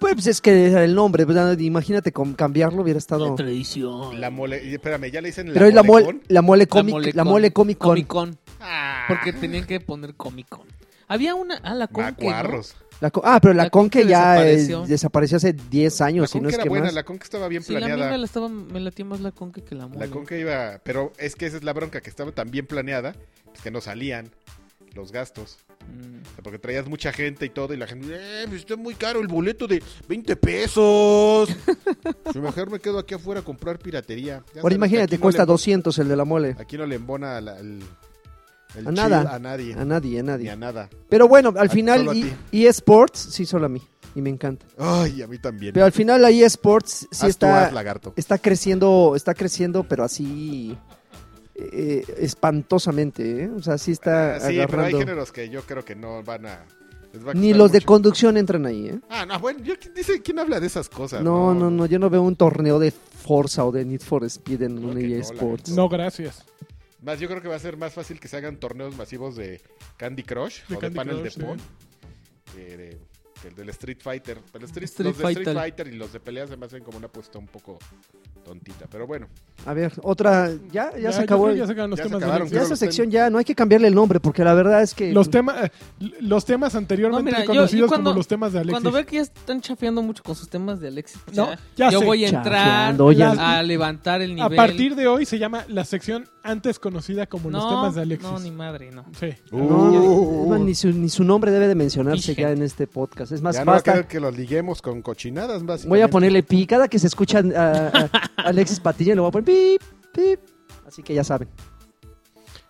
Speaker 3: Pues es que era el nombre, ¿verdad? imagínate con cambiarlo hubiera estado...
Speaker 2: tradición.
Speaker 5: La mole. y espérame, ya le dicen la
Speaker 3: Pero es la mole,
Speaker 5: molecón?
Speaker 3: la mole
Speaker 2: La
Speaker 3: comic, la mole comic Con.
Speaker 2: Comic Con.
Speaker 5: Ah,
Speaker 2: Porque tenían que poner Comic Con. Había una. Ah, la Con. que, ¿no?
Speaker 5: macuarros.
Speaker 3: La co- ah, pero la,
Speaker 2: La
Speaker 3: con que
Speaker 2: Conque
Speaker 3: ya eh, desapareció.
Speaker 2: desapareció.
Speaker 3: hace 10 años,
Speaker 5: La
Speaker 3: si
Speaker 5: con
Speaker 3: no es
Speaker 5: era
Speaker 3: que
Speaker 5: buena,
Speaker 3: más.
Speaker 5: la con estaba bien
Speaker 2: Sí, la mía
Speaker 5: planeada.
Speaker 2: me, la
Speaker 5: la...
Speaker 2: estaba, me latía más la conque que la mole.
Speaker 5: con que iba. Pero es que esa es la bronca, que estaba tan bien planeada pues, que no salían los gastos.
Speaker 2: Mm.
Speaker 5: O sea, Porque traías mucha gente y todo, y la gente, eh, pues está muy caro el boleto de 20 pesos. Yo mejor me quedo aquí afuera a comprar piratería. Ya sabes
Speaker 3: Ahora
Speaker 5: que
Speaker 3: imagínate,
Speaker 5: aquí no
Speaker 3: cuesta
Speaker 5: le-
Speaker 3: 200 el de la mole.
Speaker 5: Aquí no le embona la- el, el
Speaker 3: A nada.
Speaker 5: chill a nadie.
Speaker 3: A nadie, a
Speaker 5: Ni a
Speaker 3: nadie.
Speaker 5: nada.
Speaker 3: Pero bueno, al
Speaker 5: A-
Speaker 3: final
Speaker 5: solo a
Speaker 3: y-
Speaker 5: ti.
Speaker 3: eSports, sí, solo a mí. Y me encanta.
Speaker 5: Ay, a mí también.
Speaker 3: Pero al final la eSports sí
Speaker 5: Haz tú, haz,
Speaker 3: está,
Speaker 5: lagarto.
Speaker 3: está creciendo, está creciendo, pero así eh, espantosamente. ¿eh? O sea, sí está
Speaker 5: Ah, sí, pero hay
Speaker 3: agarrando.
Speaker 5: géneros que yo creo que no van a... les va a
Speaker 3: Ni
Speaker 5: costar
Speaker 3: los de
Speaker 5: mucho.
Speaker 3: conducción entran ahí. ¿eh?
Speaker 5: Ah, no, bueno, yo, dice, ¿quién habla de esas cosas?
Speaker 3: No, no, no. Yo no veo un torneo de Forza o de Need for Speed en
Speaker 5: Creo
Speaker 3: un
Speaker 5: que no, la
Speaker 3: eSports.
Speaker 5: neta.
Speaker 4: No, gracias.
Speaker 5: Más, yo creo que va a ser más fácil que se hagan torneos masivos de Candy Crush
Speaker 4: De
Speaker 5: o
Speaker 4: Candy
Speaker 5: de panel
Speaker 4: Crush, sí.
Speaker 5: de Pong. que de- que el del Street Fighter. Pero Street,
Speaker 2: Street
Speaker 5: los de Street
Speaker 2: Fighter.
Speaker 5: Fighter y los de peleas se me hacen como una apuesta un poco tontita. Pero bueno,
Speaker 3: A ver, otra. Ya, ya, se
Speaker 4: yo
Speaker 3: acabó.
Speaker 4: creo
Speaker 3: el-
Speaker 4: que Ya se acabaron los
Speaker 5: Ya se
Speaker 4: temas. de
Speaker 5: acabaron,
Speaker 4: Alex.
Speaker 3: Ya
Speaker 5: creo.
Speaker 3: esa
Speaker 5: los tem-
Speaker 3: sección ya, no hay que cambiarle el nombre, porque la verdad es que...
Speaker 4: Los, temas, los temas anteriormente
Speaker 2: No, mira, yo-
Speaker 4: conocidos
Speaker 2: yo cuando-
Speaker 4: como los temas de Alexis.
Speaker 2: Cuando veo que ya están chafeando mucho con sus temas de Alexis, pues
Speaker 4: No,
Speaker 2: ya-
Speaker 4: ya
Speaker 2: yo
Speaker 4: sé.
Speaker 2: voy a entrar
Speaker 3: Chafeando, ya
Speaker 4: sé.
Speaker 2: a levantar el
Speaker 4: A
Speaker 2: nivel.
Speaker 4: partir de hoy se llama la sección antes conocida como los temas de Alexis.
Speaker 2: No, ni madre, no.
Speaker 4: Sí.
Speaker 5: Uh.
Speaker 3: No, es más, ni, su, ni su nombre debe de mencionarse
Speaker 2: Dije.
Speaker 3: ya en este podcast. Es más,
Speaker 5: ya no va a
Speaker 3: basta.
Speaker 5: querer que los liguemos con cochinadas. básicamente.
Speaker 3: voy a ponerle pi. Cada que se escucha a, a Alexis Patilla, le voy a poner pip, pip. Así que ya saben.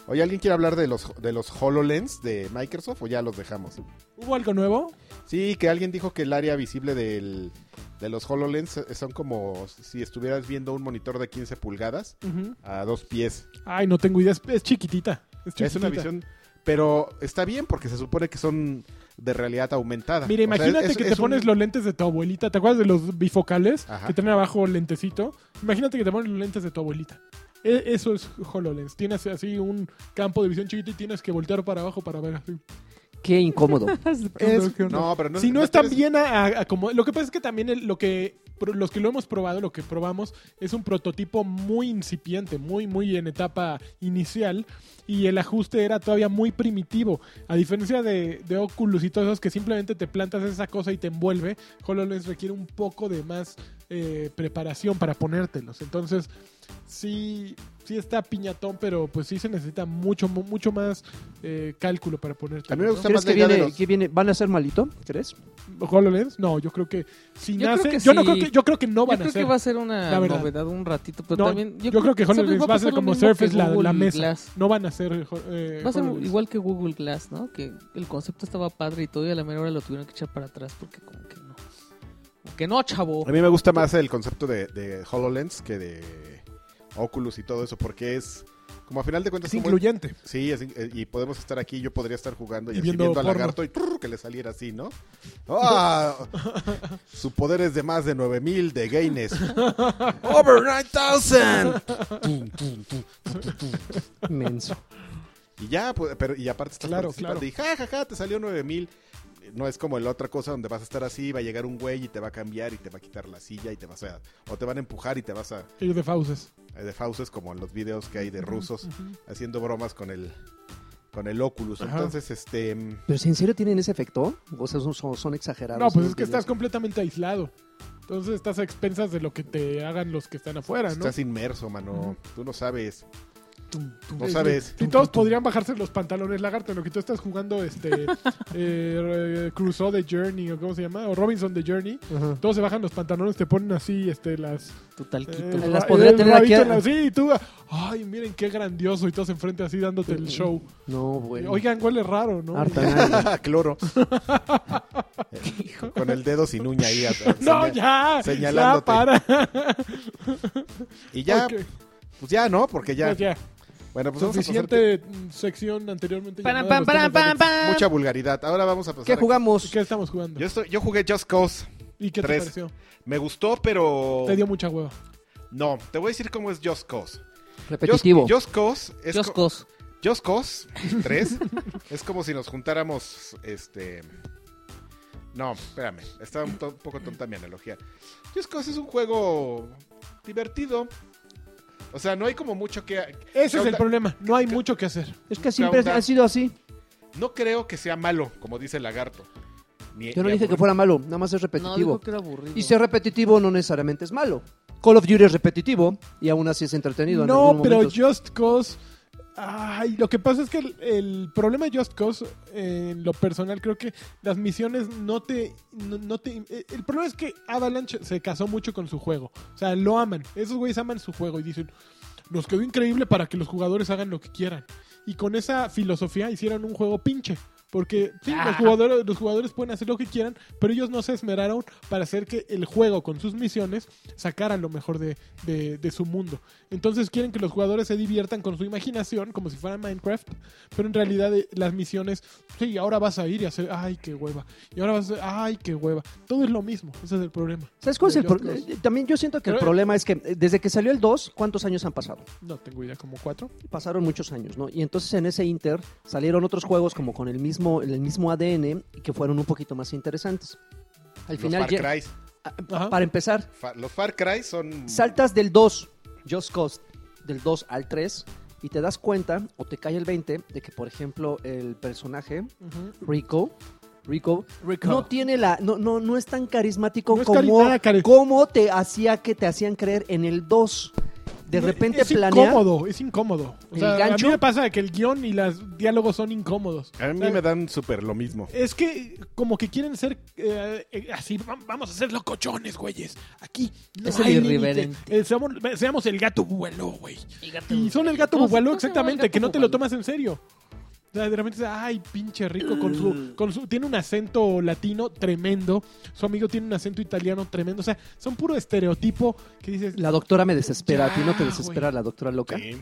Speaker 5: Oye, ¿alguien quiere hablar de los, de los HoloLens de Microsoft o ya los dejamos?
Speaker 4: ¿Hubo algo nuevo?
Speaker 5: Sí, que alguien dijo que el área visible del, de los HoloLens son como si estuvieras viendo un monitor de 15 pulgadas a dos pies.
Speaker 4: Ay, no tengo idea. Es, es chiquitita. Es,
Speaker 5: Es una
Speaker 4: chiquitita.
Speaker 5: visión, pero está bien porque se supone que son de realidad aumentada.
Speaker 4: Mira,
Speaker 5: O sea,
Speaker 4: imagínate
Speaker 5: es-
Speaker 4: que
Speaker 5: es
Speaker 4: te
Speaker 5: un-
Speaker 4: pones los lentes de tu abuelita. ¿Te acuerdas de los bifocales?
Speaker 5: Ajá.
Speaker 4: Que tienen abajo lentecito. Imagínate que te pones los lentes de tu abuelita. E- eso es HoloLens. Tienes así un campo de visión chiquito y tienes que voltear para abajo para ver. así.
Speaker 3: Qué incómodo.
Speaker 4: Es-
Speaker 5: No, pero no
Speaker 4: si no, están
Speaker 5: tienes-
Speaker 4: bien a- a- a como... Lo que pasa es que también el- lo que... pro- Los que lo hemos probado, lo que probamos, es un prototipo muy incipiente, muy, muy en etapa inicial. Y el ajuste era todavía muy primitivo. A diferencia de, de Oculus y todos esos que simplemente te plantas esa cosa y te envuelve, HoloLens requiere un poco de más eh, preparación para ponértelos. Entonces, sí, sí está piñatón, pero pues sí se necesita mucho, mu- mucho más eh, cálculo para ponértelos.
Speaker 5: A mí me
Speaker 4: ¿no?
Speaker 5: gusta
Speaker 3: ¿Crees
Speaker 5: más la
Speaker 3: que
Speaker 5: idea de
Speaker 3: viene,
Speaker 5: los-
Speaker 3: que viene? ¿Van a ser malito? ¿Crees?
Speaker 4: HoloLens, no, yo creo que si
Speaker 2: Yo creo
Speaker 4: nace,
Speaker 2: que
Speaker 4: yo no
Speaker 2: sí.
Speaker 4: creo que yo creo que no
Speaker 2: Yo
Speaker 4: van
Speaker 2: creo
Speaker 4: a ser.
Speaker 2: que va a ser una
Speaker 4: la verdad.
Speaker 2: novedad un ratito, pero
Speaker 4: No,
Speaker 2: también...
Speaker 4: yo, creo que
Speaker 2: ¿sabes?
Speaker 4: HoloLens va a ser
Speaker 2: pasar lo
Speaker 4: como
Speaker 2: mismo que
Speaker 4: Surface la, la
Speaker 2: Google
Speaker 4: mesa.
Speaker 2: Glass.
Speaker 4: No van a ser eh,
Speaker 2: Va a ser
Speaker 4: HoloLens.
Speaker 2: igual que Google Glass, ¿no? Que el concepto estaba padre y todo, y a la mera hora lo tuvieron que echar para atrás porque como que no. Como que no, chavo.
Speaker 3: Eh,
Speaker 5: A mí me gusta más el concepto de, de HoloLens que de Oculus y todo eso, porque es como a final de cuentas
Speaker 4: es
Speaker 5: como-
Speaker 4: incluyente.
Speaker 5: Sí, es in- eh, y podemos estar aquí, yo podría estar jugando y,
Speaker 4: Y
Speaker 5: así
Speaker 4: viendo
Speaker 5: viendo, al
Speaker 4: porno.
Speaker 5: lagarto y trrr, que le saliera así, ¿no? ¡Ah! Su poder es de más de 9000 de gaines. ¡Over 9000! Tum, tum, tum.
Speaker 3: Menso.
Speaker 5: Y ya, pues, pero, y aparte estás
Speaker 4: Claro,
Speaker 5: participando
Speaker 4: claro.
Speaker 5: y ja, ja, ja, te salió 9000. Eh, No es como la otra cosa donde vas a estar así, va a llegar un güey y te va a cambiar y te va a quitar la silla y te vas a... O te van a empujar y te vas a...
Speaker 4: Ir de fauces.
Speaker 5: eh, de fauces como en los videos que hay de rusos haciendo bromas con el... Con el Oculus.
Speaker 4: Ajá.
Speaker 5: Entonces, este... mm,
Speaker 3: ¿Pero si en serio tienen ese efecto? O sea, son, son- son exagerados.
Speaker 4: No, pues
Speaker 3: ¿no?
Speaker 4: es que estás completamente aislado. Entonces estás a expensas de lo que te hagan los que están afuera, ¿no?
Speaker 5: Estás inmerso, mano. Tú no sabes.
Speaker 2: tum, tum.
Speaker 5: No sabes.
Speaker 4: Si todos podrían bajarse los pantalones, lagarto, en lo que tú estás jugando, este, eh, Cruzó de Journey, o cómo se llama, o Robinson de Journey,
Speaker 3: Ajá.
Speaker 4: todos se bajan los pantalones, te ponen así, este, las...
Speaker 2: Tu
Speaker 4: eh,
Speaker 2: talquito.
Speaker 4: el
Speaker 3: Las
Speaker 4: ra-
Speaker 3: podría
Speaker 4: el
Speaker 3: tener aquí
Speaker 4: rabito
Speaker 3: a-
Speaker 4: en la- sí, y tú, ay, miren qué grandioso, y todos enfrente así dándote el show.
Speaker 3: No, bueno.
Speaker 4: Oigan, huele raro, ¿no?
Speaker 3: Harta nadie.
Speaker 5: Cloro. Ah, Con el dedo sin uña ahí. a- a-
Speaker 4: No,
Speaker 5: señal-
Speaker 4: ya,
Speaker 5: señalándote.
Speaker 4: ya, para.
Speaker 5: Y ya,
Speaker 4: Ok,
Speaker 5: pues ya, ¿no? Porque ya.
Speaker 4: pues ya.
Speaker 5: Bueno, pues vamos a pasar
Speaker 4: Suficiente mm, sección anteriormente.
Speaker 2: Pam,
Speaker 4: llamada
Speaker 2: pam,
Speaker 4: Los
Speaker 2: pam,
Speaker 4: temas
Speaker 2: pam,
Speaker 4: de Alex.
Speaker 2: pam.
Speaker 5: Mucha vulgaridad. Ahora vamos a pasar.
Speaker 3: ¿Qué
Speaker 5: a-
Speaker 3: jugamos?
Speaker 4: ¿Qué estamos jugando?
Speaker 5: Yo, estoy- yo jugué Just Cause.
Speaker 4: ¿Y qué
Speaker 5: Tres.
Speaker 4: te pareció?
Speaker 5: Me gustó, pero.
Speaker 4: Te dio mucha hueva.
Speaker 5: No, te voy a decir cómo es Just Cause.
Speaker 1: Repetitivo.
Speaker 5: Just, Just Cause es. co-
Speaker 2: Kioscos.
Speaker 5: Just Cause 3 es como si nos juntáramos, este... No, espérame, estaba un, to- un poco tonta mi analogía. Just Cause es un juego divertido. O sea, no hay como mucho que...
Speaker 4: Ese es el
Speaker 5: onda?
Speaker 4: problema. No hay mucho que hacer.
Speaker 3: Es que siempre
Speaker 5: onda?
Speaker 3: ha sido así.
Speaker 5: No creo que sea malo, como dice el lagarto. Ni-
Speaker 3: Yo no
Speaker 5: ni
Speaker 3: dije que
Speaker 5: aburrido.
Speaker 3: fuera malo, nada más es
Speaker 2: No, dijo
Speaker 3: repetitivo.
Speaker 2: que era aburrido.
Speaker 3: Y ser repetitivo no necesariamente es malo. Call of Duty es repetitivo y aún así es entretenido. en
Speaker 4: No,
Speaker 3: algunos
Speaker 4: pero
Speaker 3: momentos.
Speaker 4: Just Cause. Ay, lo que pasa es que el, el problema de Just Cause, eh, en lo personal, creo que las misiones no te, no, no te. eh, El problema es que Avalanche se casó mucho con su juego. O sea, lo aman. Esos güeyes aman su juego y dicen: Nos quedó increíble para que los jugadores hagan lo que quieran. Y con esa filosofía hicieron un juego pinche. Porque sí,
Speaker 3: Ah.
Speaker 4: los, jugadores, los jugadores pueden hacer lo que quieran, pero ellos no se esmeraron para hacer que el juego con sus misiones sacaran lo mejor de, de- de su mundo. Entonces quieren que los jugadores se diviertan con su imaginación, como si fuera Minecraft, pero en realidad eh, las misiones, sí, ahora vas a ir y hacer, ay, qué hueva, y ahora vas a, ay, qué hueva. Todo es lo mismo, ese es el problema.
Speaker 3: ¿Sabes cuál es
Speaker 4: de
Speaker 3: el
Speaker 4: Just
Speaker 3: pro-
Speaker 4: Cause.
Speaker 3: eh, También yo siento que el
Speaker 4: Pero-
Speaker 3: problema es que eh, desde que salió el 2, ¿cuántos años han pasado?
Speaker 4: No tengo idea, como cuatro.
Speaker 3: pasaron muchos años, ¿no? Y entonces en ese Inter salieron otros juegos como con el mismo, el mismo ADN y que fueron un poquito más interesantes. Al
Speaker 5: Los
Speaker 3: final,
Speaker 5: Far
Speaker 3: ya-
Speaker 5: Cry,
Speaker 4: Ajá.
Speaker 3: para empezar,
Speaker 5: los Far Cry son...
Speaker 3: saltas del 2, Just Cause, del 2 al 3 y te das cuenta o te cae el 20 de que, por ejemplo, el personaje
Speaker 4: Ujú.
Speaker 3: Rico, Rico, no tiene la, no, no, no es tan carismático
Speaker 4: No es cari-
Speaker 3: como,
Speaker 4: nada cari-
Speaker 3: como te hacía que te hacían creer en el 2. De repente
Speaker 4: es
Speaker 3: planea-
Speaker 4: incómodo, es incómodo. O
Speaker 3: ¿El
Speaker 4: sea, a mí
Speaker 3: gancho?
Speaker 4: me pasa que el guión y los diálogos son incómodos.
Speaker 5: A mí me dan súper lo mismo.
Speaker 4: Es que como que quieren ser eh, eh, así, vam- vamos a ser locochones, güeyes. Aquí no
Speaker 2: Es el
Speaker 4: hay límite.
Speaker 2: irreverente.
Speaker 4: Eh, seamos, seamos el gato bubuelo, güey.
Speaker 2: Y gato-
Speaker 4: Y son el gato
Speaker 2: No,
Speaker 4: bubuelo
Speaker 2: no se llama el
Speaker 4: exactamente,
Speaker 2: gato
Speaker 4: que no te lo
Speaker 2: bubalú.
Speaker 4: tomas en serio. O sea, de repente dices, ay, pinche rico, con su, con su... Tiene un acento latino tremendo. Su amigo tiene un acento italiano tremendo. O sea, son puro estereotipo que dices...
Speaker 3: La doctora me desespera, a ti no te
Speaker 4: Ya,
Speaker 3: desespera la doctora loca.
Speaker 5: Sí.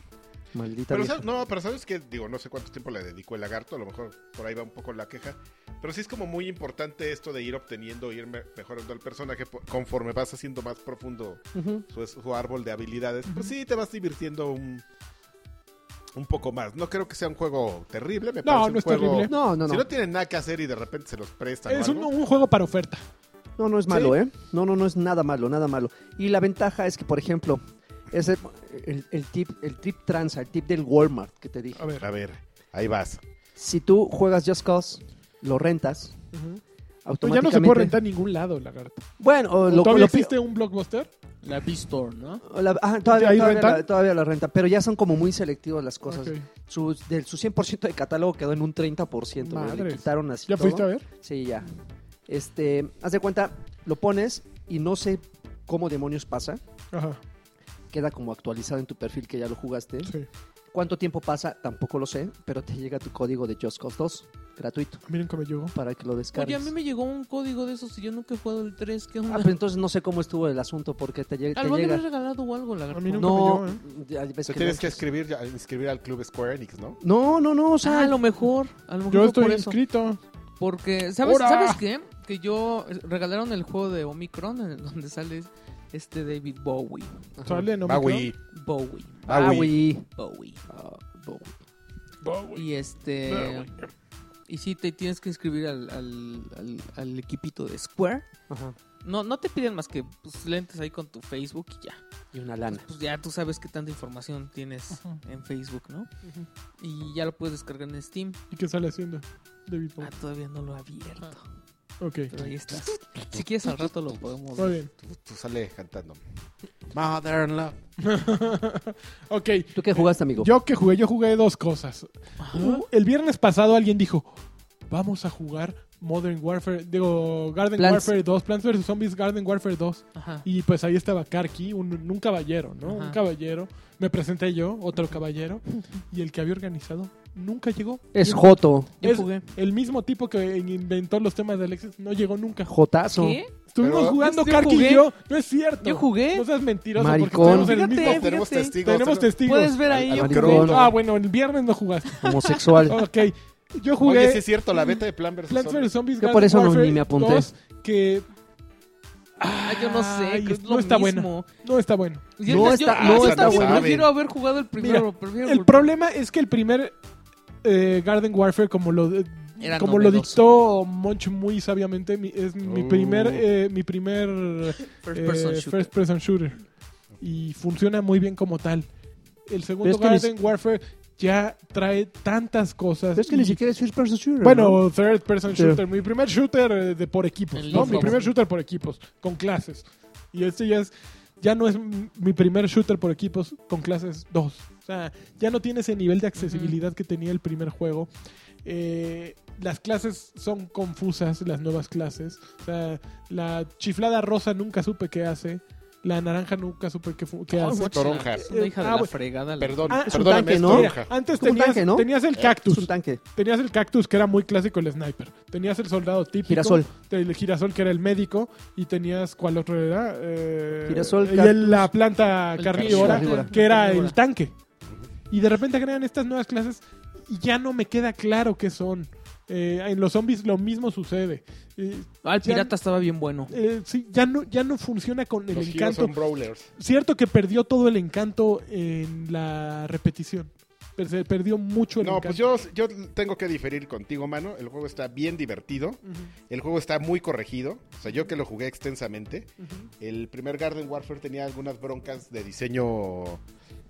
Speaker 3: Maldita
Speaker 5: Pero,
Speaker 3: vieja.
Speaker 5: ¿sabes? No, pero sabes que, digo, no sé cuánto tiempo le dedicó el lagarto, a lo mejor por ahí va un poco la queja. Pero sí es como muy importante esto de ir obteniendo, ir me- mejorando al personaje po- conforme vas haciendo más profundo
Speaker 3: Ujú.
Speaker 5: su, su árbol de habilidades. Pues sí, te vas divirtiendo un, un poco más. No creo que sea un juego terrible, me
Speaker 4: No,
Speaker 5: parece
Speaker 4: ¿Eh?
Speaker 5: un
Speaker 4: no es
Speaker 5: juego-
Speaker 4: terrible.
Speaker 3: No, no, no.
Speaker 5: Si no tienen nada que hacer y de repente se los prestan.
Speaker 4: Es
Speaker 5: o
Speaker 4: un,
Speaker 5: algo,
Speaker 4: un juego para oferta.
Speaker 3: No, no es malo, ¿eh? No, no, no es nada malo, nada malo. Y la ventaja es que, por ejemplo, ese, el, el tip, el tip transa, el tip del Walmart que te dije.
Speaker 4: A ver.
Speaker 5: A ver, ahí vas.
Speaker 3: Si tú juegas Just Cause, lo rentas,
Speaker 4: Ujú. Pues ya
Speaker 3: automáticamente...
Speaker 4: no se puede rentar en ningún lado, lagarto.
Speaker 3: Bueno, o lo,
Speaker 4: ¿Todavía
Speaker 3: lo pi-
Speaker 4: existe un blockbuster?
Speaker 2: La B-Store, ¿no?
Speaker 3: la- ah, todavía,
Speaker 4: ¿Ahí
Speaker 3: todavía
Speaker 4: rentan?
Speaker 3: la, todavía la renta, pero ya son como muy selectivas las cosas.
Speaker 4: Ok.
Speaker 3: Su, de su 100% de catálogo quedó en un 30%, güey, le
Speaker 4: Madres.
Speaker 3: quitaron así
Speaker 4: ¿Ya
Speaker 3: todo.
Speaker 4: fuiste a ver?
Speaker 3: Sí, ya. Este, haz de cuenta, lo pones y no sé cómo demonios pasa.
Speaker 4: Ajá.
Speaker 3: Queda como actualizado en tu perfil que ya lo jugaste.
Speaker 4: Sí.
Speaker 3: ¿Cuánto tiempo pasa? Tampoco lo sé, pero te llega tu código de Just Cause 2, gratuito,
Speaker 4: Miren cómo llegó.
Speaker 3: para que lo
Speaker 2: Oye,
Speaker 3: descargues.
Speaker 2: a mí me llegó un código de esos y yo nunca he jugado el 3. ¿Qué
Speaker 3: Ah,
Speaker 2: onda?
Speaker 3: pero entonces no sé cómo estuvo el asunto, porque te, llega- te
Speaker 2: Algo me
Speaker 3: llega...
Speaker 2: has regalado o algo, lagarto.
Speaker 4: A mí nunca
Speaker 3: No,
Speaker 4: me llegó, ¿eh?
Speaker 3: ya ves
Speaker 5: Te
Speaker 3: que
Speaker 5: tienes
Speaker 3: no
Speaker 5: que
Speaker 3: es-
Speaker 5: escribir, ya- inscribir al club Square Enix, ¿no?
Speaker 3: No, no, no, o sea...
Speaker 2: Ah, a lo mejor. A lo mejor
Speaker 4: Yo
Speaker 2: fue
Speaker 4: estoy
Speaker 2: por eso.
Speaker 4: inscrito.
Speaker 2: Porque, ¿sabes,
Speaker 4: ¡Hora!
Speaker 2: ¿sabes qué? Que yo eh, regalaron el juego de Omicron, en donde sale este David Bowie.
Speaker 3: Ajá.
Speaker 4: Sale, no me
Speaker 5: Maui.
Speaker 2: Bowie.
Speaker 3: Ah,
Speaker 5: Maui.
Speaker 3: güey.
Speaker 2: Bowie.
Speaker 3: Ah, bo-
Speaker 4: creo. Bowie.
Speaker 2: Y este. Y sí, te tienes que inscribir al, al, al- al equipito de Square.
Speaker 3: Ajá.
Speaker 2: No, no te piden más que pues, lentes ahí con tu Facebook y ya.
Speaker 3: Y una lana.
Speaker 2: Pues ya tú sabes qué tanta información tienes
Speaker 4: Ajá.
Speaker 2: en Facebook, ¿no? Y ya lo puedes descargar en Steam.
Speaker 4: ¿Y qué sale haciendo? David
Speaker 2: Ah,
Speaker 4: Bowie. Ah.
Speaker 2: todavía no lo he abierto.
Speaker 4: Ok.
Speaker 2: Pero ahí estás. Si quieres, al rato lo podemos.
Speaker 4: Muy bien.
Speaker 5: Tú sale cantando. Mother Love.
Speaker 4: ok.
Speaker 1: ¿Tú qué jugaste, amigo?
Speaker 4: Yo que jugué, yo jugué dos cosas. Uh, el viernes pasado alguien dijo, vamos a jugar Modern Warfare, digo, Garden
Speaker 1: Plants.
Speaker 4: Warfare 2, Plants vs. Zombies Garden Warfare 2.
Speaker 2: Ajá.
Speaker 4: Y pues ahí estaba Karki, un, un caballero, ¿no? Un
Speaker 2: Ajá.
Speaker 4: caballero. Me presenté yo, otro caballero. Y el que había organizado nunca llegó.
Speaker 3: Es Joto.
Speaker 2: Yo
Speaker 4: Es
Speaker 2: jugué.
Speaker 4: El mismo tipo que inventó los temas de Alexis no llegó nunca.
Speaker 3: Jotazo.
Speaker 2: ¿Qué?
Speaker 4: Estuvimos
Speaker 5: Pero-
Speaker 4: jugando
Speaker 2: Yo
Speaker 4: Karki
Speaker 2: jugué.
Speaker 4: y yo. No es cierto.
Speaker 2: Yo jugué.
Speaker 4: No seas mentiroso
Speaker 3: Maricón.
Speaker 4: porque estuvimos en el
Speaker 2: Fíjate,
Speaker 4: mismo-
Speaker 5: Tenemos
Speaker 2: fíjate.
Speaker 5: testigos.
Speaker 4: Tenemos testigos.
Speaker 2: Puedes ver ahí.
Speaker 5: Al-
Speaker 2: yo
Speaker 5: al-
Speaker 2: jugué.
Speaker 3: maricón.
Speaker 4: Ah, bueno, el viernes no jugaste.
Speaker 3: Homosexual.
Speaker 4: ok. Yo jugué.
Speaker 5: Oye, sí es cierto, la beta de Plan vs.
Speaker 4: Plants vs. Zombies
Speaker 3: Yo
Speaker 4: Garden
Speaker 3: por eso no-
Speaker 4: Warfare
Speaker 3: ni me apunté.
Speaker 4: 2, que
Speaker 2: Ah, yo no sé.
Speaker 4: Ay,
Speaker 2: que es
Speaker 4: no
Speaker 2: lo
Speaker 4: está
Speaker 2: mismo.
Speaker 4: no está bueno.
Speaker 2: Yo-
Speaker 3: No
Speaker 2: yo-
Speaker 3: está-
Speaker 2: yo-
Speaker 5: no
Speaker 2: yo
Speaker 5: está bueno.
Speaker 2: Prefiero haber jugado el primero. prefiero
Speaker 4: El
Speaker 2: volver-
Speaker 4: problema es que el primer eh, Garden Warfare, como lo
Speaker 2: Era
Speaker 4: como lo
Speaker 2: novedoso.
Speaker 4: dictó Monch muy sabiamente, mi- es mi
Speaker 3: Oh.
Speaker 5: Uh.
Speaker 4: primer eh, mi primer eh,
Speaker 2: First person shooter.
Speaker 4: first person shooter. y funciona muy bien como tal. El segundo
Speaker 1: es que ni
Speaker 4: Garden Warfare ya trae tantas cosas.
Speaker 3: es que ni
Speaker 4: y-
Speaker 3: siquiera es First Person Shooter.
Speaker 4: Bueno, third person
Speaker 3: Sí.
Speaker 4: shooter. Mi primer shooter eh, de por equipos,
Speaker 2: En
Speaker 4: ¿no?
Speaker 2: línea.
Speaker 4: Mi primer shooter por equipos, con clases. Y este ya es. Ya no es m- mi primer shooter por equipos con clases 2. O sea, ya no tiene ese nivel de accesibilidad que tenía el primer juego. Eh, las clases son confusas, las nuevas clases. O sea, la chiflada rosa nunca supe qué hace. La naranja nunca supe qué, fu- qué
Speaker 2: Ah,
Speaker 4: hace.
Speaker 2: guacha,
Speaker 5: toronja.
Speaker 2: es una hija de
Speaker 4: Ah,
Speaker 2: la
Speaker 4: bueno.
Speaker 2: fregada. la-
Speaker 5: Perdón,
Speaker 4: Ah, es
Speaker 3: un
Speaker 5: perdóname,
Speaker 3: tanque,
Speaker 5: es Eh,
Speaker 3: ¿no?
Speaker 5: toronja.
Speaker 4: Mira, antes
Speaker 3: Como un
Speaker 4: tenías,
Speaker 3: tanque, ¿no?
Speaker 4: tenías el
Speaker 3: Es un
Speaker 4: cactus.
Speaker 3: tanque.
Speaker 4: Tenías el cactus, que era muy clásico el sniper. Tenías el soldado típico.
Speaker 3: Girasol.
Speaker 4: El girasol, que era el médico. Y tenías, ¿cuál otro era? Eh,
Speaker 3: Girasol,
Speaker 4: Y
Speaker 3: cactus.
Speaker 4: el- la planta
Speaker 2: El
Speaker 4: carnívora,
Speaker 3: carnívora.
Speaker 4: que era el
Speaker 2: Carnívora.
Speaker 4: tanque. Y de repente crean estas nuevas clases y ya no me queda claro qué son. Eh, en los zombies lo mismo sucede. Eh,
Speaker 2: Ah, el
Speaker 4: Ya-
Speaker 2: pirata estaba bien bueno.
Speaker 4: eh, sí, ya no, ya no funciona con el
Speaker 5: Los giros
Speaker 4: encanto
Speaker 5: son brawlers.
Speaker 4: Cierto que perdió todo el encanto en la repetición. Pero se perdió mucho el
Speaker 5: No,
Speaker 4: encanto.
Speaker 5: pues yo, yo tengo que diferir contigo, mano. El juego está bien divertido.
Speaker 4: Ujú,
Speaker 5: El juego está muy corregido. O sea, yo que lo jugué extensamente.
Speaker 4: ujú.
Speaker 5: El primer Garden Warfare tenía algunas broncas de diseño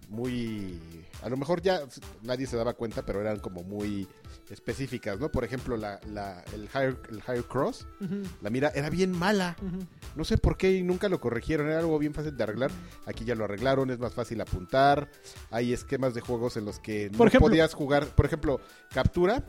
Speaker 5: muy... A lo mejor ya nadie se daba cuenta, pero eran como muy específicas, ¿no? Por ejemplo, la, la- el, higher, el Higher Cross,
Speaker 4: Ujú,
Speaker 5: la mira era bien mala.
Speaker 4: ujú.
Speaker 5: No sé por qué y nunca lo corrigieron. Era algo bien fácil de arreglar. Aquí ya lo arreglaron, es más fácil apuntar. Hay esquemas de juegos en los que no
Speaker 4: Por ejemplo.
Speaker 5: podías jugar. Por ejemplo, captura.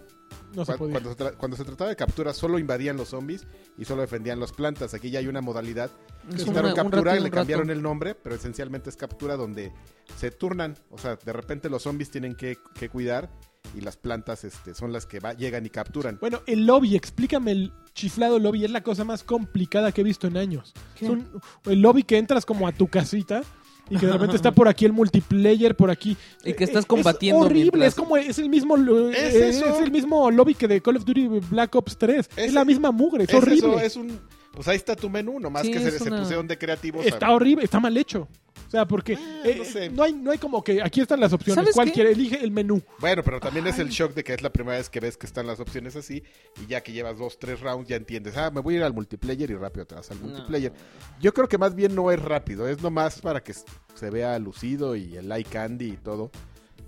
Speaker 4: No se
Speaker 5: Cuan-
Speaker 4: podía.
Speaker 5: Cuando, se tra- cuando se trataba de captura, solo invadían los zombies y solo defendían las plantas. Aquí ya hay una modalidad.
Speaker 2: Es
Speaker 5: Quitaron
Speaker 2: una- un
Speaker 5: captura,
Speaker 2: rato y un
Speaker 5: le
Speaker 2: rato.
Speaker 5: cambiaron el nombre, pero esencialmente es captura donde se turnan. O sea, de repente los zombies tienen que, que cuidar y las plantas este, son las que va- llegan y capturan.
Speaker 4: Bueno, el lobby, explícame el chiflado lobby, es la cosa más complicada que he visto en años.
Speaker 2: ¿Qué?
Speaker 4: Es un- el lobby que entras como a tu casita y que de repente está por aquí el multiplayer, por aquí.
Speaker 2: Y que
Speaker 4: Eh,
Speaker 2: estás
Speaker 4: es
Speaker 2: combatiendo
Speaker 4: horrible,
Speaker 2: mientras-
Speaker 4: es como es el mismo lo-
Speaker 5: ¿Es
Speaker 4: eh,
Speaker 5: eso?
Speaker 4: es el mismo lobby que de Call of Duty Black Ops 3. Es,
Speaker 5: Es-
Speaker 4: la misma mugre, es,
Speaker 5: eso,
Speaker 4: horrible.
Speaker 5: es un. Pues ahí está tu menú, nomás
Speaker 2: Sí,
Speaker 5: que se,
Speaker 2: es
Speaker 5: se
Speaker 2: una-
Speaker 5: pusieron de creativos. a-
Speaker 4: Está horrible, está mal hecho. O sea, porque eh,
Speaker 5: Ah, no
Speaker 4: no,
Speaker 5: sé.
Speaker 4: hay, no hay como que aquí están las opciones.
Speaker 2: ¿Sabes
Speaker 4: ¿Cuál
Speaker 2: qué?
Speaker 4: quiere? Elige el menú.
Speaker 5: Bueno, pero también es el shock de que es la primera vez que ves que están las opciones así y ya que llevas dos, tres rounds ya entiendes, ah, me voy a ir al multiplayer y rápido te vas al
Speaker 2: No.
Speaker 5: multiplayer. Yo creo que más bien no es rápido, es nomás para que s- se vea lucido y el like candy y todo,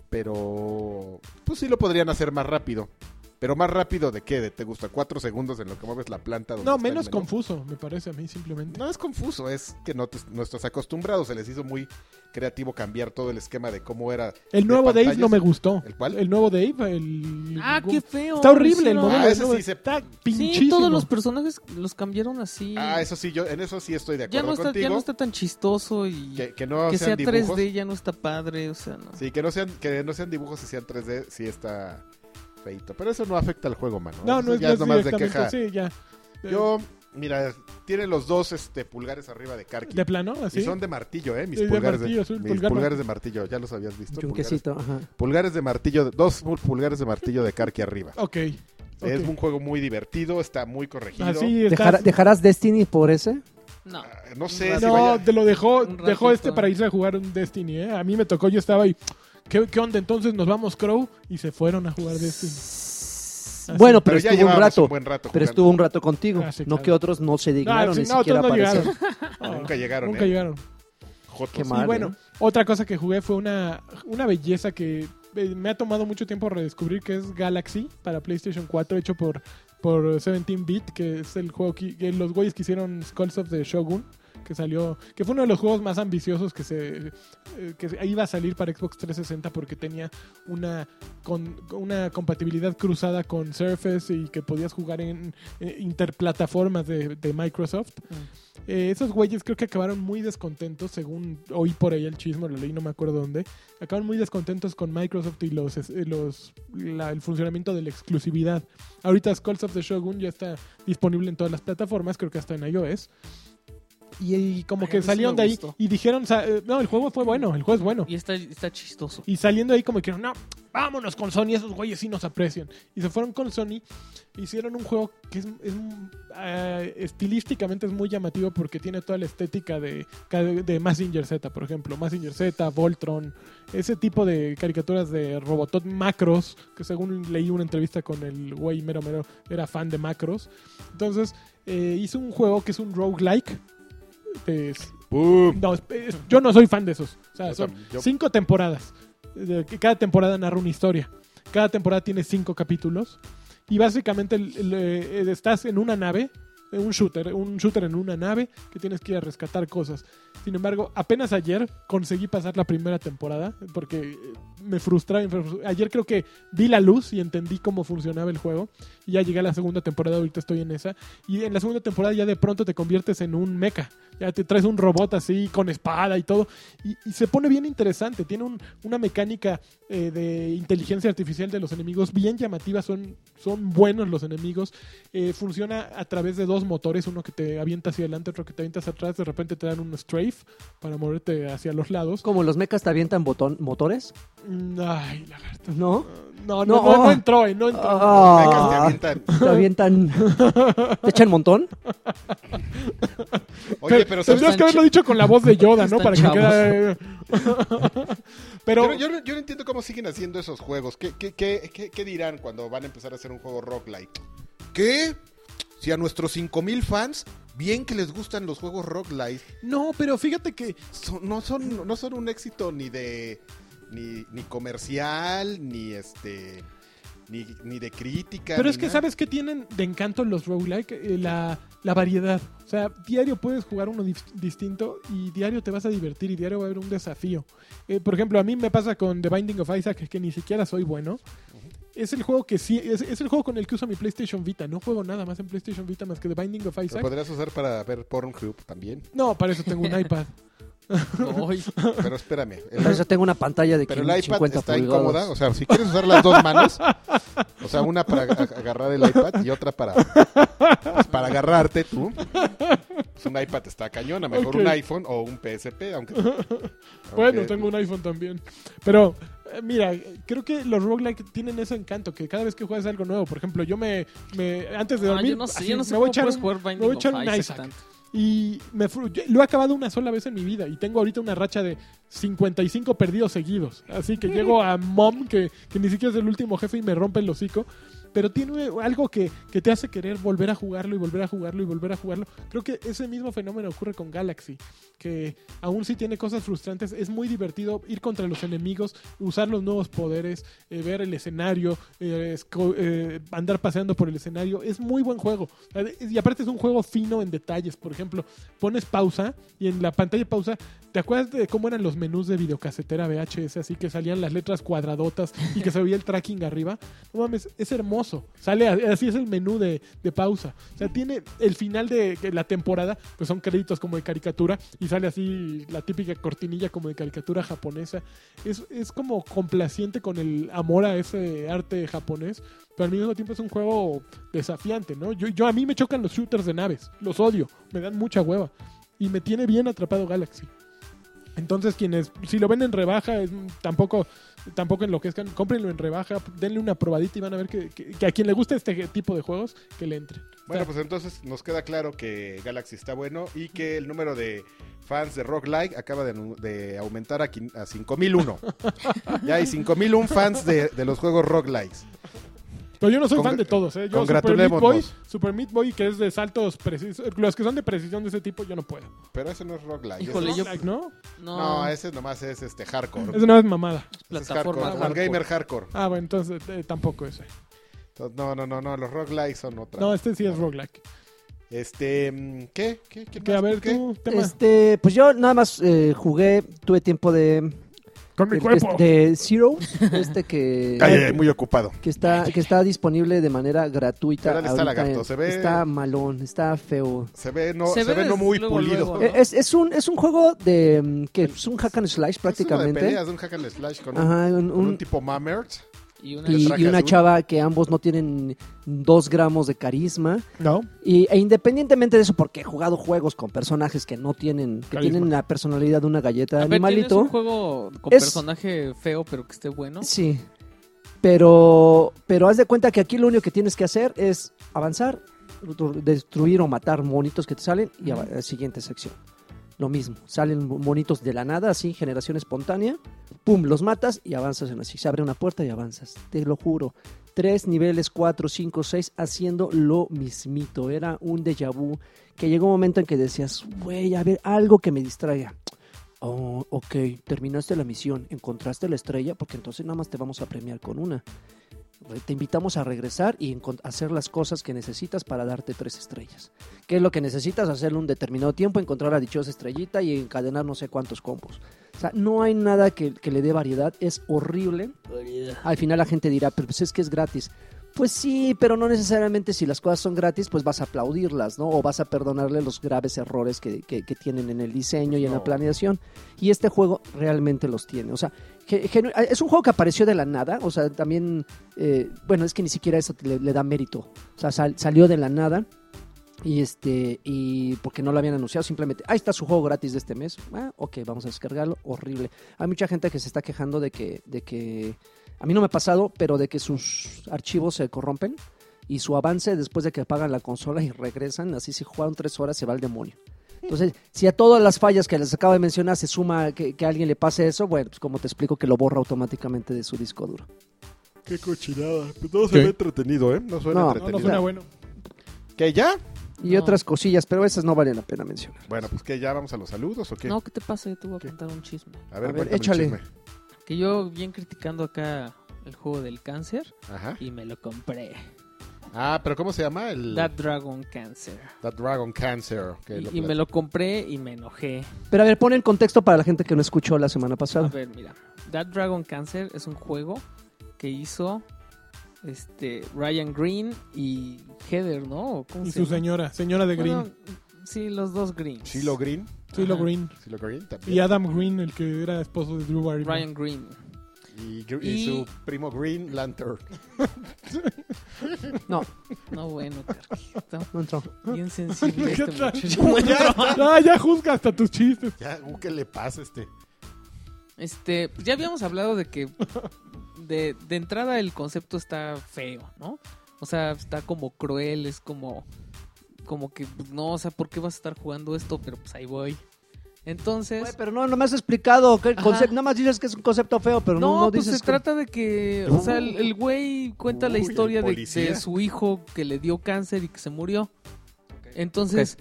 Speaker 5: pero pues sí lo podrían hacer más rápido. Pero más rápido de qué, de te gusta cuatro segundos en lo que mueves la planta. donde
Speaker 4: No,
Speaker 5: está el
Speaker 4: menos
Speaker 5: menú?
Speaker 4: confuso, me parece a mí simplemente.
Speaker 5: No es confuso, es que no, te- no estás acostumbrado, se les hizo muy creativo cambiar todo el esquema de cómo era.
Speaker 4: el nuevo Dave
Speaker 5: pantallas.
Speaker 4: no me gustó.
Speaker 5: ¿El cuál?
Speaker 4: El nuevo Dave, el...
Speaker 2: Ah, qué feo.
Speaker 4: Está horrible el
Speaker 2: hicieron-
Speaker 4: modelo.
Speaker 5: Ah, ese
Speaker 4: nuevo
Speaker 5: sí se-
Speaker 4: Está pinchísimo.
Speaker 2: Sí, todos los personajes los cambiaron así.
Speaker 5: Ah, eso sí, yo en eso sí estoy de
Speaker 2: ya,
Speaker 5: acuerdo
Speaker 2: no está,
Speaker 5: contigo.
Speaker 2: ya no está tan chistoso y
Speaker 5: que,
Speaker 2: que,
Speaker 5: que no
Speaker 2: sea
Speaker 5: sean dibujos.
Speaker 2: 3D ya no está padre, o sea, no.
Speaker 5: Sí, que no sean que no sean dibujos y sean 3D, sí está feito, pero eso no afecta al juego, mano.
Speaker 4: No,
Speaker 5: Eso
Speaker 4: no es,
Speaker 5: ya
Speaker 4: no
Speaker 5: es
Speaker 4: es
Speaker 5: nomás de
Speaker 4: directamente,
Speaker 5: queja.
Speaker 4: Sí, ya. Eh,
Speaker 5: Yo, mira, tiene los dos este pulgares arriba de Karki.
Speaker 4: De plano, así.
Speaker 5: Y son de martillo, eh, mis
Speaker 4: Sí, de
Speaker 5: pulgares
Speaker 4: martillo,
Speaker 5: de,
Speaker 4: soy un
Speaker 5: mis
Speaker 4: pulgar
Speaker 5: pulgares de martillo, ya los habías visto. Pulgares,
Speaker 3: Yunquecito, ajá.
Speaker 5: pulgares de martillo, dos pul- pulgares de martillo de Karki arriba.
Speaker 4: Ok. ok. Ah,
Speaker 5: Es un juego muy divertido, está muy corregido.
Speaker 4: Así está.
Speaker 3: Dejar- ¿Dejarás Destiny por ese?
Speaker 2: No.
Speaker 5: Ah, No sé
Speaker 2: No,
Speaker 5: si
Speaker 4: No,
Speaker 5: vaya-
Speaker 4: te lo dejó,
Speaker 2: Un
Speaker 4: dejó
Speaker 2: ratito.
Speaker 4: este para irse a jugar un Destiny, ¿eh? A mí me tocó, yo estaba ahí. ¿Qué, qué onda? Entonces nos vamos, Crow. Y se fueron a jugar Destiny.
Speaker 3: Bueno, pero,
Speaker 5: pero ya
Speaker 3: estuvo un
Speaker 5: llevábamos
Speaker 3: rato.
Speaker 5: un buen rato
Speaker 3: pero
Speaker 5: jugando.
Speaker 3: estuvo un rato contigo.
Speaker 4: Ah, sí,
Speaker 3: No
Speaker 4: claro.
Speaker 3: que otros no se dignaron
Speaker 4: Ah, sí,
Speaker 3: ni siquiera
Speaker 4: otros no
Speaker 3: aparecer.
Speaker 4: llegaron. Ah,
Speaker 5: Nunca llegaron,
Speaker 4: Nunca
Speaker 5: ¿eh?
Speaker 4: llegaron.
Speaker 5: Jotos.
Speaker 3: Qué
Speaker 4: Y
Speaker 3: mal. Vale.
Speaker 4: bueno, otra cosa que jugué fue una, una belleza que eh, me ha tomado mucho tiempo redescubrir, que es Galaxy para PlayStation 4, hecho por, por 17-bit, que es el juego que, que los güeyes que hicieron Skulls of the Shogun, que salió, que fue uno de los juegos más ambiciosos que se eh, que se- iba a salir para Xbox 360 porque tenía una con una compatibilidad cruzada con Surface y que podías jugar en eh, interplataformas de, de Microsoft.
Speaker 2: Mm.
Speaker 4: Eh, esos güeyes creo que acabaron muy descontentos, según oí por ahí el chismo, lo leí, no me acuerdo dónde. Acabaron muy descontentos con Microsoft y los, es- eh, los la- el funcionamiento de la exclusividad. Ahorita Skulls of the Shogun ya está disponible en todas las plataformas, creo que hasta en iOS. Y, y como
Speaker 2: Ay,
Speaker 4: que
Speaker 2: a mí sí
Speaker 4: salieron
Speaker 2: me
Speaker 4: de ahí
Speaker 2: gustó.
Speaker 4: y dijeron, sa- eh, no, el juego fue bueno, el juego es bueno.
Speaker 2: Y está, está chistoso.
Speaker 4: Y saliendo ahí como que no, vámonos con Sony, esos güeyes sí nos aprecian. Y se fueron con Sony, hicieron un juego que es, es, eh, estilísticamente es muy llamativo porque tiene toda la estética de, de Massinger Z, por ejemplo. Massinger Z, Voltron, ese tipo de caricaturas de Robotot Macros, que según leí una entrevista con el güey mero mero, era fan de Macros. Entonces eh, hizo un juego que es un roguelike. Es-
Speaker 5: ¡Pum!
Speaker 4: no, es- es- yo no soy fan de esos. O sea,
Speaker 5: Yo
Speaker 4: son
Speaker 5: tam- yo-
Speaker 4: cinco temporadas. Eh, que Cada temporada narra una historia. Cada temporada tiene cinco capítulos. Y básicamente el- el, eh, estás en una nave, en un shooter, un shooter en una nave que tienes que ir a rescatar cosas. Sin embargo, apenas ayer conseguí pasar la primera temporada porque eh, me frustraba. me frus- Ayer creo que vi la luz y entendí cómo funcionaba el juego. Y ya llegué a la segunda temporada, ahorita estoy en esa. Y en la segunda temporada ya de pronto te conviertes en un mecha. Ya te traes un robot así con espada y todo. Y, y se pone bien interesante. Tiene un- una mecánica eh, de inteligencia artificial de los enemigos bien llamativa. Son, son buenos los enemigos. Eh, funciona a través de dos motores. Uno que te avienta hacia adelante, otro que te avienta hacia atrás. De repente te dan un strafe para moverte hacia los lados.
Speaker 3: Como los mecas te avientan botón, motores,
Speaker 4: Mm, Ay, lagarto.
Speaker 3: ¿no? No,
Speaker 4: No, no, no, no,
Speaker 3: oh.
Speaker 4: entró, eh, no entró.
Speaker 5: Becas te
Speaker 3: Ah,
Speaker 5: avientan.
Speaker 3: te avientan. Te echan montón.
Speaker 5: Oye, pero ¿sabes?
Speaker 4: tendrías que haberlo dicho con la voz de Yoda, ¿no?
Speaker 2: Están
Speaker 4: Para que
Speaker 2: chavos.
Speaker 4: quedara- eh. Pero
Speaker 5: Yo, no- yo no entiendo cómo siguen haciendo esos juegos. ¿Qué, qué, qué, qué- qué dirán cuando van a empezar a hacer un juego roguelike? ¿Qué? Si a nuestros 5000 fans, bien que les gustan los juegos roguelike,
Speaker 4: no, pero fíjate que
Speaker 5: son- no, son, no son un éxito ni de. Ni, ni comercial, ni este. Ni, ni de crítica.
Speaker 4: Pero
Speaker 5: ni
Speaker 4: es que
Speaker 5: nada.
Speaker 4: sabes qué tienen de encanto los roguelike Eh, la la variedad. O sea, diario puedes jugar uno dif- distinto y diario te vas a divertir y diario va a haber un desafío. Eh, por ejemplo, a mí me pasa con The Binding of Isaac que ni siquiera soy bueno. Es el juego que sí, es, es el juego con el que uso mi PlayStation Vita. No juego nada más en PlayStation Vita más que The Binding of
Speaker 5: Lo
Speaker 4: Isaac.
Speaker 5: podrías usar para ver Pornhub también.
Speaker 4: No, para eso tengo un iPad.
Speaker 2: Ay,
Speaker 5: Pero espérame. el-
Speaker 3: Para eso tengo una pantalla de
Speaker 5: pero el iPad
Speaker 3: 50
Speaker 5: está
Speaker 3: pulgadas.
Speaker 5: incómoda. O sea, si quieres usar las dos manos, o sea, una para ag- agarrar el iPad y otra para, pues, para agarrarte tú. Pues un iPad está cañona. Mejor
Speaker 4: Ok.
Speaker 5: un iPhone o un PSP. Aunque,
Speaker 4: Bueno,
Speaker 5: aunque-
Speaker 4: tengo un iPhone también. Pero, eh, mira, creo que los roguelike tienen ese encanto, que cada vez que juegas algo nuevo, por ejemplo, yo me, me- antes de
Speaker 2: no,
Speaker 4: dormir,
Speaker 2: Ah, yo no sé,
Speaker 4: así,
Speaker 2: yo no sé
Speaker 4: me voy
Speaker 2: cómo
Speaker 4: a echar
Speaker 2: puedes
Speaker 4: un-
Speaker 2: jugar
Speaker 4: me voy a
Speaker 2: Binding
Speaker 4: echar un
Speaker 2: of
Speaker 4: Isaac.
Speaker 2: Isaac. tanto.
Speaker 4: y me fru- yo- lo he acabado una sola vez en mi vida y tengo ahorita una racha de 55 perdidos seguidos. Así que llego a Mom, que, que ni siquiera es el último jefe y me rompe el hocico. Pero tiene algo que, que te hace querer volver a jugarlo y volver a jugarlo y volver a jugarlo. Creo que ese mismo fenómeno ocurre con Galaxy, que aún si tiene cosas frustrantes, es muy divertido ir contra los enemigos, usar los nuevos poderes, eh, ver el escenario, eh, esco- eh, andar paseando por el escenario. Es muy buen juego. Y aparte es un juego fino en detalles. Por ejemplo, pones pausa y en la pantalla de pausa, ¿te acuerdas de cómo eran los menús de videocasetera VHS? Así que salían las letras cuadradotas y que se veía el tracking arriba. No mames, es hermoso. Sale a- así es el menú de, de pausa. O sea, tiene el final de de la temporada, pues son créditos como de caricatura y sale así la típica cortinilla como de caricatura japonesa. Es, es como complaciente con el amor a ese arte japonés, pero al mismo tiempo es un juego desafiante, ¿no? Yo, yo a mí me chocan los shooters de naves, los odio, me dan mucha hueva y me tiene bien atrapado Galaxy. Entonces, quienes, si lo ven en rebaja, es- tampoco, tampoco enloquezcan, cómprenlo en rebaja, denle una probadita y van a ver que, que- que a quien le gusta este tipo de juegos, que le entre.
Speaker 5: Bueno, pues entonces nos queda claro que Galaxy está bueno y que el número de fans de Rock Like acaba de, anu- de aumentar a, quin- a 5001. ya hay 5001 fans de, de los juegos Rock Likes.
Speaker 4: Pero yo no soy
Speaker 5: Congr-
Speaker 4: fan de todos, ¿eh? Yo Super Meat,
Speaker 5: congratulemos.
Speaker 4: Boy, Super Meat Boy, que es de saltos precisos. Los que son de precisión de ese tipo, yo no puedo.
Speaker 5: Pero ese no es Rock Like.
Speaker 2: Híjole,
Speaker 5: ese
Speaker 2: yo-
Speaker 5: es-
Speaker 4: Like, ¿no?
Speaker 2: no,
Speaker 5: No, ese nomás es este hardcore.
Speaker 4: Eso no es mamada.
Speaker 5: Ese es
Speaker 2: plataforma.
Speaker 5: hardcore, al gamer hardcore.
Speaker 4: Ah, bueno, entonces eh, tampoco ese.
Speaker 5: Entonces, no, no, no, no, los roguelikes son otra.
Speaker 4: No, este sí es roguelike.
Speaker 5: Este, mm, ¿qué? ¿Qué? ¿Qué
Speaker 4: Que
Speaker 5: más?
Speaker 4: a ver,
Speaker 5: ¿Qué?
Speaker 4: tú, tema.
Speaker 3: Este, pues yo nada más eh, jugué, tuve tiempo de,
Speaker 6: Con mi
Speaker 3: de,
Speaker 6: cuerpo.
Speaker 3: de Zero, este que,
Speaker 5: Ay, ay, muy ocupado.
Speaker 3: que está que está disponible de manera gratuita.
Speaker 5: Órale, está
Speaker 3: ahorita.
Speaker 5: lagarto, se ve-
Speaker 3: Está malón, está feo. E,
Speaker 5: Se ve no,
Speaker 2: Se
Speaker 5: se,
Speaker 2: ve
Speaker 5: ve no muy
Speaker 2: luego,
Speaker 5: pulido.
Speaker 2: luego, ¿no?
Speaker 5: Es
Speaker 3: Es, es un, es un juego de mm, que es un hack and slash
Speaker 5: uno de
Speaker 3: prácticamente.
Speaker 5: peleas de un hack and slash con, un,
Speaker 3: Ajá, un-
Speaker 5: con un
Speaker 3: un-
Speaker 5: tipo mammert.
Speaker 2: Y una...
Speaker 3: y,
Speaker 5: traje
Speaker 3: y una
Speaker 5: azul.
Speaker 3: chava que ambos no tienen dos gramos de carisma.
Speaker 4: No.
Speaker 3: Y, e independientemente de eso, porque he jugado juegos con personajes que no tienen, que
Speaker 4: Carisma.
Speaker 3: tienen la personalidad de una galleta de
Speaker 2: A ver, ¿tienes un
Speaker 3: animalito.
Speaker 2: juego con
Speaker 3: Es-
Speaker 2: personaje feo pero que esté bueno?
Speaker 3: Sí. Pero, pero haz de cuenta que aquí lo único que tienes que hacer es avanzar, destru- destruir o matar monitos que te salen y a la siguiente sección. Lo mismo, salen mo- monitos de la nada, así, generación espontánea, pum, los matas y avanzas en así. Se abre una puerta y avanzas, te lo juro. Tres niveles, cuatro, cinco, seis, haciendo lo mismito. Era un déjà vu que llegó un momento en que decías, güey, a ver, algo que me distraiga. Oh, ok, terminaste la misión, encontraste la estrella, porque entonces nada más te vamos a premiar con una. Re- Te invitamos a regresar y encon- hacer las cosas que necesitas para darte tres estrellas. ¿Qué es lo que necesitas? Hacerlo un determinado tiempo, encontrar la dichosa estrellita y encadenar no sé cuántos combos. O sea, no hay nada que, que le dé variedad, es horrible. Al final la gente dirá, pero pues es que es gratis. Pues sí, pero no necesariamente si las cosas son gratis, pues vas a aplaudirlas, ¿no? O vas a perdonarle los graves errores que, que- que tienen en el diseño y en la
Speaker 5: no.
Speaker 3: planeación. Y este juego realmente los tiene. O sea, ge- genu- ah, es un juego que apareció de la nada. O sea, también, eh, bueno, es que ni siquiera eso le, le da mérito. O sea, sal- salió de la nada. Y este, y porque no lo habían anunciado, simplemente, ahí está su juego gratis de este mes. Ah, ok, vamos a descargarlo. Horrible. Hay mucha gente que se está quejando de que, de que, a mí no me ha pasado, pero de que sus archivos se corrompen y su avance después de que apagan la consola y regresan, así si jugaron tres horas se va al demonio. Entonces, si a todas las fallas que les acabo de mencionar se suma que, que a alguien le pase eso, bueno, pues como te explico que lo borra automáticamente de su disco duro.
Speaker 5: Qué cochinada. Pues no
Speaker 4: ¿Qué?
Speaker 5: se ve entretenido, ¿eh? No suena
Speaker 3: No.
Speaker 4: No, no
Speaker 5: entretenido.
Speaker 4: suena bueno.
Speaker 5: ¿Que ya?
Speaker 3: Y
Speaker 2: No.
Speaker 3: otras cosillas, pero esas no valen la pena mencionar.
Speaker 5: Bueno, pues que ya vamos a los saludos o qué?
Speaker 2: No, ¿qué te pasa? Yo te voy a
Speaker 5: ¿Qué?
Speaker 2: contar un chisme.
Speaker 5: A ver,
Speaker 3: A ver,
Speaker 5: cuéntame el
Speaker 3: échale.
Speaker 5: chisme.
Speaker 2: Que yo bien criticando acá el juego del cáncer
Speaker 5: Ajá.
Speaker 2: y me lo compré.
Speaker 5: Ah, pero ¿cómo se llama? El
Speaker 2: That Dragon Cancer.
Speaker 5: That Dragon Cancer. que
Speaker 2: Y, y me lo compré y me enojé.
Speaker 3: Pero a ver, pon en contexto para la gente que no escuchó la semana
Speaker 2: A
Speaker 3: pasada.
Speaker 2: ver, mira. That Dragon Cancer es un juego que hizo este Ryan Green y Heather, ¿no? ¿O ¿Cómo
Speaker 4: Y
Speaker 2: se
Speaker 4: su
Speaker 2: llama?
Speaker 4: señora, señora de Green.
Speaker 2: Bueno, sí, los dos Green.
Speaker 5: Chilo Green.
Speaker 4: Silo
Speaker 2: ajá.
Speaker 4: Green.
Speaker 5: Chilo Green
Speaker 4: Y
Speaker 5: también.
Speaker 4: Adam Green, el que era esposo de Drew Barrymore.
Speaker 2: Ryan Green.
Speaker 5: Y, Gr- y su primo Green Lantern.
Speaker 3: No,
Speaker 2: No, bueno, Karki, está
Speaker 3: no entró.
Speaker 2: bien sensible
Speaker 4: ¿Qué
Speaker 2: este
Speaker 4: tal?
Speaker 2: muchacho.
Speaker 4: Ah, ya juzga hasta tus chistes.
Speaker 5: Ya, uh, ¿qué le pasa a este?
Speaker 2: Este, pues ya habíamos hablado de que de, de entrada el concepto está feo, ¿no? O sea, está como cruel, es como como que pues, no, o sea, ¿por qué vas a estar jugando esto? Pero pues ahí voy.
Speaker 3: Güey,
Speaker 2: Entonces,
Speaker 3: pero no, no me has explicado qué el
Speaker 2: Ajá.
Speaker 3: concepto. Nada más dices que es un concepto feo, pero no,
Speaker 2: no,
Speaker 3: no
Speaker 2: pues
Speaker 3: dices.
Speaker 2: se
Speaker 3: que-
Speaker 2: trata de que, o sea, el, el güey cuenta la
Speaker 5: Uy, el
Speaker 2: historia de,
Speaker 5: policía.
Speaker 2: de su hijo que le dio cáncer y que se murió. Entonces,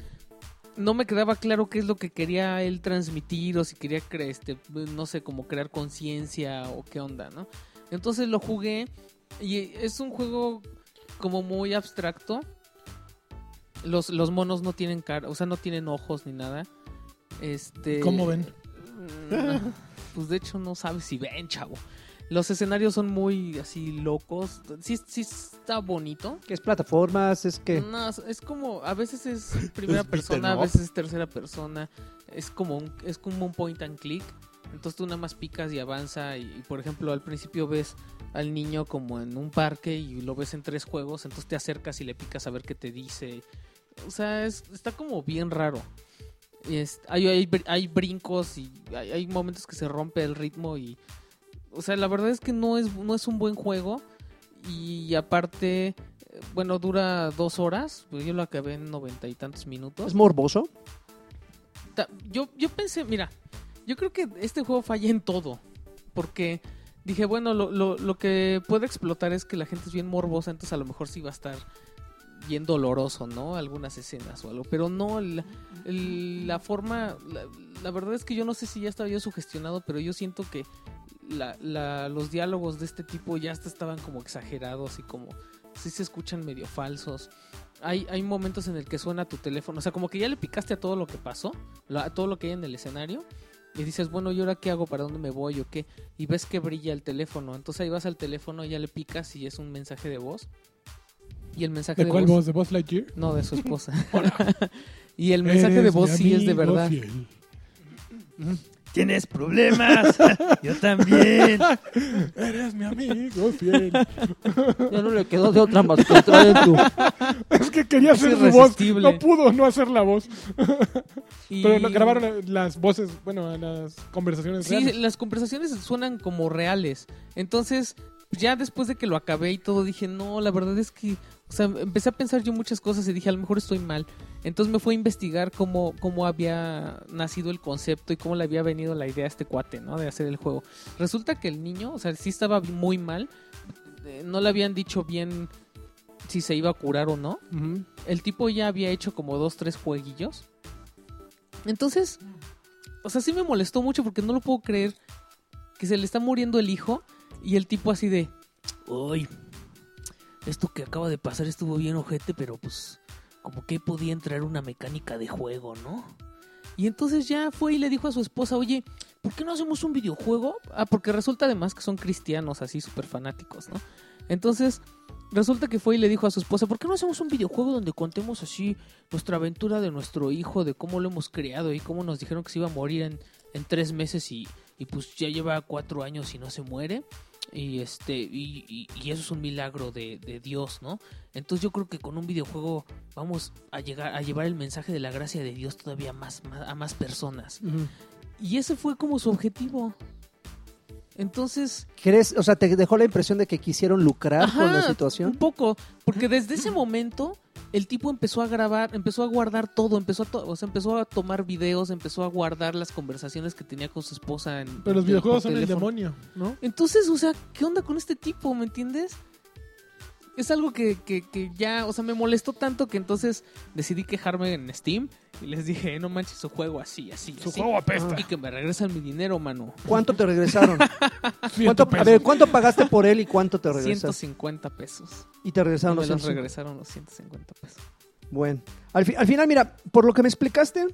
Speaker 2: no me quedaba claro qué es lo que quería él transmitir o si quería, cre- este, no sé, como crear conciencia o qué onda, ¿no? Entonces lo jugué y es un juego como muy abstracto. Los, los monos no tienen cara, o sea, no tienen ojos ni nada. Este,
Speaker 4: ¿Cómo ven?
Speaker 2: Mm, Pues de hecho no sabes si ven, chavo. Los escenarios son muy así locos. Sí, sí está bonito.
Speaker 3: Que es plataformas, es que.
Speaker 2: No, es- es como, a veces es primera
Speaker 5: beat'em
Speaker 2: persona, a
Speaker 5: up.
Speaker 2: veces es tercera persona. Es como un, es como un point and click. Entonces tú nada más picas y avanza. Y, y, por ejemplo, al principio ves al niño como en un parque y lo ves en tres juegos. Entonces te acercas y le picas a ver qué te dice. O sea, es- está como bien raro. Y es- hay, hay, br- hay brincos y hay, hay momentos que se rompe el ritmo. y O sea, la verdad es que no es, no es un buen juego. Y aparte, eh, bueno, dura dos horas. pero Yo lo acabé en noventa y tantos minutos.
Speaker 3: Es morboso.
Speaker 2: Ta- yo, yo pensé, mira, yo creo que este juego falla en todo. Porque dije, bueno, lo, lo- lo que puede explotar es que la gente es bien morbosa, entonces a lo mejor sí va a estar bien doloroso, ¿no? Algunas escenas o algo. Pero no, la, el- la forma, la, la verdad es que yo no sé si ya estaba yo sugestionado, pero yo siento que la- la- los diálogos de este tipo ya hasta estaban como exagerados y como sí se escuchan medio falsos. Hay, hay momentos en el que suena tu teléfono. O sea, como que ya le picaste a todo lo que pasó, lo- a todo lo que hay en el escenario. Y dices, bueno, ¿y ahora qué hago? ¿Para dónde me voy o qué? Y ves que brilla el teléfono. Entonces ahí vas al teléfono, ya le picas y es un mensaje de voz. Y el mensaje de,
Speaker 4: ¿De cuál
Speaker 2: voz.
Speaker 4: voz? ¿De Buzz Lightyear?
Speaker 2: No, de su esposa. y el mensaje de
Speaker 4: Eres
Speaker 2: voz
Speaker 4: mi
Speaker 2: sí es de
Speaker 4: amigo
Speaker 2: verdad.
Speaker 4: fiel.
Speaker 7: Tienes problemas. Yo también.
Speaker 4: Eres mi amigo fiel.
Speaker 1: Ya no le quedó de otra más que entrar en tu...
Speaker 4: es que quería
Speaker 2: Es
Speaker 4: hacer su voz.
Speaker 2: irresistible.
Speaker 4: No pudo no hacer la voz.
Speaker 2: Y-
Speaker 4: Pero lo- grabaron las voces, bueno, las conversaciones
Speaker 2: Sí,
Speaker 4: reales.
Speaker 2: las conversaciones suenan como reales. Entonces, ya después de que lo acabé y todo, dije, no, la verdad es que. O sea, empecé a pensar yo muchas cosas y dije, a lo mejor estoy mal. Entonces me fue a investigar cómo, cómo había nacido el concepto y cómo le había venido la idea a este cuate, ¿no? De hacer el juego. Resulta que el niño, o sea, sí estaba muy mal. Eh, No le habían dicho bien si se iba a curar o no.
Speaker 4: Ujú.
Speaker 2: El tipo ya había hecho como dos, tres jueguillos. Entonces, o sea, sí me molestó mucho porque no lo puedo creer que se le está muriendo el hijo y el tipo así de, uy, esto que acaba de pasar estuvo bien ojete, pero pues como que podía entrar una mecánica de juego, ¿no? Y entonces ya fue y le dijo a su esposa, oye, ¿por qué no hacemos un videojuego? Ah, porque resulta además que son cristianos así súper fanáticos, ¿no? Entonces, resulta que fue y le dijo a su esposa, ¿por qué no hacemos un videojuego donde contemos así nuestra aventura de nuestro hijo, de cómo lo hemos criado y cómo nos dijeron que se iba a morir en, en tres meses y, y pues ya lleva cuatro años y no se muere? Y este, y, y- y eso es un milagro de, de Dios, ¿no? Entonces yo creo que con un videojuego vamos a llegar a llevar el mensaje de la gracia de Dios todavía más- más a más personas.
Speaker 4: Ujú.
Speaker 2: Y ese fue como su objetivo. Entonces,
Speaker 3: ¿Crees, o sea, te dejó la impresión de que quisieron lucrar con la
Speaker 2: Ajá, Un
Speaker 3: situación?
Speaker 2: poco, porque desde ese momento el tipo empezó a grabar, empezó a guardar todo, empezó a, to- o sea, empezó a tomar videos, empezó a guardar las conversaciones que tenía con su esposa en
Speaker 4: Pero los
Speaker 2: en-
Speaker 4: videojuegos
Speaker 2: por
Speaker 4: son el
Speaker 2: teléfono.
Speaker 4: demonio, ¿no?
Speaker 2: Entonces, o sea, ¿qué onda con este tipo? ¿Me entiendes? Es algo que, que- que ya, o sea, me molestó tanto que entonces decidí quejarme en Steam y les dije, no manches, su juego así, así,
Speaker 6: Su
Speaker 2: así.
Speaker 6: juego apesta.
Speaker 2: Y que me regresan mi dinero, mano.
Speaker 3: ¿Cuánto te regresaron?
Speaker 2: Ah,
Speaker 4: Siento
Speaker 3: ¿Cuánto, a
Speaker 4: pesos.
Speaker 3: ver, ¿cuánto pagaste por él y cuánto te regresaron?
Speaker 2: 150 pesos.
Speaker 3: Y te
Speaker 2: Y
Speaker 3: regresaron
Speaker 2: me
Speaker 3: los
Speaker 2: los
Speaker 3: 150.
Speaker 2: regresaron los 150 pesos.
Speaker 3: Bueno, al, fi- al final, mira, por lo que me explicaste,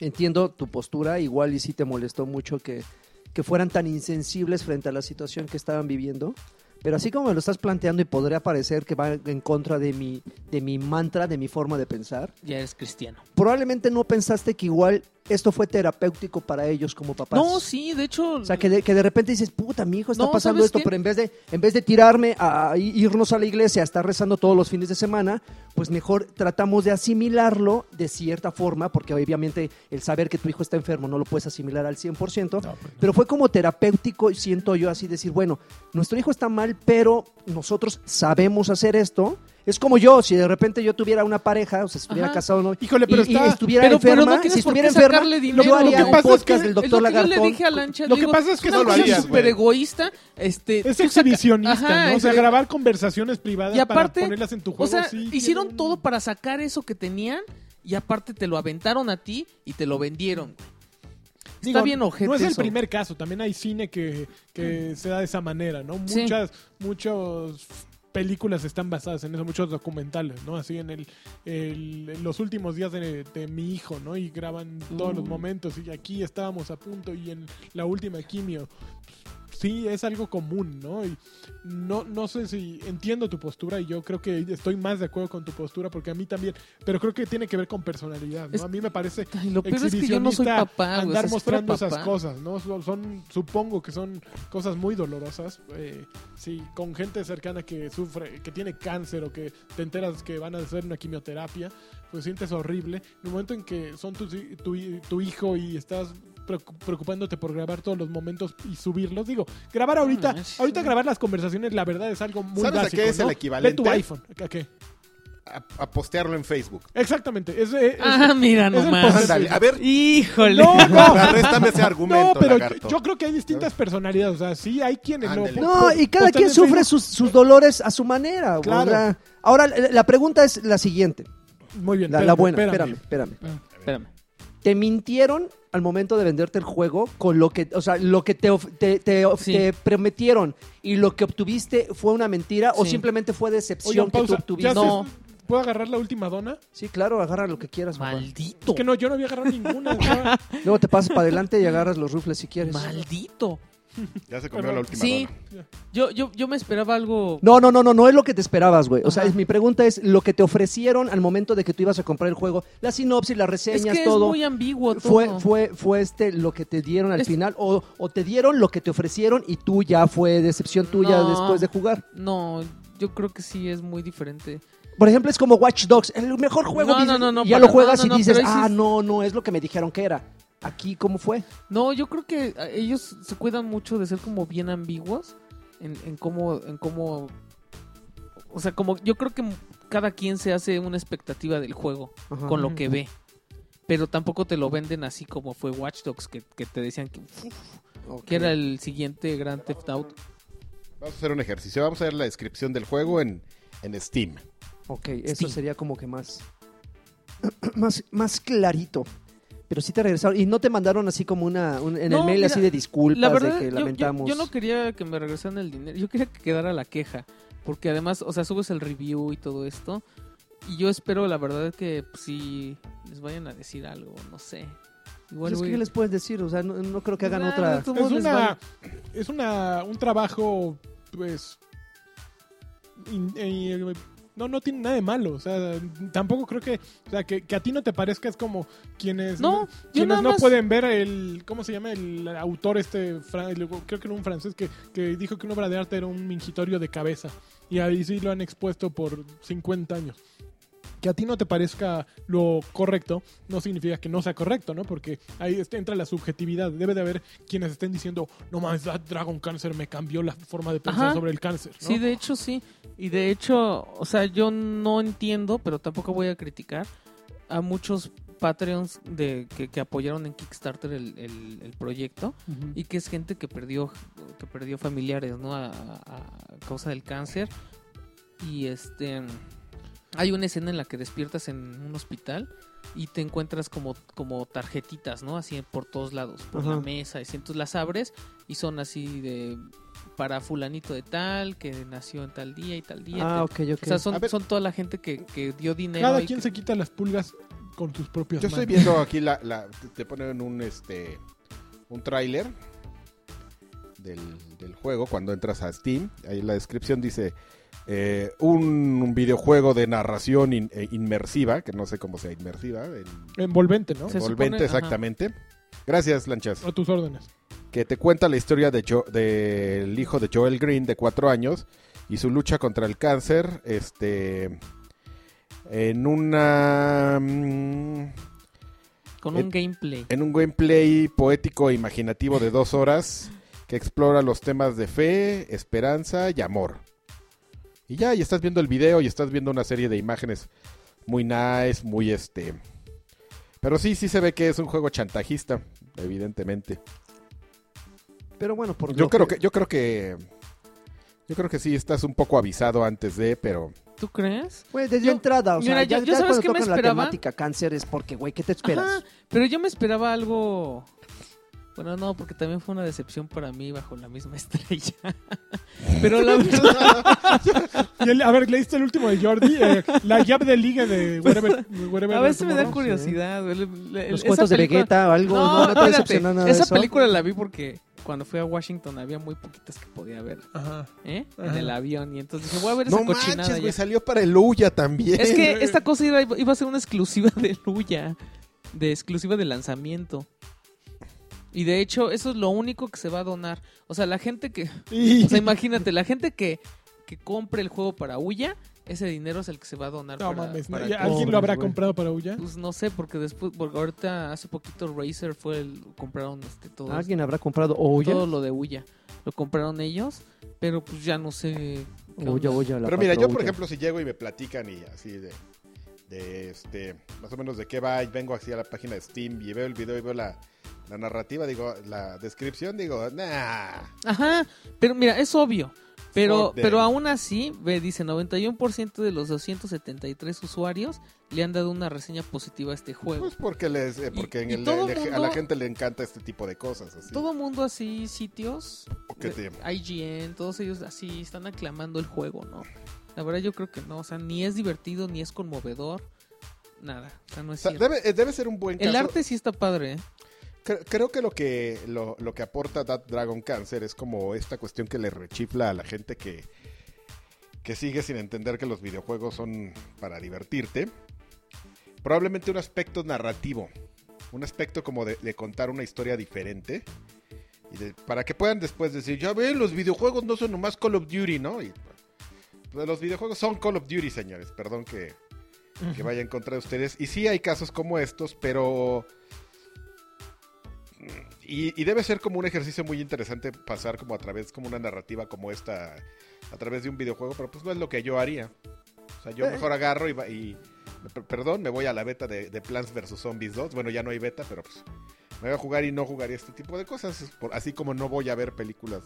Speaker 3: entiendo tu postura, igual y sí te molestó mucho que, que fueran tan insensibles frente a la situación que estaban viviendo, pero así como me lo estás planteando y podría parecer que va en contra de mi, de mi mantra, de mi forma de pensar,
Speaker 2: Ya eres cristiano.
Speaker 3: probablemente no pensaste que igual esto fue terapéutico para ellos como papás.
Speaker 2: No, sí, de hecho.
Speaker 3: O sea, que de, que de repente dices, puta, mi hijo está
Speaker 2: No,
Speaker 3: pasando
Speaker 2: ¿sabes
Speaker 3: esto,
Speaker 2: qué?
Speaker 3: pero en vez de en vez de tirarme a, a irnos a la iglesia, a estar rezando todos los fines de semana, pues mejor tratamos de asimilarlo de cierta forma, porque obviamente el saber que tu hijo está enfermo no lo puedes asimilar al 100%,
Speaker 4: pues
Speaker 3: pero fue como terapéutico, siento yo así decir, bueno, nuestro hijo está mal, pero nosotros sabemos hacer esto. Es como yo, si de repente yo tuviera una pareja, o sea, si estuviera
Speaker 2: Ajá.
Speaker 3: casado no,
Speaker 4: Híjole, pero
Speaker 3: y, y
Speaker 4: está-
Speaker 3: estuviera
Speaker 2: pero- pero no
Speaker 3: enferma,
Speaker 2: tienes
Speaker 3: si
Speaker 2: por qué
Speaker 3: estuviera enferma,
Speaker 2: sacarle dinero.
Speaker 3: yo haría
Speaker 4: Lo que
Speaker 3: un
Speaker 4: pasa es
Speaker 3: podcast
Speaker 4: que-
Speaker 3: del
Speaker 2: es lo
Speaker 3: doctor
Speaker 2: que yo
Speaker 3: Lagartón.
Speaker 2: le dije a Lancha.
Speaker 4: lo
Speaker 2: le digo,
Speaker 4: que pasa es que
Speaker 2: una
Speaker 4: no lo
Speaker 2: cosa
Speaker 4: harías,
Speaker 2: súper
Speaker 5: güey.
Speaker 2: egoísta. Este,
Speaker 4: Es
Speaker 2: tú saca-
Speaker 4: exhibicionista,
Speaker 2: Ajá,
Speaker 4: ¿no? O sea,
Speaker 2: este,
Speaker 4: grabar conversaciones privadas
Speaker 2: Y aparte,
Speaker 4: para ponerlas en tu juego.
Speaker 2: O sea,
Speaker 4: sí tiene
Speaker 2: hicieron
Speaker 4: un-
Speaker 2: todo para sacar eso que tenían y aparte te lo aventaron a ti y te lo vendieron. güey.
Speaker 4: Digo,
Speaker 2: Está bien ojete
Speaker 4: No es el
Speaker 2: eso.
Speaker 4: primer caso, también hay cine que, que se da de esa manera, ¿no?
Speaker 2: Sí.
Speaker 4: Muchas, muchas películas están basadas en eso, muchos documentales, ¿no? Así en el, el- en los últimos días de, de mi hijo, ¿no? Y graban todos
Speaker 2: Mm.
Speaker 4: los momentos y aquí estábamos a punto y en la última quimio. Sí, es algo común, ¿no? Y no, no sé si entiendo tu postura y yo creo que estoy más de acuerdo con tu postura porque a mí también, pero creo que tiene que ver con personalidad, ¿no?
Speaker 2: Es-
Speaker 4: A mí me parece
Speaker 2: Ay, lo peor es que yo no soy
Speaker 4: exhibicionista
Speaker 2: papá, güey. o
Speaker 4: andar
Speaker 2: sea, si fuera
Speaker 4: mostrando esas
Speaker 2: papá-
Speaker 4: cosas, ¿no? Son, son- supongo que son cosas muy dolorosas. eh, sí, con gente cercana que sufre, que tiene cáncer o que te enteras que van a hacer una quimioterapia, pues sientes horrible. En el momento en que son tus hi- tu, hi- tu hijo y estás preocu- preocupándote por grabar todos los momentos y subirlos, digo, grabar ahorita,
Speaker 2: No, Mm, es-
Speaker 4: ahorita grabar las conversaciones, la verdad es algo muy
Speaker 5: ¿Sabes a
Speaker 4: básico,
Speaker 5: qué es
Speaker 4: ¿no?
Speaker 5: el equivalente?
Speaker 4: Ve tu iPhone, ¿a qué?
Speaker 5: A, a postearlo en Facebook.
Speaker 4: Exactamente, es, es-
Speaker 2: Ah, mira
Speaker 4: es el
Speaker 2: nomás.
Speaker 4: poder-
Speaker 5: Ándale, a ver,
Speaker 2: Híjole.
Speaker 4: No, no,
Speaker 5: arréstame ese argumento,
Speaker 4: No, pero
Speaker 5: lagarto.
Speaker 4: yo, yo creo que hay distintas personalidades. O sea, sí hay quienes lo
Speaker 5: Ándale.
Speaker 3: No, y cada quien sufre sus, sus dolores a su manera.
Speaker 4: Claro.
Speaker 3: o sea, ahora, la la pregunta es la siguiente.
Speaker 4: Muy bien.
Speaker 3: La, la
Speaker 4: espérame,
Speaker 3: buena,
Speaker 4: espérame.
Speaker 3: espérame, espérame.
Speaker 2: Espérame.
Speaker 3: ¿Te mintieron al momento de venderte el juego con lo que, o sea, lo que te, of- te, te of-
Speaker 2: Sí.
Speaker 3: te prometieron y lo que obtuviste fue una mentira o
Speaker 2: Sí.
Speaker 3: simplemente fue decepción
Speaker 4: Oigan,
Speaker 3: que tú
Speaker 4: pausa.
Speaker 3: obtuviste.
Speaker 4: ¿Ya
Speaker 2: No.
Speaker 4: se- ¿Puedo agarrar la última dona?
Speaker 3: Sí, claro, agarra lo que quieras. papá.
Speaker 2: Maldito.
Speaker 4: Es que no, yo no había agarrado ninguna. estaba-
Speaker 3: Luego te pasas para adelante y agarras los rufles si quieres.
Speaker 2: Maldito.
Speaker 5: Ya se comió la última
Speaker 2: Sí.
Speaker 5: dona.
Speaker 2: Yo, yo, yo me esperaba algo.
Speaker 3: No, no, no, no, no es lo que te esperabas, güey. O sea,
Speaker 2: Ajá.
Speaker 3: es- mi pregunta es lo que te ofrecieron al momento de que tú ibas a comprar el juego, la sinopsis, las
Speaker 2: es
Speaker 3: reseñas,
Speaker 2: que
Speaker 3: todo.
Speaker 2: es muy ambiguo todo.
Speaker 3: fue, fue, fue este lo que te dieron al
Speaker 2: Es-
Speaker 3: final, o, o te dieron lo que te ofrecieron y tú ya fue decepción tuya
Speaker 2: No.
Speaker 3: después de jugar.
Speaker 2: No, yo creo que sí es muy diferente.
Speaker 3: Por ejemplo, es como Watch Dogs, el mejor juego.
Speaker 2: No,
Speaker 3: dices-
Speaker 2: no, no, no,
Speaker 3: y ya
Speaker 2: para-
Speaker 3: lo juegas
Speaker 2: no, no,
Speaker 3: y
Speaker 2: no,
Speaker 3: dices,
Speaker 2: pero ahí sí
Speaker 3: ah,
Speaker 2: es-
Speaker 3: no, no, es lo que me dijeron que era. Aquí, ¿cómo fue?
Speaker 2: No, yo creo que eh, ellos se cuidan mucho de ser como bien ambiguos en, en cómo, en cómo, o sea, como yo creo que cada quien se hace una expectativa del juego
Speaker 3: Ajá.
Speaker 2: con lo que ve, pero tampoco te lo venden así como fue Watch Dogs que, que te decían que, uf, que era el siguiente Grand Theft Auto.
Speaker 5: Vamos a hacer un ejercicio. Vamos a ver la descripción del juego en, en Steam.
Speaker 3: Ok, eso
Speaker 2: Steam.
Speaker 3: sería como que más, más, más clarito. Pero sí te regresaron. Y no te mandaron así como una, un- en el
Speaker 2: No,
Speaker 3: mail
Speaker 2: mira,
Speaker 3: así de disculpas,
Speaker 2: La verdad,
Speaker 3: de que
Speaker 2: yo- yo-
Speaker 3: lamentamos.
Speaker 2: Yo, no quería que me regresaran el dinero, yo quería que quedara la queja, porque además, o sea, subes el review y todo esto, y yo espero, la verdad, que pues, si les vayan a decir algo, no sé. Igual
Speaker 3: Pues es que,
Speaker 2: voy-
Speaker 3: ¿Qué les puedes decir? O sea, no, no creo que hagan
Speaker 2: Nah,
Speaker 3: otra.
Speaker 2: de todos
Speaker 4: Es
Speaker 2: modos les vale.
Speaker 4: una, es una, un trabajo, pues... in- eh, no, no tiene nada de malo. O sea, tampoco creo que... O sea, que, que a ti no te parezca es como quienes...
Speaker 2: No, yo
Speaker 4: Quienes
Speaker 2: nada
Speaker 4: no
Speaker 2: más...
Speaker 4: pueden ver el, ¿cómo se llama? El autor este, fran- el- creo que era un francés que, que dijo que una obra de arte era un mingitorio de cabeza. Y ahí sí lo han expuesto por 50 años. Que a ti no te parezca lo correcto, no significa que no sea correcto, ¿no? Porque ahí este- entra la subjetividad. Debe de haber quienes estén diciendo, no mames, That Dragon Cancer me cambió la forma de pensar
Speaker 2: Ajá.
Speaker 4: sobre el cáncer. ¿no?
Speaker 2: Sí, de hecho sí. Y de hecho, o sea, yo no entiendo, pero tampoco voy a criticar a muchos Patreons de, que, que apoyaron en Kickstarter el, el- el proyecto y que es gente que perdió que perdió familiares, ¿no? A, a- a causa del cáncer. Y este hay una escena en la que despiertas en un hospital y te encuentras como, como tarjetitas, ¿no? Así por todos lados, por la
Speaker 3: Ajá.
Speaker 2: mesa, y si entonces las abres y son así de para fulanito de tal, que nació en tal día y tal día.
Speaker 3: Ah,
Speaker 2: tal.
Speaker 3: ok, ok.
Speaker 2: O sea,
Speaker 5: A
Speaker 2: son,
Speaker 5: ver.
Speaker 2: son toda la gente que, que dio dinero.
Speaker 4: Cada
Speaker 2: y
Speaker 4: quien
Speaker 2: que-
Speaker 4: se quita las pulgas con sus propias
Speaker 5: Yo
Speaker 4: manos.
Speaker 5: estoy viendo aquí la, la- te- te ponen un este un tráiler del, del juego cuando entras a Steam. Ahí la descripción dice eh, un, un videojuego de narración in- eh, inmersiva, que no sé cómo sea inmersiva, en-
Speaker 4: Envolvente, ¿no?
Speaker 2: Se
Speaker 5: envolvente
Speaker 2: supone-
Speaker 5: exactamente. Gracias, Lanchas.
Speaker 4: A tus órdenes.
Speaker 5: Que te cuenta la historia del de Jo- del hijo de Joel Green de cuatro años y su lucha contra el cáncer, este, en una mm,
Speaker 2: con
Speaker 5: Eh,
Speaker 2: un gameplay.
Speaker 5: en un gameplay poético e imaginativo de dos horas que explora los temas de fe, esperanza y amor. Y ya, y estás viendo el video y estás viendo una serie de imágenes muy nice, muy este. Pero sí, sí se ve que es un juego chantajista, evidentemente.
Speaker 3: Pero bueno, por
Speaker 5: Yo
Speaker 3: lo
Speaker 5: creo que, yo creo que, yo creo que sí estás un poco avisado antes de, pero
Speaker 2: ¿Tú crees?
Speaker 3: Güey, desde
Speaker 2: yo-
Speaker 3: entrada, o sea,
Speaker 2: mira,
Speaker 3: ya,
Speaker 2: yo- yo
Speaker 3: ya
Speaker 2: ¿sabes
Speaker 3: cuando
Speaker 2: qué me
Speaker 3: tocan la
Speaker 2: esperaba?
Speaker 3: temática cáncer es porque, güey, ¿qué te esperas?
Speaker 2: Ajá, pero yo me esperaba algo. Bueno, no, porque también fue una decepción para mí bajo la misma estrella. pero la verdad,
Speaker 4: Y el- a ver, ¿leíste el último de Jordi? Eh, la llave de liga de whatever, whatever
Speaker 2: a veces me da
Speaker 4: tomorrow.
Speaker 2: curiosidad. güey. El- el-
Speaker 3: Los
Speaker 2: esa
Speaker 3: cuentos de
Speaker 2: película-
Speaker 3: Vegeta o algo. No, no, te
Speaker 2: espérate,
Speaker 3: decepcionó nada de
Speaker 2: Esa
Speaker 3: eso.
Speaker 2: película la vi porque cuando fui a Washington había muy poquitas que podía ver
Speaker 4: Ajá.
Speaker 2: ¿eh? en
Speaker 4: Ajá.
Speaker 2: el avión. Y entonces dije, voy a ver esa
Speaker 5: no
Speaker 2: cochinada.
Speaker 5: manches, güey,
Speaker 2: ya.
Speaker 5: salió para el Uya también.
Speaker 2: Es que esta cosa iba, iba a ser una exclusiva de Luya. De exclusiva de lanzamiento. Y de hecho, eso es lo único que se va a donar. O sea, la gente que. O sea, imagínate, la gente que, que compre el juego para Uya, ese dinero es el que se va a donar
Speaker 4: No
Speaker 2: para,
Speaker 4: mames,
Speaker 2: para
Speaker 4: ¿ya
Speaker 2: que-
Speaker 4: ¿alguien lo habrá
Speaker 3: Pobres, güey.
Speaker 4: comprado para Uya?
Speaker 2: Pues no sé, porque después, porque ahorita hace poquito Razer fue el. compraron este todo.
Speaker 3: Alguien habrá comprado Oya.
Speaker 2: todo lo de Uya. Lo compraron ellos, pero pues ya no sé. qué onda.
Speaker 3: Oya, Oya. la
Speaker 5: Pero mira, yo por
Speaker 3: patrulla.
Speaker 5: ejemplo, si llego y me platican y así de, de, este, más o menos de qué va, y vengo así a la página de Steam y veo el video y veo la, la narrativa, digo, la descripción, digo, nah.
Speaker 2: Ajá, pero mira, es obvio. Pero,
Speaker 5: Fuck them.
Speaker 2: pero aún así, ve, dice 91% de los 273 usuarios le han dado una reseña positiva a este juego.
Speaker 5: Pues porque, les, eh, porque
Speaker 2: Y-
Speaker 5: en
Speaker 2: y
Speaker 5: el-
Speaker 2: todo
Speaker 5: le- a la
Speaker 2: mundo-
Speaker 5: gente le encanta este tipo de cosas. Así.
Speaker 2: Todo mundo así, sitios,
Speaker 5: ¿Qué
Speaker 2: de-
Speaker 5: tiempo?
Speaker 2: IGN, todos ellos así están aclamando el juego, ¿no? La verdad yo creo que no, o sea, ni es divertido, ni es conmovedor, nada, o sea, no
Speaker 5: O
Speaker 2: es
Speaker 5: sea,
Speaker 2: cierto.
Speaker 5: debe, eh, debe ser un buen caso.
Speaker 2: El arte sí está padre, ¿eh?
Speaker 5: Cre- Creo que lo que lo, lo que aporta That Dragon Cancer es como esta cuestión que le rechifla a la gente que, que sigue sin entender que los videojuegos son para divertirte. Probablemente un aspecto narrativo, un aspecto como de, de contar una historia diferente. Y de- para que puedan después decir, ya ven, los videojuegos no son nomás Call of Duty, ¿no? Y, pues, los videojuegos son Call of Duty, señores. Perdón que, que vaya en contra de ustedes. Y sí hay casos como estos, pero... Y, y debe ser como un ejercicio muy interesante pasar como a través, como una narrativa como esta, a través de un videojuego, pero pues no es lo que yo haría. O sea,
Speaker 3: Eh.
Speaker 5: yo mejor agarro y, va- y per- perdón, me voy a la beta de, de Plants vs. Zombies 2. Bueno, ya no hay beta, pero pues me voy a jugar y no jugaría este tipo de cosas, por- así como no voy a ver películas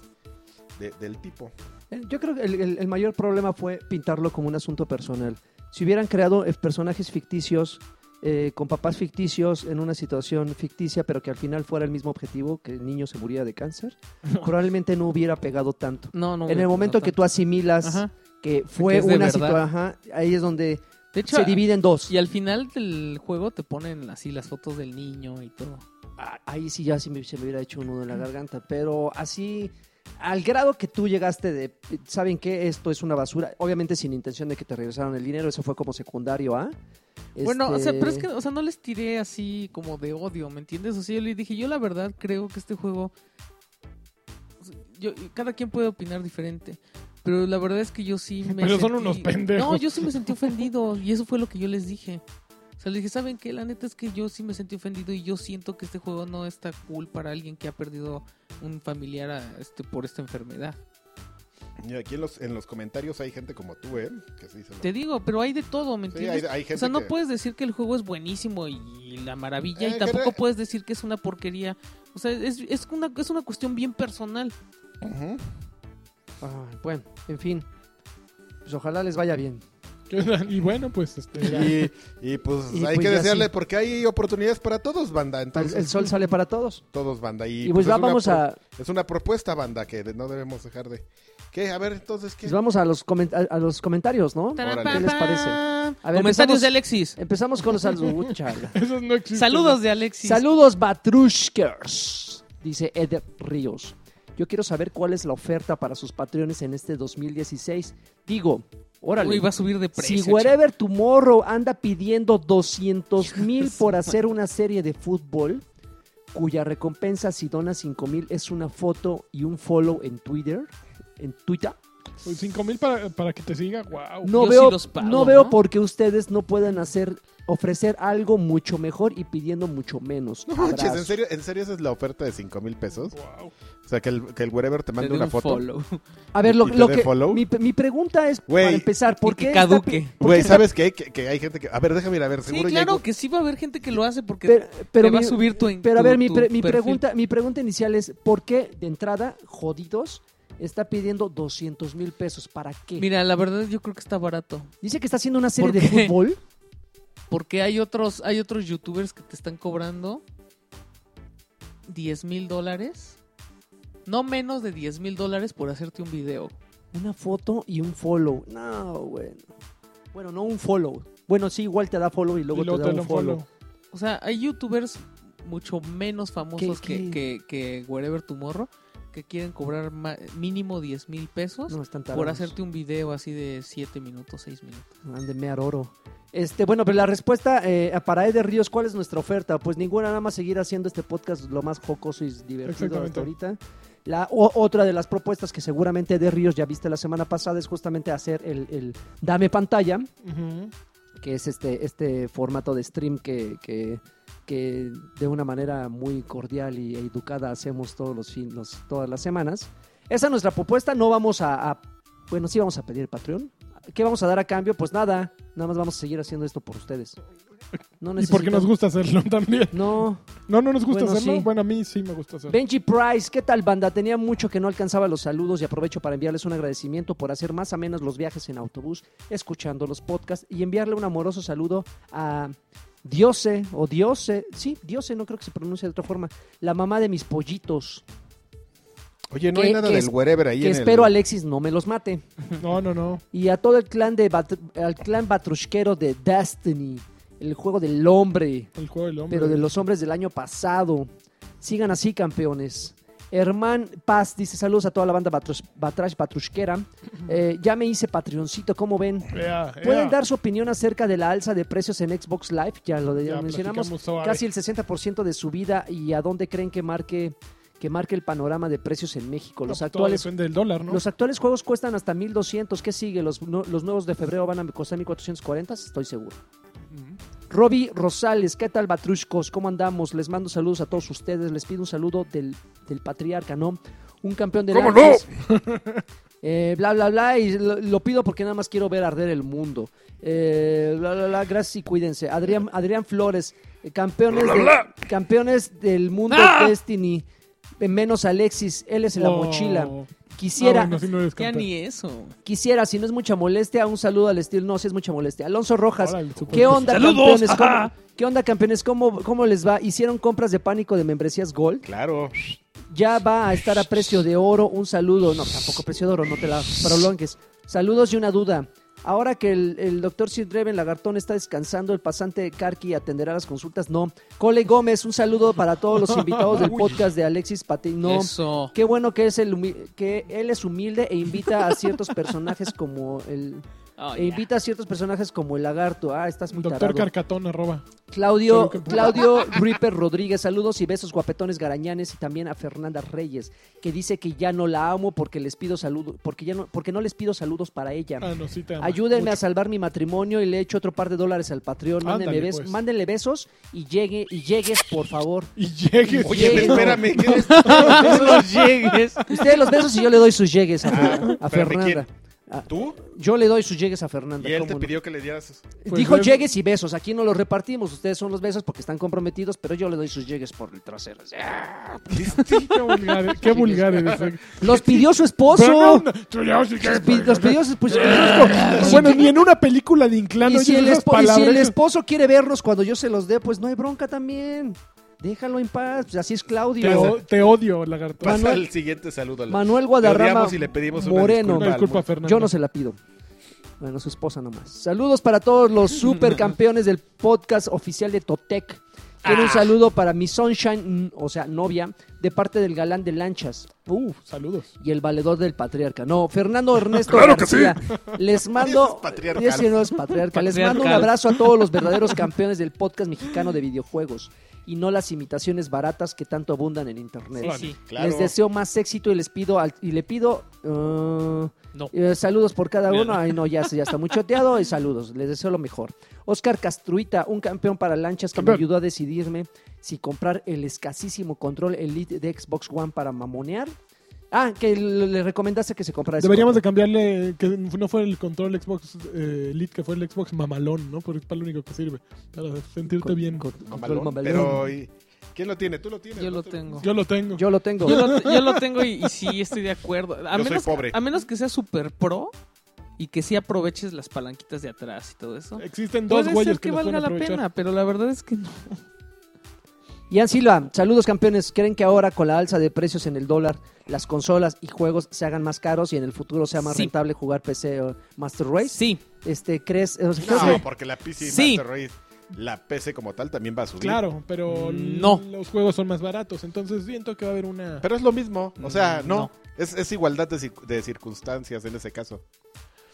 Speaker 5: de- del tipo.
Speaker 3: Eh, Yo creo que el, el- el mayor problema fue pintarlo como un asunto personal. Si hubieran creado eh, personajes ficticios, eh, con papás ficticios, en una situación ficticia, pero que al final fuera el mismo objetivo, que el niño se muriera de cáncer, probablemente no hubiera pegado tanto.
Speaker 2: No, no.
Speaker 3: En el momento que tú asimilas
Speaker 2: Ajá.
Speaker 3: que fue
Speaker 2: Que es de
Speaker 3: una
Speaker 2: verdad.
Speaker 3: situación, ahí es donde
Speaker 2: De hecho,
Speaker 3: se divide en dos.
Speaker 2: y al final del juego te ponen así las fotos del niño y todo.
Speaker 3: Ah, Ahí sí ya sí me- se me hubiera hecho un nudo en la garganta, pero así, al grado que tú llegaste de, ¿saben qué? Esto es una basura, obviamente sin intención de que te regresaran el dinero, eso fue como secundario, ¿ah?
Speaker 2: Bueno, o sea,
Speaker 3: Este,
Speaker 2: pero es que, o sea, no les tiré así como de odio, ¿me entiendes? O sea, yo les dije, yo la verdad creo que este juego. o sea, Yo, cada quien puede opinar diferente. Pero la verdad es que yo sí me.
Speaker 4: Pero son unos pendejos.
Speaker 2: No, yo sí me sentí ofendido. Y eso fue lo que yo les dije. O sea, les dije, ¿saben qué? La neta es que yo sí me sentí ofendido y yo siento que este juego no está cool para alguien que ha perdido un familiar a- este, por esta enfermedad.
Speaker 5: Y aquí en los, en los comentarios hay gente como tú, ¿eh? Que sí se lo-
Speaker 2: Te digo, pero hay de todo, ¿me
Speaker 5: Sí,
Speaker 2: entiendes?
Speaker 5: hay, hay gente
Speaker 2: O sea, no
Speaker 5: que-
Speaker 2: puedes decir que el juego es buenísimo y la maravilla,
Speaker 5: Eh,
Speaker 2: y tampoco
Speaker 5: general-
Speaker 2: puedes decir que es una porquería. O sea, es, es, una, es una cuestión bien personal.
Speaker 5: Ujú.
Speaker 3: ah, bueno, en fin, pues ojalá les vaya bien.
Speaker 4: Y bueno, pues este, ya.
Speaker 5: Y, y, pues
Speaker 3: Y
Speaker 5: hay
Speaker 3: pues
Speaker 5: que
Speaker 3: ya
Speaker 5: desearle,
Speaker 3: sí.
Speaker 5: porque hay oportunidades para todos, banda.
Speaker 3: El,
Speaker 5: Entonces,
Speaker 3: el sol sale para todos.
Speaker 5: todos, banda. Y,
Speaker 3: Y, pues,
Speaker 5: es
Speaker 3: va-
Speaker 5: una
Speaker 3: vamos,
Speaker 5: pro-
Speaker 3: a,
Speaker 5: Es una propuesta, banda, que de- no debemos dejar de. ¿Qué? A ver, entonces, ¿qué?
Speaker 3: pues vamos a los, comen- a, a los comentarios, ¿no?
Speaker 5: Órale.
Speaker 3: ¿Qué les parece? A ver,
Speaker 2: Comentarios
Speaker 3: empezamos-
Speaker 2: de Alexis.
Speaker 3: Empezamos con los saludos. Uy, chala.
Speaker 4: Esos no existen.
Speaker 2: Saludos de Alexis.
Speaker 3: Saludos, Batrushkers, dice Eder Ríos. Yo quiero saber cuál es la oferta para sus patrones en este 2016. Digo, órale.
Speaker 2: Uy, va a subir de precio.
Speaker 3: si Wherever Tomorrow anda pidiendo 200 mil
Speaker 2: su
Speaker 3: por hacer una serie de fútbol, cuya recompensa si donas 5 mil es una foto y un follow en Twitter, en Twitter,
Speaker 4: Uy, Cinco mil para, para que te siga, wow.
Speaker 3: no
Speaker 2: Yo
Speaker 3: veo,
Speaker 2: sí los pago,
Speaker 3: no veo
Speaker 2: ¿no?
Speaker 3: por qué ustedes no puedan hacer, ofrecer algo mucho mejor y pidiendo mucho menos.
Speaker 5: No manches,
Speaker 3: Abrazo.
Speaker 5: ¿en serio, ¿en serio esa es la oferta de 5 mil pesos?
Speaker 4: Wow.
Speaker 5: O sea, que el, que el wherever te
Speaker 2: Te
Speaker 5: mande
Speaker 2: doy
Speaker 5: una
Speaker 2: un
Speaker 5: foto.
Speaker 2: follow.
Speaker 3: A ver, lo,
Speaker 5: ¿Y te
Speaker 3: lo
Speaker 5: dé
Speaker 3: que
Speaker 5: follow?
Speaker 3: mi, mi pregunta es
Speaker 5: Güey.
Speaker 3: para empezar, ¿por
Speaker 2: Y que
Speaker 3: qué esta
Speaker 2: caduque.
Speaker 3: pi- por qué
Speaker 5: Güey,
Speaker 3: esta-
Speaker 5: ¿sabes qué? Que, que hay gente que. A ver, déjame ir a ver,
Speaker 2: Sí,
Speaker 5: seguro ya
Speaker 2: claro
Speaker 5: hay-
Speaker 2: que sí va a haber gente que lo hace porque
Speaker 3: pero, pero
Speaker 2: te va a
Speaker 3: mi-
Speaker 2: subir tu en-
Speaker 3: pero a
Speaker 2: tu-
Speaker 3: ver, mi,
Speaker 2: tu
Speaker 3: pre- mi
Speaker 2: perfil.
Speaker 3: pregunta, mi pregunta inicial es, ¿por qué de entrada, jodidos, está pidiendo 200 mil pesos? ¿Para qué?
Speaker 2: Mira, la verdad yo creo que está barato.
Speaker 3: Dice que está haciendo una serie de
Speaker 2: qué?
Speaker 3: fútbol.
Speaker 2: Porque hay otros, hay otros youtubers que te están cobrando 10 mil dólares. No menos de 10 mil dólares por hacerte un video.
Speaker 3: Una foto y un follow. No, bueno. Bueno, no un follow. Bueno, sí, igual te da follow y luego
Speaker 4: Y luego
Speaker 3: te da un follow.
Speaker 2: O sea, hay youtubers mucho menos famosos
Speaker 3: ¿Qué-
Speaker 2: que, que, que Wherever Tomorrow que quieren cobrar ma- mínimo 10 mil pesos
Speaker 3: No, están
Speaker 2: por
Speaker 3: tarados.
Speaker 2: hacerte un video así de 7 minutos, 6 minutos.
Speaker 3: Mándeme a oro. Este, bueno, pero la respuesta eh, para Eder Ríos, ¿cuál es nuestra oferta? Pues ninguna, nada más seguir haciendo este podcast lo más jocoso y divertido hasta
Speaker 4: Exactamente.
Speaker 3: ahorita. La, o- otra de las propuestas que seguramente Eder Ríos ya viste la semana pasada es justamente hacer el, el Dame Pantalla,
Speaker 4: Ujú.
Speaker 3: que es este, este formato de stream que, que, que de una manera muy cordial y educada hacemos todos los fin, los- todas las semanas. Esa es nuestra propuesta, no vamos a, a- Bueno, sí vamos a pedir Patreon, ¿Qué vamos a dar a cambio? Pues nada, nada más vamos a seguir haciendo esto por ustedes. No
Speaker 4: Y porque
Speaker 3: necesito-
Speaker 4: nos gusta hacerlo también.
Speaker 3: No.
Speaker 4: No, no nos gusta
Speaker 3: Bueno,
Speaker 4: hacerlo.
Speaker 3: sí.
Speaker 4: Bueno, a mí sí me gusta hacerlo.
Speaker 3: Benji Price, ¿qué tal banda? Tenía mucho que no alcanzaba los saludos y aprovecho para enviarles un agradecimiento por hacer más menos los viajes en autobús, escuchando los podcasts y enviarle un amoroso saludo a Diose o Diose, sí, Diose, no creo que se pronuncie de otra forma, la mamá de mis pollitos,
Speaker 5: Oye, no
Speaker 3: Que-
Speaker 5: hay nada
Speaker 3: que
Speaker 5: del
Speaker 3: es-
Speaker 5: wherever ahí
Speaker 3: que
Speaker 5: en
Speaker 3: espero
Speaker 5: el...
Speaker 3: Alexis no me los mate.
Speaker 4: No, no, no.
Speaker 3: Y a todo el clan de Bat- al clan batrusquero de Destiny, el juego del hombre.
Speaker 4: El juego del hombre.
Speaker 3: pero de los hombres del año pasado. Sigan así, campeones. Herman Paz dice saludos a toda la banda batrus- Batrash Batrushquera. Eh, ya me hice Patreoncito, ¿cómo ven?
Speaker 4: Ea, ea.
Speaker 3: ¿Pueden dar su opinión acerca de la alza de precios en Xbox Live? Ya lo de-
Speaker 4: Ya
Speaker 3: lo mencionamos.
Speaker 4: platicamos suave.
Speaker 3: Casi el 60% de subida y a dónde creen que marque, que marque el panorama de precios en México.
Speaker 4: No,
Speaker 3: Los
Speaker 4: todo
Speaker 3: actuales
Speaker 4: depende del dólar, ¿no?
Speaker 3: los actuales juegos cuestan hasta 1200. ¿Qué sigue? Los, no- los nuevos de febrero van a costar 1440, estoy seguro. Robbie Rosales, ¿qué tal, Batrushcos? ¿Cómo andamos? Les mando saludos a todos ustedes. Les pido un saludo del, del patriarca, ¿no? Un campeón de
Speaker 6: ¿Cómo
Speaker 3: bla, bla, bla. Y lo, lo pido porque nada más quiero ver arder el mundo. Eh, bla, bla, bla. Gracias y cuídense. Adrián, Adrián Flores, eh, campeones,
Speaker 6: Bla,
Speaker 3: de-
Speaker 6: bla, ¡Ah!
Speaker 3: campeones del mundo Destiny. eh, Menos Alexis, él es en la
Speaker 4: Oh.
Speaker 3: mochila.
Speaker 4: Ah,
Speaker 3: Quisiera,
Speaker 4: bueno, sí no eres
Speaker 2: Ya
Speaker 4: campeón.
Speaker 2: ni eso.
Speaker 3: Quisiera, si no es mucha molestia, un saludo al estilo. No, si es mucha molestia. Alonso Rojas,
Speaker 4: Órale, súper
Speaker 2: Pues,
Speaker 3: ¿qué onda,
Speaker 7: ¡Saludos!
Speaker 3: campeones?
Speaker 7: Ajá.
Speaker 3: ¿Cómo, ¿Qué onda, campeones? ¿Cómo, ¿Cómo les va? ¿Hicieron compras de pánico de membresías Gold?
Speaker 5: Claro.
Speaker 3: Ya va a estar a precio de oro. Un saludo. No, tampoco precio de oro, no te la prolongues. Saludos y una duda. Ahora que el, doctor Sir Dreven Lagartón está descansando, el pasante Karki atenderá las consultas. No. Cole Gómez, un saludo para todos los invitados del podcast de Alexis Patín. No.
Speaker 2: Eso.
Speaker 3: Qué bueno que, es el humi- que él es humilde e invita a ciertos personajes como el
Speaker 2: Oh,
Speaker 3: e
Speaker 2: ya.
Speaker 3: invita a ciertos personajes como el lagarto. Ah, estás muy
Speaker 4: Doctor
Speaker 3: tarado.
Speaker 4: Carcatón, arroba.
Speaker 3: Claudio
Speaker 4: Creo que-
Speaker 3: Claudio Reaper Rodríguez, saludos y besos guapetones garañanes y también a Fernanda Reyes, que dice que ya no la amo porque les pido saludos, porque ya no porque no les pido saludos para ella.
Speaker 4: Ah, no, sí te ama.
Speaker 3: Ayúdenme a
Speaker 4: Mucho.
Speaker 3: salvar mi matrimonio y le echo otro par de dólares al Patreon. Mándenme,
Speaker 4: Ándale,
Speaker 3: bes-
Speaker 4: pues.
Speaker 3: mándenle besos y llegue y llegues, por favor.
Speaker 4: Y llegues.
Speaker 5: Oye,
Speaker 3: Oye,
Speaker 5: espérame. ¿qué es?
Speaker 2: Los llegues.
Speaker 3: Ustedes los besos y yo le doy sus llegues a,
Speaker 5: Ah,
Speaker 3: a
Speaker 5: espérame,
Speaker 3: Fernanda.
Speaker 5: ¿Tú?
Speaker 3: Yo le doy sus llegues a Fernanda.
Speaker 5: Y él
Speaker 3: ¿cómo
Speaker 5: te
Speaker 3: no?
Speaker 5: pidió que le dieras...
Speaker 4: Pues
Speaker 3: Dijo
Speaker 4: luego-
Speaker 3: llegues y besos. Aquí no los repartimos. Ustedes son los besos porque están comprometidos, pero yo le doy sus llegues por el trasero.
Speaker 4: Qué vulgar, qué eh. vulgar eres.
Speaker 3: Los pidió su esposo. Los pi- los
Speaker 6: Los
Speaker 3: pidió su esposo.
Speaker 4: pues, bueno, ni en una película de Inclán
Speaker 3: Y si,
Speaker 4: oyes
Speaker 3: el
Speaker 4: esas
Speaker 3: espo- y si el
Speaker 4: palabras.
Speaker 3: esposo quiere vernos cuando yo se los dé, pues no hay bronca también. Déjalo en paz. Pues así es
Speaker 4: Te,
Speaker 3: Claudio.
Speaker 4: o- te odio, lagarto.
Speaker 5: Pasa
Speaker 3: Manuel-
Speaker 5: al siguiente saludo. Alex.
Speaker 3: Manuel
Speaker 5: Te
Speaker 3: Guadarrama
Speaker 5: odiamos y le pedimos una
Speaker 3: Moreno.
Speaker 4: Una disculpa, Fernando.
Speaker 3: Yo no se la pido. Bueno, su esposa nomás. Saludos para todos los supercampeones del podcast oficial de Totec. Quiero un
Speaker 5: Ah.
Speaker 3: saludo para mi Sunshine, mm, o sea, novia, de parte del galán de lanchas
Speaker 4: Uh, saludos.
Speaker 3: y el valedor del patriarca. No, Fernando Ernesto
Speaker 6: Claro que
Speaker 3: García. Les mando.
Speaker 5: es patriarcal.
Speaker 3: Ese no es patriarca. Les mando un
Speaker 2: Patriarcal.
Speaker 3: abrazo a todos los verdaderos campeones del podcast mexicano de videojuegos y no las imitaciones baratas que tanto abundan en internet.
Speaker 2: Sí, sí.
Speaker 5: Claro.
Speaker 3: Les deseo más éxito y les pido al- y le pido uh,
Speaker 2: No.
Speaker 3: eh, saludos por cada
Speaker 2: Bien.
Speaker 3: uno. Ay, no, ya, se- ya está muy choteado. Y saludos, les deseo lo mejor. Oscar Castruita, un campeón para lanchas que
Speaker 4: Campeón.
Speaker 3: me ayudó a decidirme si comprar el escasísimo control Elite de Xbox One para mamonear. Ah, que le le recomendaste que se comprara ese
Speaker 4: Deberíamos de
Speaker 3: control.
Speaker 4: cambiarle, que no fue el control Xbox eh, Elite, que fue el Xbox mamalón, ¿no? Porque es para lo único que sirve, para sentirte
Speaker 3: Con-
Speaker 4: bien.
Speaker 3: con-
Speaker 5: Mamalón,
Speaker 3: control mamalón.
Speaker 5: Pero, ¿y ¿quién lo tiene? ¿Tú lo tienes?
Speaker 2: Yo
Speaker 5: ¿No
Speaker 2: lo
Speaker 5: te-
Speaker 2: tengo.
Speaker 4: Yo lo tengo.
Speaker 3: Yo lo tengo.
Speaker 2: Yo lo, yo lo tengo y, y sí estoy de acuerdo. A
Speaker 5: Yo soy
Speaker 2: menos,
Speaker 5: pobre.
Speaker 2: A menos que sea super pro y que sí aproveches las palanquitas de atrás y todo eso.
Speaker 4: Existen dos
Speaker 2: Puede
Speaker 4: Eh, güeyes
Speaker 2: ser que
Speaker 4: que, los
Speaker 2: valga
Speaker 4: pueden
Speaker 2: la
Speaker 4: aprovechar.
Speaker 2: pena, pero la verdad es que no.
Speaker 3: Ian Silva, saludos campeones. ¿Creen que ahora con la alza de precios en el dólar, las consolas y juegos se hagan más caros y en el futuro sea más
Speaker 2: Sí.
Speaker 3: rentable jugar PC o Master Race?
Speaker 2: Sí,
Speaker 3: Este, ¿crees? o sea, ¿crees
Speaker 5: No,
Speaker 3: que-
Speaker 5: porque la PC
Speaker 2: Sí.
Speaker 5: Master Race, la PC como tal también va a subir.
Speaker 4: Claro, pero
Speaker 2: Mm, No.
Speaker 4: los juegos son más baratos, entonces siento que va a haber una...
Speaker 5: Pero es lo mismo. O sea,
Speaker 2: Mm,
Speaker 5: no.
Speaker 2: no.
Speaker 5: Es, es igualdad de, cir- de circunstancias en ese caso.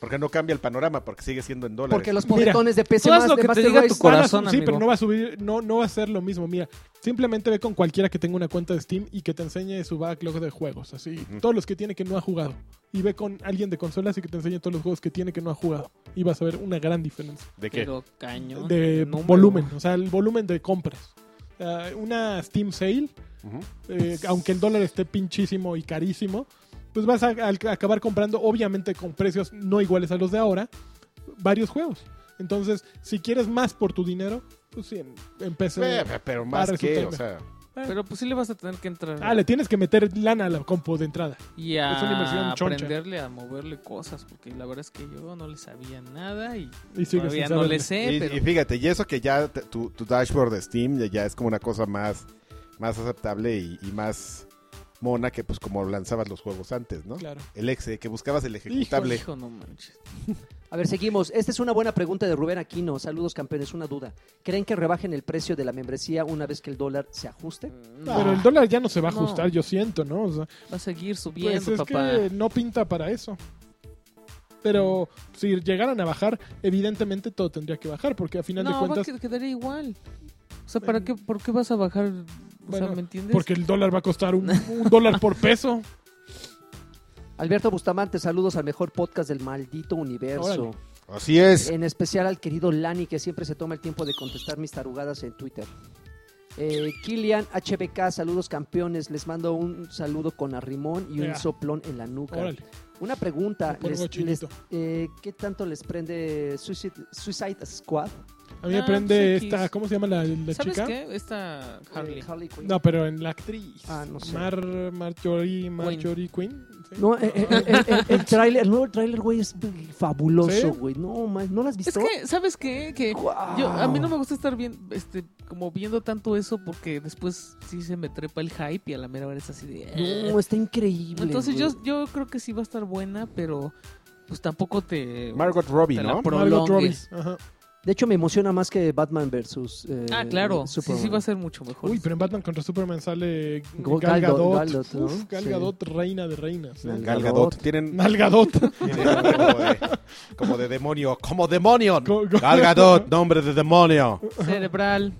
Speaker 5: Porque no cambia el panorama, porque sigue siendo en dólares.
Speaker 3: Porque los
Speaker 4: Mira,
Speaker 3: pobretones de PC
Speaker 2: tú haz
Speaker 3: más-
Speaker 2: lo
Speaker 3: de
Speaker 2: que te
Speaker 3: Master
Speaker 2: diga tu
Speaker 3: Race-
Speaker 2: corazón.
Speaker 4: Van a su- sí,
Speaker 2: amigo.
Speaker 4: pero no va a subir, no, no va a ser lo mismo. Mira, simplemente ve con cualquiera que tenga una cuenta de Steam y que te enseñe su backlog de juegos, así, todos los que tiene que no ha jugado. Y ve con alguien de consolas y que te enseñe todos los juegos que tiene que no ha jugado. Y vas a ver una gran diferencia
Speaker 5: ¿De qué?
Speaker 2: pero cañón.
Speaker 4: de
Speaker 2: número.
Speaker 4: volumen, o sea, el volumen de compras. O sea, una Steam sale,
Speaker 5: Ujú.
Speaker 4: eh, aunque el dólar esté pinchísimo y carísimo, pues vas a, a acabar comprando, obviamente con precios no iguales a los de ahora, varios juegos. Entonces, si quieres más por tu dinero, pues sí, en, en PC.
Speaker 5: Pero, Eh, pero más
Speaker 4: resultar
Speaker 5: que, o
Speaker 4: mejor.
Speaker 5: sea,
Speaker 2: Pero pues sí le vas a tener que entrar
Speaker 4: Ah, le tienes que meter lana a la compu de entrada.
Speaker 2: y
Speaker 4: es una
Speaker 2: a
Speaker 4: inversión choncha.
Speaker 2: aprenderle a moverle cosas, porque la verdad es que yo no le sabía nada y
Speaker 4: Y sigues
Speaker 2: todavía
Speaker 4: sin
Speaker 2: no
Speaker 4: saberle.
Speaker 2: le sé,
Speaker 5: y,
Speaker 2: Eh, pero
Speaker 5: y fíjate, y eso que ya te- tu, tu dashboard de Steam ya- ya es como una cosa más, más aceptable y, y más mona que pues como lanzabas los juegos antes, ¿no?
Speaker 4: Claro.
Speaker 5: El exe, que buscabas el ejecutable.
Speaker 2: hijo, no manches.
Speaker 3: A ver, seguimos. Esta es una buena pregunta de Rubén Aquino. Saludos, campeones. Una duda. ¿Creen que rebajen el precio de la membresía una vez que el dólar se ajuste?
Speaker 4: Mm.
Speaker 2: No,
Speaker 4: Pero el dólar ya no se va a
Speaker 2: No.
Speaker 4: ajustar, yo siento, ¿no? O sea,
Speaker 2: va a seguir subiendo,
Speaker 4: Pues es
Speaker 2: papá.
Speaker 4: que no pinta para eso. Pero si llegaran a bajar, evidentemente todo tendría que bajar, porque a final
Speaker 2: no,
Speaker 4: de
Speaker 2: va a
Speaker 4: cuentas,
Speaker 2: que- quedaría igual. O sea, ¿para qué, ¿por qué vas a bajar? O
Speaker 4: Bueno,
Speaker 2: sea, ¿me entiendes?
Speaker 4: porque el dólar va a costar un, un dólar por peso.
Speaker 3: Alberto Bustamante, saludos al mejor podcast del maldito universo.
Speaker 4: Órale.
Speaker 5: Así es.
Speaker 3: En especial al querido Lani, que siempre se toma el tiempo de contestar mis tarugadas en Twitter. Eh, Kilian HBK, saludos campeones. Les mando un saludo con arrimón y un
Speaker 4: Ea.
Speaker 3: soplón en la nuca.
Speaker 4: Órale.
Speaker 3: Una pregunta.
Speaker 4: Me pongo
Speaker 3: les- les-
Speaker 4: chinito.
Speaker 3: eh, ¿Qué tanto les prende Suicide, Suicide Squad?
Speaker 4: A mí me
Speaker 2: Ah,
Speaker 4: prende
Speaker 2: pues,
Speaker 4: esta,
Speaker 2: X.
Speaker 4: ¿cómo se llama la, la
Speaker 2: ¿Sabes
Speaker 4: chica?
Speaker 2: qué? Esta Harley.
Speaker 3: Eh, Harley Quinn.
Speaker 4: No, pero en la actriz.
Speaker 3: Ah, no sé.
Speaker 4: Mar, Marjorie, Marjorie Quinn. ¿sí?
Speaker 3: No, eh, eh, eh, eh, eh, el tráiler, el nuevo tráiler, güey, es
Speaker 4: ¿Sí?
Speaker 3: fabuloso, güey. No, man, ¿no lo has
Speaker 2: Es
Speaker 3: visto?
Speaker 2: que, ¿sabes qué? Que
Speaker 3: Guau.
Speaker 2: yo, a mí no me gusta estar bien, este, como viendo tanto eso porque después sí se me trepa el hype y a la mera hora es así de... "Eh".
Speaker 3: No, está increíble.
Speaker 2: Entonces
Speaker 3: güey.
Speaker 2: yo, yo creo que sí va a estar buena, pero pues tampoco te...
Speaker 5: Margot Robbie,
Speaker 2: te la
Speaker 5: ¿no?
Speaker 4: Margot Robbie.
Speaker 2: prolongues.
Speaker 4: Ajá.
Speaker 3: De hecho, me emociona más que Batman versus eh,
Speaker 2: Ah, claro. Sí,
Speaker 3: Superman.
Speaker 2: sí va a ser mucho mejor.
Speaker 4: Uy, pero en Batman contra Superman sale
Speaker 3: Go-
Speaker 4: Gal
Speaker 3: Gal Gadot,
Speaker 4: Gadot.
Speaker 3: Gal Gadot, ¿no?
Speaker 4: Uf, Gal
Speaker 3: Sí.
Speaker 4: Gadot, reina de reinas.
Speaker 3: Gal
Speaker 5: Gal
Speaker 3: Gadot.
Speaker 5: Gadot. Tienen
Speaker 4: Gal Gadot.
Speaker 5: tienen como, de, como de demonio. Como demonio.
Speaker 4: Go- go-
Speaker 5: Gal Gadot, nombre de demonio.
Speaker 2: Cerebral.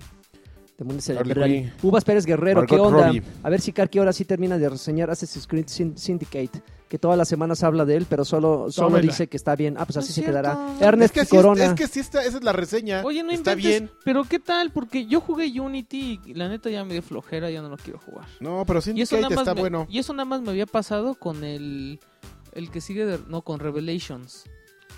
Speaker 3: Demonios
Speaker 5: Harley
Speaker 3: cerebral.
Speaker 5: Quinn.
Speaker 3: Uvas Pérez Guerrero,
Speaker 5: Margot
Speaker 3: ¿qué onda?
Speaker 5: Robbie.
Speaker 3: A ver si Karki ahora sí termina de reseñar Assassin's Creed Syn- Syndicate, que todas las semanas habla de él, pero solo, solo
Speaker 4: Tómela.
Speaker 3: dice que está bien. Ah, pues
Speaker 2: No
Speaker 3: así
Speaker 2: es
Speaker 3: se
Speaker 2: cierto.
Speaker 3: quedará.
Speaker 2: Es
Speaker 5: Es
Speaker 3: Ernest
Speaker 5: que, así es-
Speaker 3: Corona.
Speaker 5: es que sí está, esa es la reseña.
Speaker 2: Oye, no
Speaker 5: está
Speaker 2: inventes,
Speaker 5: bien.
Speaker 2: Pero ¿qué tal? Porque yo jugué Unity y la neta ya me dio flojera, ya no lo quiero jugar.
Speaker 5: No,
Speaker 2: Y
Speaker 5: pero
Speaker 2: eso,
Speaker 5: Syndicate
Speaker 2: nada más
Speaker 5: está
Speaker 2: me,
Speaker 5: bueno.
Speaker 2: y eso nada más me había pasado con el el que sigue de, no con Revelations.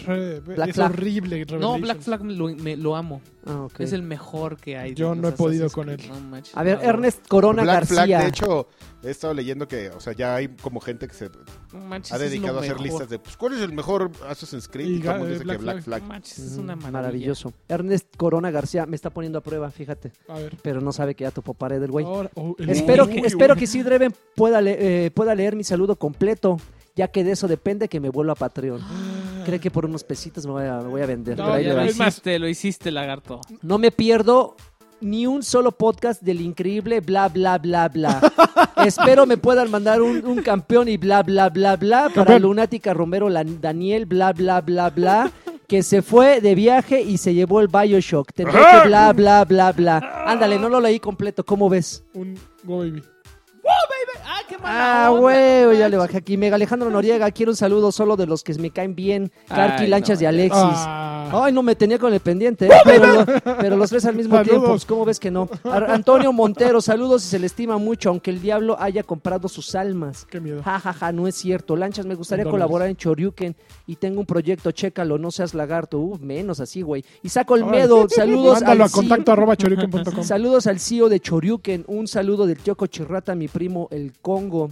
Speaker 4: Re-
Speaker 3: Black
Speaker 4: es
Speaker 3: Flag.
Speaker 4: horrible.
Speaker 2: No,
Speaker 4: Revelations.
Speaker 2: Black Flag lo, me- lo amo.
Speaker 3: Ah, ok.
Speaker 2: Es el mejor que hay. de
Speaker 4: Yo
Speaker 2: los
Speaker 4: no he podido
Speaker 2: Assassin's
Speaker 4: con
Speaker 2: Creed.
Speaker 4: él.
Speaker 2: No manches,
Speaker 3: A ver,
Speaker 2: no,
Speaker 3: Ernest Corona
Speaker 5: Black
Speaker 3: García.
Speaker 5: Flag, de hecho, he estado leyendo que, o sea, ya hay como gente que se
Speaker 2: no manches,
Speaker 5: ha
Speaker 2: es lo
Speaker 5: dedicado a hacer
Speaker 2: mejor.
Speaker 5: listas de, pues, ¿cuál es el mejor Assassin's Creed?
Speaker 4: Y
Speaker 5: Y todo el
Speaker 4: Ga-
Speaker 5: mundo dice
Speaker 4: Black
Speaker 5: que Black
Speaker 2: No
Speaker 5: Flag.
Speaker 2: manches, es una
Speaker 3: Mm,
Speaker 2: maravilla.
Speaker 3: Maravilloso. Ernest Corona García me está poniendo a prueba, fíjate.
Speaker 4: A ver.
Speaker 3: Pero no sabe que ya topó pared el güey.
Speaker 4: Ahora, oh, el-
Speaker 3: Espero
Speaker 4: Uy,
Speaker 3: que,
Speaker 4: uy,
Speaker 3: espero
Speaker 4: uy.
Speaker 3: que sí, Dreven, pueda, le- eh, pueda leer mi saludo completo, ya que de eso depende que me vuelva a Patreon. Cree que por unos pesitos me voy a, me voy a vender.
Speaker 4: No,
Speaker 3: pero ahí
Speaker 2: Ya
Speaker 3: le
Speaker 2: lo
Speaker 3: va.
Speaker 4: es más.
Speaker 2: hiciste, lo hiciste, lagarto.
Speaker 3: No me pierdo ni un solo podcast del increíble bla, bla, bla, bla. Espero me puedan mandar un, un campeón y bla, bla, bla, bla para Lunática Romero la- Daniel, bla, bla, bla, bla. Que se fue de viaje y se llevó el Bioshock. Tendré que bla, bla, bla, bla. Ándale, no lo leí completo. ¿Cómo ves?
Speaker 4: Un Go Baby.
Speaker 2: ¡Ah, qué mala
Speaker 3: Ah,
Speaker 2: onda!
Speaker 3: güey, ya le bajé aquí. Mega Alejandro Noriega, quiero un saludo solo de los que me caen bien. Carqui
Speaker 2: Ay,
Speaker 3: Lanchas
Speaker 2: no,
Speaker 3: de Alexis.
Speaker 4: Ah,
Speaker 3: Ay, no me tenía con el pendiente, ¿eh? pero, pero los tres al mismo
Speaker 4: Saludos.
Speaker 3: tiempo. pues, ¿Cómo ves que no? Ar- Antonio Montero, saludos y se le estima mucho, aunque el diablo haya comprado sus almas.
Speaker 4: qué miedo.
Speaker 3: Ja, ja, ja, no es cierto. Lanchas, me gustaría
Speaker 4: Dólares.
Speaker 3: colaborar en Choryuken y tengo un proyecto, chécalo, no seas lagarto. Uh, menos así, güey. Isaac Olmedo, saludos
Speaker 4: Mándalo
Speaker 3: al
Speaker 4: a contacto arroba choriuken.com.
Speaker 3: Saludos al CEO de Choryuken, un saludo del Choco Chirrata, mi primo el Congo,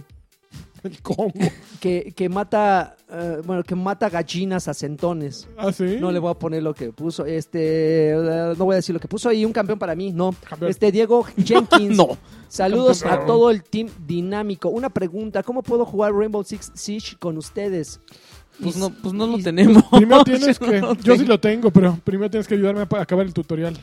Speaker 4: El combo.
Speaker 3: que, que mata, eh, bueno, que mata gallinas a centones.
Speaker 4: Ah, sí.
Speaker 3: No le voy a poner lo que puso, este, eh, no voy a decir lo que puso y un campeón para mí, no.
Speaker 4: Campeón.
Speaker 3: Este Diego Jenkins.
Speaker 2: No.
Speaker 3: Saludos
Speaker 4: Campeón.
Speaker 3: a todo el team dinámico. Una pregunta, ¿cómo puedo jugar Rainbow Six Siege con ustedes?
Speaker 2: Pues
Speaker 3: Y-
Speaker 2: no, pues no lo
Speaker 3: y-
Speaker 2: tenemos.
Speaker 4: Primero tienes
Speaker 2: Yo
Speaker 4: que.
Speaker 2: no
Speaker 4: Yo sí
Speaker 2: tengo.
Speaker 4: lo tengo, pero primero tienes que ayudarme a pa- acabar el tutorial.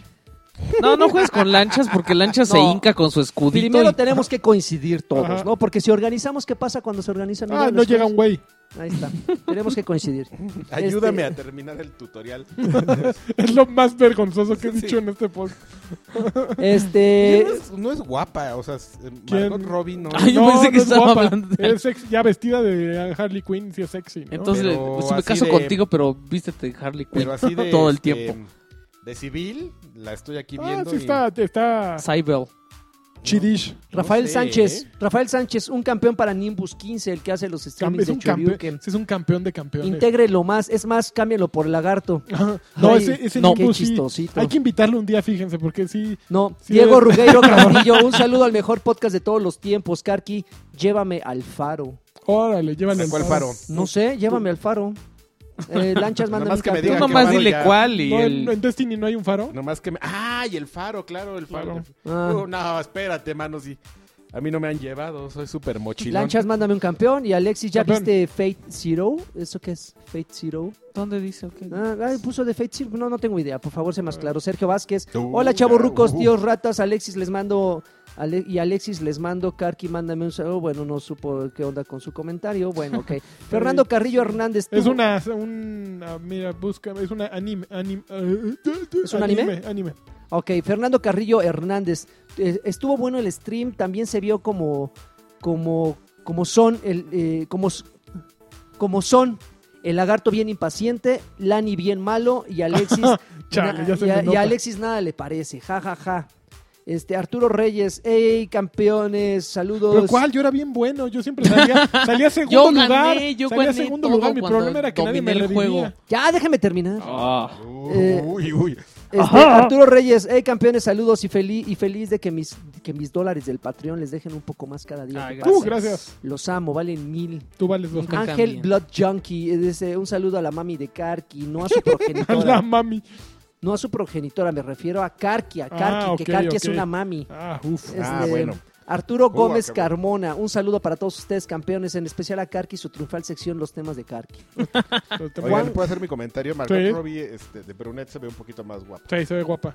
Speaker 2: No, no juegues con lanchas porque lanchas se
Speaker 3: No.
Speaker 2: hinca con su escudito.
Speaker 3: Primero
Speaker 2: y-
Speaker 3: tenemos que coincidir todos,
Speaker 4: Ajá.
Speaker 3: ¿no? Porque si organizamos, ¿qué pasa cuando se organizan?
Speaker 4: Ah, no llega un güey.
Speaker 3: Ahí está. Tenemos que coincidir.
Speaker 5: Ayúdame
Speaker 3: Este-
Speaker 5: a terminar el tutorial.
Speaker 4: Es lo más vergonzoso que he dicho en este post.
Speaker 5: Ella
Speaker 3: Este.
Speaker 5: no, es, no es guapa, o sea, es- eh,
Speaker 4: ¿Quién?
Speaker 5: Margot Robbie no.
Speaker 2: Ay, yo pensé que
Speaker 4: es
Speaker 2: estaba
Speaker 4: guapa.
Speaker 2: hablando de-
Speaker 4: Es sex- ya vestida de Harley Quinn, sí es sexy. ¿no?
Speaker 2: Entonces,
Speaker 5: Pero
Speaker 2: pues, me
Speaker 5: así
Speaker 2: caso
Speaker 5: de-
Speaker 2: contigo, pero vístete de Harley Quinn
Speaker 5: Pero así de,
Speaker 2: todo el
Speaker 5: este,
Speaker 2: tiempo.
Speaker 5: De civil, la estoy aquí
Speaker 4: ah,
Speaker 5: viendo.
Speaker 4: sí
Speaker 5: y-
Speaker 4: está. está
Speaker 2: Cybele.
Speaker 4: Chirish.
Speaker 3: Rafael
Speaker 8: sé,
Speaker 3: Sánchez.
Speaker 8: ¿eh?
Speaker 3: Rafael Sánchez, un campeón para Nimbus 15, el que hace los
Speaker 4: Campe-
Speaker 3: streamings
Speaker 4: Es un,
Speaker 3: de Shoryuken.
Speaker 4: campeón, es un campeón de campeones.
Speaker 3: Intégrelo más. Es más, cámbialo por Lagarto.
Speaker 4: no,
Speaker 3: Ay,
Speaker 4: ese, ese
Speaker 3: no,
Speaker 4: Nimbus
Speaker 3: qué
Speaker 4: sí.
Speaker 3: chistosito.
Speaker 4: Hay que invitarlo un día, fíjense, porque sí.
Speaker 3: No,
Speaker 4: Sí,
Speaker 3: Diego
Speaker 4: es-
Speaker 3: Rugueiro Castillo, un saludo al mejor podcast de todos los tiempos, Karki. Llévame al faro.
Speaker 4: Órale, llévale
Speaker 5: ¿Cuál faro?
Speaker 3: No sé, llévame al faro. Eh, Lanchas,
Speaker 5: Nada
Speaker 3: manda
Speaker 5: más
Speaker 3: mi
Speaker 5: que me
Speaker 3: campeón.
Speaker 5: diga
Speaker 2: Tú nomás
Speaker 5: Varo
Speaker 2: dile
Speaker 5: ya-
Speaker 2: cuál y
Speaker 4: No,
Speaker 2: el...
Speaker 4: en, en Destiny no hay un faro.
Speaker 5: Nomás que me... ¡Ay, el faro! Claro, el faro.
Speaker 3: Ah.
Speaker 5: Uh, no, espérate, mano. Si a mí no me han llevado, soy súper mochilón.
Speaker 3: Lanchas, mándame un campeón. Y Alexis, ¿ya
Speaker 4: Campeón.
Speaker 3: viste Fate Zero? ¿Eso qué es? Fate Zero.
Speaker 2: ¿Dónde dice? o qué?
Speaker 3: Ah, ay, puso de Fate Zero. No, no tengo idea. Por favor, sé más claro. Sergio Vázquez.
Speaker 5: Uh,
Speaker 3: Hola, chavorrucos,
Speaker 5: uh, uh.
Speaker 3: tíos ratas. Alexis, les mando. Ale- y Alexis, les mando. Karki, mándame un saludo. Bueno, no supo qué onda con su comentario. Bueno, ok. Fernando Carrillo Hernández.
Speaker 4: Es
Speaker 3: tú-
Speaker 4: una, una. Mira, busca. Es una anime. anime
Speaker 3: ¿Es un anime?
Speaker 4: Anime. anime.
Speaker 3: Ok, Fernando Carrillo Hernández. Eh, Estuvo bueno el stream, también se vio como como como son el eh, como s- como son el lagarto bien impaciente, Lani bien malo y Alexis
Speaker 4: Chale,
Speaker 3: na-
Speaker 4: ya se
Speaker 3: y, a-
Speaker 4: me
Speaker 3: y
Speaker 4: nota.
Speaker 3: a Alexis nada le parece. Ja ja ja. Este Arturo Reyes, hey campeones, saludos.
Speaker 4: Pero cuál, yo era bien bueno, yo siempre salía, salía segundo
Speaker 2: Pues- Yo gané,
Speaker 4: lugar,
Speaker 2: yo
Speaker 4: salía
Speaker 2: gané
Speaker 4: segundo
Speaker 2: todo
Speaker 4: lugar, mi
Speaker 2: cuando
Speaker 4: problema era que nadie me
Speaker 2: dominé el
Speaker 4: revivía.
Speaker 2: juego.
Speaker 3: Ya, déjame terminar.
Speaker 8: Ah,
Speaker 3: Eh,
Speaker 5: Uh, Uy, uy.
Speaker 3: Este, Arturo Reyes, hey campeones, saludos y feliz y feliz de que mis que mis dólares del Patreon les dejen un poco más cada día.
Speaker 2: Ay,
Speaker 3: que
Speaker 4: Uh,
Speaker 3: pasa.
Speaker 4: gracias.
Speaker 3: Los amo, valen mil.
Speaker 4: Tú vales dos.
Speaker 2: Nunca
Speaker 3: Ángel
Speaker 2: cambien.
Speaker 3: Blood Junkie eh, dice un saludo a la mami de Karki, no a su
Speaker 4: La
Speaker 3: progenitora.
Speaker 4: mami.
Speaker 3: no a su progenitora, me refiero a Karki, a
Speaker 4: Ah,
Speaker 3: Karki, que
Speaker 4: ok,
Speaker 3: Karki es
Speaker 4: ok.
Speaker 3: una mami.
Speaker 4: Ah, Uh, uf.
Speaker 5: Ah,
Speaker 3: Este,
Speaker 5: bueno.
Speaker 3: Arturo Gómez
Speaker 5: cabrón.
Speaker 3: Carmona, un saludo para todos ustedes campeones, en especial a Karki y su triunfal sección Los temas de Karki.
Speaker 4: Pero te-
Speaker 5: Oigan, ¿puedo hacer mi comentario? Margot
Speaker 4: Sí.
Speaker 5: Robbie este, de Brunet se ve un poquito más guapo.
Speaker 4: Sí, se ve guapa.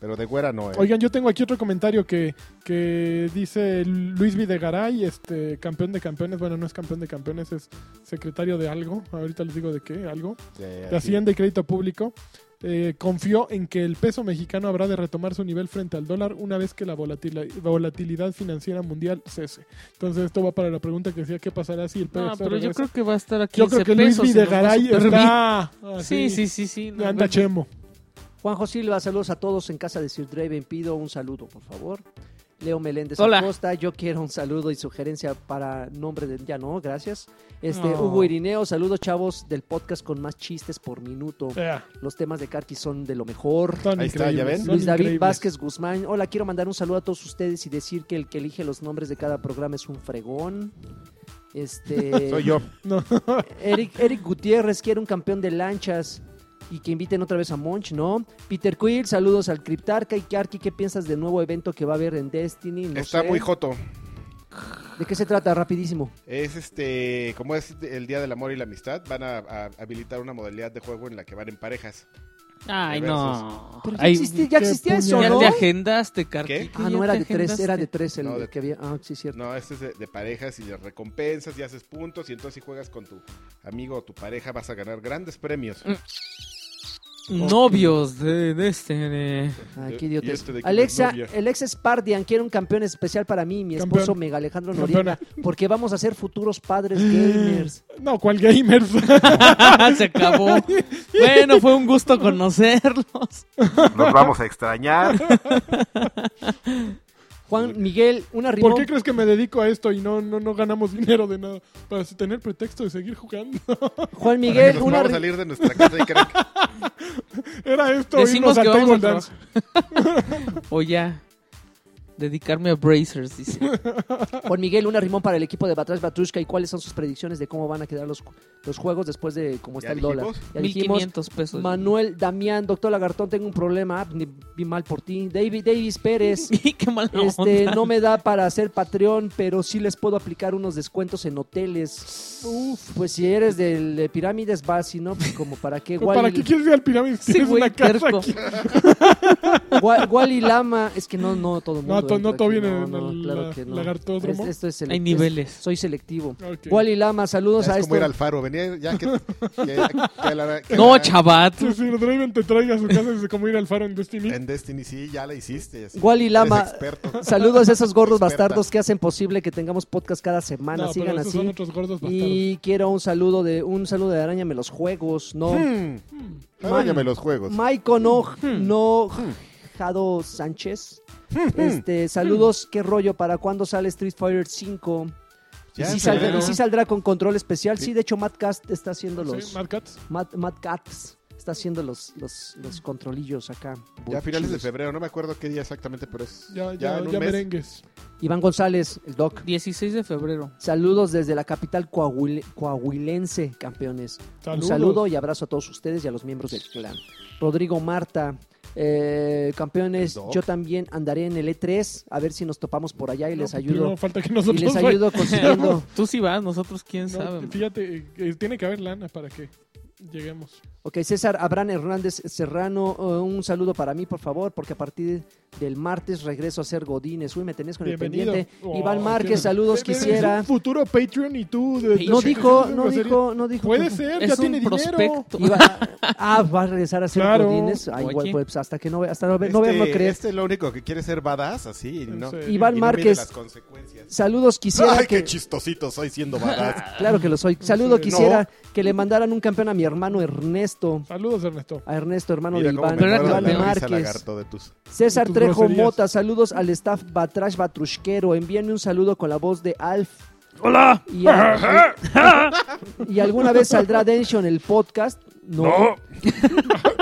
Speaker 5: Pero de güera no, ¿eh?
Speaker 4: Oigan, yo tengo aquí otro comentario que, que dice Luis Videgaray, este campeón de campeones. Bueno, no es campeón de campeones, es secretario de algo. Ahorita les digo de qué, algo.
Speaker 5: De-
Speaker 4: de Hacienda y Crédito Público, eh, confió en que el peso mexicano habrá de retomar su nivel frente al dólar una vez que la volatila- volatilidad financiera mundial cese. Entonces, esto va para la pregunta que decía: ¿qué pasará si el peso
Speaker 2: No, pero yo
Speaker 4: regresa?
Speaker 2: creo que va a estar aquí.
Speaker 4: Yo creo que Luis Videgaray está.
Speaker 2: Sí,
Speaker 4: así,
Speaker 2: sí, sí, sí. no,
Speaker 4: Anda
Speaker 2: no,
Speaker 4: chemo.
Speaker 3: Juanjo Silva, saludos a todos en casa de Sir Draven. Pido un saludo, por favor. Leo Meléndez
Speaker 2: Hola.
Speaker 3: Acosta, yo quiero un saludo y sugerencia para nombre de. Ya no, gracias. Este,
Speaker 2: No.
Speaker 3: Hugo Irineo, saludos chavos del podcast con más chistes por minuto.
Speaker 4: Eh,
Speaker 3: Los temas de Karki son de lo mejor.
Speaker 4: son
Speaker 5: Ahí está, ¿ya
Speaker 4: increíbles,
Speaker 5: ven?
Speaker 4: son
Speaker 3: Luis David
Speaker 4: increíbles.
Speaker 3: Vázquez Guzmán, hola, quiero mandar un saludo a todos ustedes y decir que el que elige los nombres de cada programa es un fregón. Este,
Speaker 5: Soy yo.
Speaker 3: Eric, Eric Gutiérrez quiere un campeón de lanchas y que inviten otra vez a Monch, ¿no? Peter Quill, saludos al Criptarca y Karki, ¿qué piensas del nuevo evento que va a haber en Destiny? No
Speaker 5: Está
Speaker 3: sé.
Speaker 5: muy joto.
Speaker 3: ¿De qué se trata? Rapidísimo.
Speaker 5: Es este, como es el Día del Amor y la Amistad, van a, a habilitar una modalidad de juego en la que van en parejas.
Speaker 2: Ay, no.
Speaker 3: Pero ya,
Speaker 2: Ay,
Speaker 3: existi- ya
Speaker 4: qué
Speaker 3: existía eso,
Speaker 2: ya
Speaker 4: puñal.
Speaker 3: ¿no?
Speaker 2: te agendaste, Karki.
Speaker 5: ¿Qué?
Speaker 2: tú
Speaker 3: Ah,
Speaker 2: ya
Speaker 3: no, era
Speaker 2: te
Speaker 3: de tres, era de
Speaker 2: agendaste.
Speaker 3: tres el
Speaker 5: No, de-
Speaker 3: que había. Ah, sí, cierto.
Speaker 5: No, este es de, de parejas y de recompensas y haces puntos y entonces si juegas con tu amigo o tu pareja vas a ganar grandes premios.
Speaker 2: Novios de Destiny.
Speaker 3: Ay,
Speaker 5: Y-
Speaker 3: Ah, qué
Speaker 5: y
Speaker 3: idiotes.
Speaker 5: este de aquí
Speaker 3: Alexa,
Speaker 5: no es novia.
Speaker 3: Alexa Spardian quiere un campeón especial para mí, mi esposo
Speaker 4: Campeón.
Speaker 3: Mega Alejandro
Speaker 4: Campeona.
Speaker 3: Noriega, porque vamos a ser futuros padres gamers.
Speaker 4: No, cual gamers.
Speaker 2: Se acabó. Bueno, fue un gusto conocerlos.
Speaker 5: Nos vamos a extrañar.
Speaker 3: Juan Miguel, una
Speaker 4: ¿Por
Speaker 3: rimón.
Speaker 4: qué crees que me dedico a esto y no, no, no ganamos dinero de nada? Para tener pretexto de seguir jugando.
Speaker 3: Juan
Speaker 5: Para que
Speaker 3: Miguel,
Speaker 5: nos
Speaker 3: una
Speaker 5: vamos a
Speaker 3: ri-
Speaker 5: salir de nuestra casa y creen que-
Speaker 4: Era esto,
Speaker 2: Decimos
Speaker 4: irnos al
Speaker 2: que
Speaker 4: table
Speaker 2: vamos a
Speaker 4: dance.
Speaker 2: trabajar. O ya. Dedicarme a Brazers, dice.
Speaker 3: Juan Miguel, una rimón para el equipo de Batrash Batrushka y cuáles son sus predicciones de cómo van a quedar los, los juegos después de cómo está
Speaker 5: ¿Ya
Speaker 3: el dólar.
Speaker 5: dijimos?
Speaker 3: Ya dijimos,
Speaker 2: 1500 pesos.
Speaker 3: Manuel Damián, doctor Lagartón, tengo un problema, ah, ni- vi mal por ti. David Davis Pérez,
Speaker 2: Y qué mala
Speaker 3: este,
Speaker 2: onda.
Speaker 3: no me da para hacer Patreon, pero sí les puedo aplicar unos descuentos en hoteles. Uf, pues si eres del de Pirámides, vas, si no, pues como para qué. Wally,
Speaker 4: ¿Para qué quieres ir al pirámide? si
Speaker 2: Sí,
Speaker 4: Tienes
Speaker 2: güey,
Speaker 4: una casa
Speaker 2: terco.
Speaker 4: aquí.
Speaker 3: Wa- Wally Lama, es que no, no todo el
Speaker 4: No,
Speaker 3: mundo.
Speaker 4: to- no
Speaker 3: entra
Speaker 4: todo
Speaker 3: aquí,
Speaker 4: viene
Speaker 3: no,
Speaker 4: en
Speaker 3: no,
Speaker 4: el
Speaker 3: claro
Speaker 4: la-
Speaker 3: que no.
Speaker 4: lagartódromo.
Speaker 3: Es- esto es selec-
Speaker 2: Hay
Speaker 3: es-
Speaker 2: niveles.
Speaker 3: soy selectivo.
Speaker 4: Ok.
Speaker 3: Wally Lama, saludos
Speaker 5: Ya
Speaker 3: a
Speaker 5: es como ir
Speaker 3: esto.
Speaker 5: al faro. Venía ya que. ya- que la- que
Speaker 2: No,
Speaker 5: la-
Speaker 2: chavat.
Speaker 4: Que Sir Draven te traiga a su casa es como ir al faro en Destiny.
Speaker 5: En Destiny sí, ya la hiciste. así.
Speaker 3: Wally
Speaker 5: Eres
Speaker 3: Lama,
Speaker 5: experto.
Speaker 3: saludos a esos gordos
Speaker 5: Experta.
Speaker 3: bastardos que hacen posible que tengamos podcast cada semana.
Speaker 4: no,
Speaker 3: Sigan
Speaker 4: pero esos son
Speaker 3: así.
Speaker 4: otros gordos bastardos.
Speaker 3: Y quiero un saludo de un saludo de araña los juegos, no.
Speaker 5: Hmm. Hmm. Arañame los juegos.
Speaker 3: Maiko no, no Jado Sánchez. Este, saludos, qué rollo, ¿para cuándo sale Street Fighter 5? Y
Speaker 5: Ya
Speaker 3: sí,
Speaker 5: en
Speaker 3: saldrá,
Speaker 5: febrero.
Speaker 3: y sí saldrá con control especial. Sí, de hecho, Matt Cast está haciendo los.
Speaker 4: Sí, Mad Cats.
Speaker 3: Matt, Matt Katz está haciendo los, los, los controlillos acá.
Speaker 5: Ya a finales de
Speaker 3: Chidos.
Speaker 5: febrero, no me acuerdo qué día exactamente, pero es
Speaker 4: Ya,
Speaker 5: ya
Speaker 4: ya,
Speaker 5: en un
Speaker 4: ya
Speaker 5: mes.
Speaker 4: merengues.
Speaker 3: Iván González, el doc.
Speaker 2: 16 de febrero.
Speaker 3: Saludos desde la capital coahuil- coahuilense, campeones.
Speaker 4: Saludos.
Speaker 3: Un saludo y abrazo a todos ustedes y a los miembros del clan. Rodrigo Marta, eh, campeones,
Speaker 5: El doc.
Speaker 3: yo también andaré en el E3 a ver si nos topamos por allá y les
Speaker 4: No, pues,
Speaker 3: ayudo.
Speaker 4: primero falta que
Speaker 3: Y
Speaker 4: nosotros
Speaker 3: les
Speaker 4: vaya-
Speaker 3: ayudo consiguiendo.
Speaker 2: Tú sí vas, nosotros quién
Speaker 4: No,
Speaker 2: sabe. man.
Speaker 4: fíjate, eh, eh, tiene que haber lana para que lleguemos.
Speaker 3: Ok, César Abraham Hernández Serrano, eh, un saludo para mí, por favor, porque a partir del martes regreso a ser Godínez. Uy, me tenés con
Speaker 4: Bienvenido.
Speaker 3: el pendiente.
Speaker 4: Oh,
Speaker 3: Iván
Speaker 4: tiene-
Speaker 3: Márquez, saludos,
Speaker 4: Es un
Speaker 3: quisiera.
Speaker 4: futuro Patreon y tú. de- de-
Speaker 3: No
Speaker 4: de-
Speaker 3: dijo,
Speaker 4: de-
Speaker 3: no
Speaker 4: grosería.
Speaker 3: dijo, no dijo.
Speaker 4: Puede
Speaker 3: que-
Speaker 4: ser, ya
Speaker 2: Es
Speaker 4: tiene
Speaker 2: un
Speaker 4: dinero.
Speaker 2: prospecto.
Speaker 3: Iba- ah, va a regresar a ser
Speaker 4: Claro.
Speaker 3: Godínez. Ay,
Speaker 2: Oye.
Speaker 3: güey, pues hasta que no vea, hasta no vea, no vea, no
Speaker 5: Este-
Speaker 3: crees.
Speaker 5: Este es lo único que quiere ser badass, así, y ¿no?
Speaker 4: Sí.
Speaker 5: y
Speaker 3: Iván
Speaker 5: no mide
Speaker 3: Márquez,
Speaker 5: las consecuencias.
Speaker 3: saludos, quisiera
Speaker 5: Ay,
Speaker 3: que.
Speaker 5: qué chistosito soy siendo badass.
Speaker 3: Claro que lo soy. Saludo,
Speaker 4: Sí.
Speaker 3: quisiera que le mandaran un campeón a mi hermano Ernesto.
Speaker 4: Saludos, Ernesto.
Speaker 3: A Ernesto, hermano
Speaker 5: Mira
Speaker 3: de
Speaker 5: cómo
Speaker 3: Iván,
Speaker 5: me
Speaker 2: Pero era
Speaker 5: muero
Speaker 3: Iván
Speaker 5: de la risa,
Speaker 3: Márquez.
Speaker 5: lagarto de tus...
Speaker 3: César
Speaker 4: Tus
Speaker 3: Trejo
Speaker 4: groserías.
Speaker 3: Mota, saludos al staff Batrash Batrushquero. Envíenme un saludo con la voz de Alf.
Speaker 9: ¡Hola!
Speaker 3: Y, a- y alguna vez saldrá Dension el podcast. No.
Speaker 9: ¡No!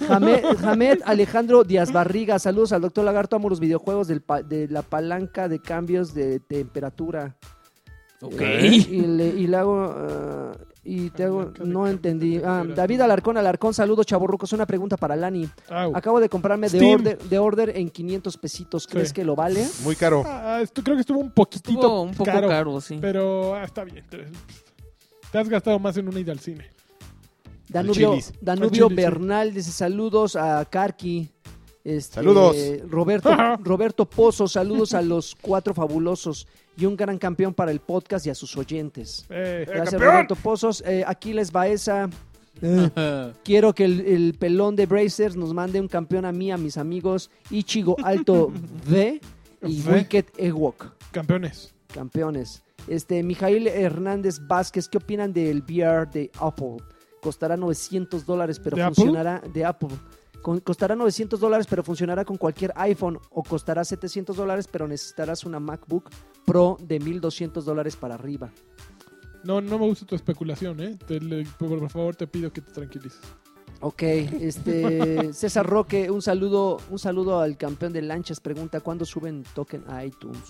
Speaker 3: Jame- Jamed, Alejandro Díaz Barriga, saludos al doctor Lagarto. Amo los videojuegos del pa- de la palanca de cambios de temperatura.
Speaker 2: Ok.
Speaker 3: Eh, y, le, y le hago. ah, y te hago.
Speaker 4: Palanca de
Speaker 3: No
Speaker 4: cambio de
Speaker 3: entendí. Ah,
Speaker 4: temperatura.
Speaker 3: David Alarcón, Alarcón, saludos, chavorrucos. Una pregunta para Lani.
Speaker 4: Au.
Speaker 3: Acabo de comprarme de
Speaker 4: Oh. Steam.
Speaker 3: order, de order en 500 pesitos. ¿Crees
Speaker 4: Sí.
Speaker 3: que lo vale?
Speaker 5: Muy caro.
Speaker 4: Ah, esto creo que estuvo un poquitito
Speaker 2: Estuvo un poco
Speaker 4: caro,
Speaker 2: caro, sí.
Speaker 4: Pero ah, está bien. Te, te has gastado más en una ida al cine.
Speaker 3: Danubio,
Speaker 5: Al chilis.
Speaker 3: Danubio
Speaker 4: Al chilis, sí.
Speaker 3: Bernal dice saludos a Karki. Este,
Speaker 5: Saludos.
Speaker 3: Roberto, Roberto Pozo, saludos a los cuatro fabulosos y un gran campeón para el podcast y a sus oyentes.
Speaker 4: Eh,
Speaker 3: Gracias,
Speaker 9: campeón!
Speaker 3: Roberto Pozos. Eh, Aquiles Baeza. Eh, quiero que el, el pelón de Brazers nos mande un campeón a mí, a mis amigos Ichigo Alto V y
Speaker 4: V.
Speaker 3: Wicked Ewok.
Speaker 4: campeones.
Speaker 3: Campeones. Este, Mijail Hernández Vázquez, ¿qué opinan del VR de Apple? Costará 900 dólares, pero
Speaker 4: ¿De Apple?
Speaker 3: funcionará de Apple. Con- costará 900 dólares, pero funcionará con cualquier iPhone. O costará 700 dólares, pero necesitarás una MacBook Pro de 1200 dólares para arriba.
Speaker 4: No, no me gusta tu especulación, ¿eh? Te- le- por favor, te pido que te tranquilices.
Speaker 3: Ok, este César Roque, un saludo, un saludo al campeón de lanchas. Pregunta ¿cuándo suben token a iTunes?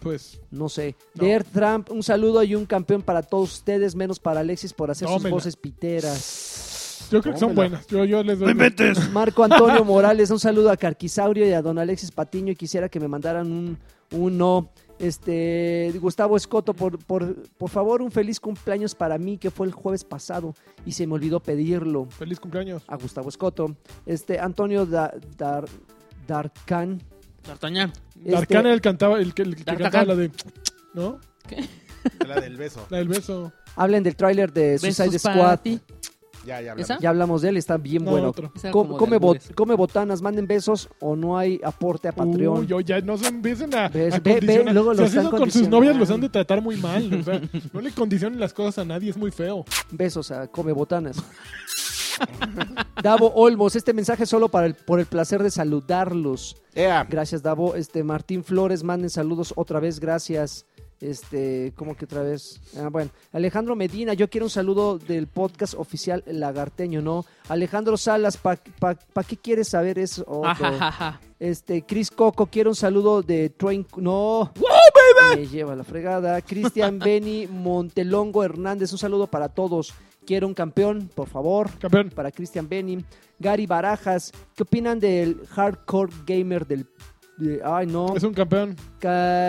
Speaker 4: Pues,
Speaker 3: No sé.
Speaker 4: No.
Speaker 3: Der Trump, un saludo y un campeón para todos ustedes, menos para Alexis por hacer sus
Speaker 4: Tómela.
Speaker 3: voces piteras.
Speaker 4: yo creo que son buenas. Yo, yo les
Speaker 9: ¡No
Speaker 4: doy.
Speaker 9: inventes!
Speaker 3: Marco Antonio Morales, un saludo a Carquisaurio y a don Alexis Patiño y quisiera que me mandaran un, un no. Este, Gustavo Escoto, por, por, por favor, un feliz cumpleaños para mí que fue el jueves pasado y se me olvidó pedirlo.
Speaker 4: Feliz cumpleaños.
Speaker 3: a Gustavo Escoto, este Antonio Da- Dar, Darkan,
Speaker 2: D'Artagnan.
Speaker 3: Este-
Speaker 4: Darkan era el, cantaba, el, que- el que
Speaker 2: Darkan.
Speaker 4: cantaba la de. ¿No?
Speaker 5: La del beso.
Speaker 4: La del beso.
Speaker 3: hablen del tráiler de Suicide
Speaker 2: Besos
Speaker 3: Squad.
Speaker 2: para ti.
Speaker 5: Ya, ya hablamos.
Speaker 2: ¿Esa?
Speaker 3: Ya hablamos de él, está bien
Speaker 4: No,
Speaker 3: bueno.
Speaker 4: otro.
Speaker 2: Esa
Speaker 3: Co-
Speaker 2: como de
Speaker 3: come, bot-
Speaker 2: albures.
Speaker 3: come botanas, manden besos o no hay aporte a Patreon.
Speaker 4: Uy, yo ya no se empiecen a,
Speaker 3: Ves,
Speaker 4: a
Speaker 3: ve- ve,
Speaker 4: condicionar.
Speaker 3: luego
Speaker 4: si
Speaker 3: los
Speaker 4: hacen
Speaker 3: están
Speaker 4: con sus novias los
Speaker 3: condicionando.
Speaker 4: han de tratar muy mal. O sea, no le condicionen las cosas a nadie, es muy feo.
Speaker 3: Besos a Come Botanas. Davo Olmos, este mensaje es solo para el, por el placer de saludarlos.
Speaker 5: Ea.
Speaker 3: Gracias, Davo. Este Martín Flores, manden saludos otra vez, gracias. Este, ¿cómo que otra vez? Ah, bueno, Alejandro Medina, yo quiero un saludo del podcast oficial Lagarteño, ¿no? Alejandro Salas, ¿para qué quieres saber eso?
Speaker 2: Ajajaja.
Speaker 3: Este, Chris Coco, quiero un saludo de Train. No. Me lleva la fregada. Cristian Beni Montelongo Hernández, un saludo para todos. Quiero un campeón, por favor.
Speaker 4: Campeón.
Speaker 3: Para Cristian Beni. Gary Barajas, ¿qué opinan del hardcore gamer del. de- ay, no.
Speaker 4: Es un campeón.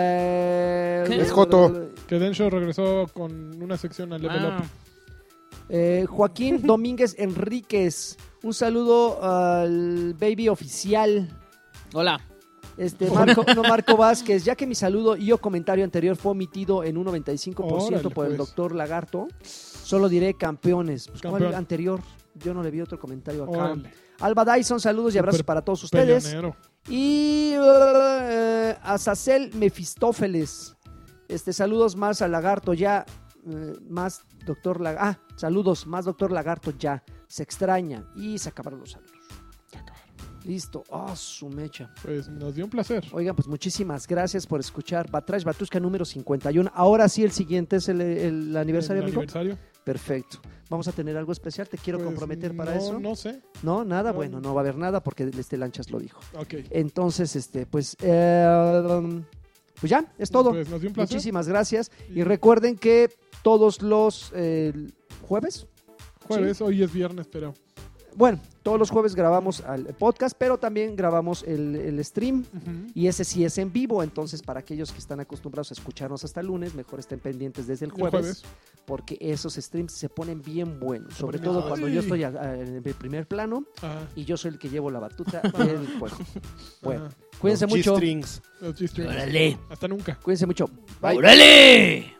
Speaker 3: Ca- eh,
Speaker 2: ¿Qué?
Speaker 5: Es Joto.
Speaker 4: Que Densho regresó con una sección al Level
Speaker 2: Ah,
Speaker 4: Up.
Speaker 3: Eh, Joaquín Domínguez Enríquez, un saludo al baby oficial.
Speaker 2: hola.
Speaker 3: Este, Marco, no, Marco Vázquez, ya que mi saludo y o comentario anterior fue omitido en un 95%
Speaker 4: Órale,
Speaker 3: por el
Speaker 4: pues.
Speaker 3: doctor Lagarto, solo diré campeones. Pues, ¿cuál
Speaker 4: Campeón.
Speaker 3: anterior? Yo no le vi otro comentario acá.
Speaker 4: Órale.
Speaker 3: Alba Dyson, saludos y abrazos
Speaker 4: Super
Speaker 3: para todos ustedes.
Speaker 4: Peleonero.
Speaker 3: Y eh, Azazel Mefistófeles. Este, saludos más al lagarto ya. eh, más doctor lagarto. Ah, saludos más doctor lagarto ya. Se extraña. Y se acabaron los saludos. Listo. Oh, su mecha.
Speaker 4: Pues nos dio un placer.
Speaker 3: Oigan, pues muchísimas gracias por escuchar. Batrash Batusca número 51. Ahora sí, el siguiente es el, el aniversario,
Speaker 4: El
Speaker 3: amigo.
Speaker 4: aniversario.
Speaker 3: Perfecto. ¿Vamos a tener algo especial? ¿Te quiero
Speaker 4: Pues,
Speaker 3: comprometer para
Speaker 4: no,
Speaker 3: eso? No,
Speaker 4: No sé.
Speaker 3: nada.
Speaker 4: No.
Speaker 3: Bueno, no va a haber nada porque este Lanchas lo dijo.
Speaker 4: Ok.
Speaker 3: Entonces, este, pues, eh, pues ya, es todo.
Speaker 4: Pues nos dio un placer.
Speaker 3: Muchísimas gracias. Y recuerden que todos los eh, jueves,
Speaker 4: Jueves, hoy es viernes, pero.
Speaker 3: bueno, todos los jueves grabamos al podcast, pero también grabamos el, el stream. Y ese sí es en vivo, entonces para aquellos que están acostumbrados a escucharnos hasta el lunes, mejor estén pendientes desde el
Speaker 4: El
Speaker 3: jueves,
Speaker 4: jueves.
Speaker 3: porque esos streams se ponen bien buenos, sobre
Speaker 4: ponen
Speaker 3: todo
Speaker 4: bien
Speaker 3: cuando
Speaker 4: buenos.
Speaker 3: yo estoy a- a- en el primer plano
Speaker 4: Ajá.
Speaker 3: y yo soy el que llevo la batuta del juego. Bueno,
Speaker 4: Ajá.
Speaker 3: cuídense
Speaker 1: Los
Speaker 3: mucho,
Speaker 1: G-strings.
Speaker 4: Los G-strings.
Speaker 2: Órale.
Speaker 4: Hasta nunca.
Speaker 3: cuídense mucho. Bye.
Speaker 2: Órale.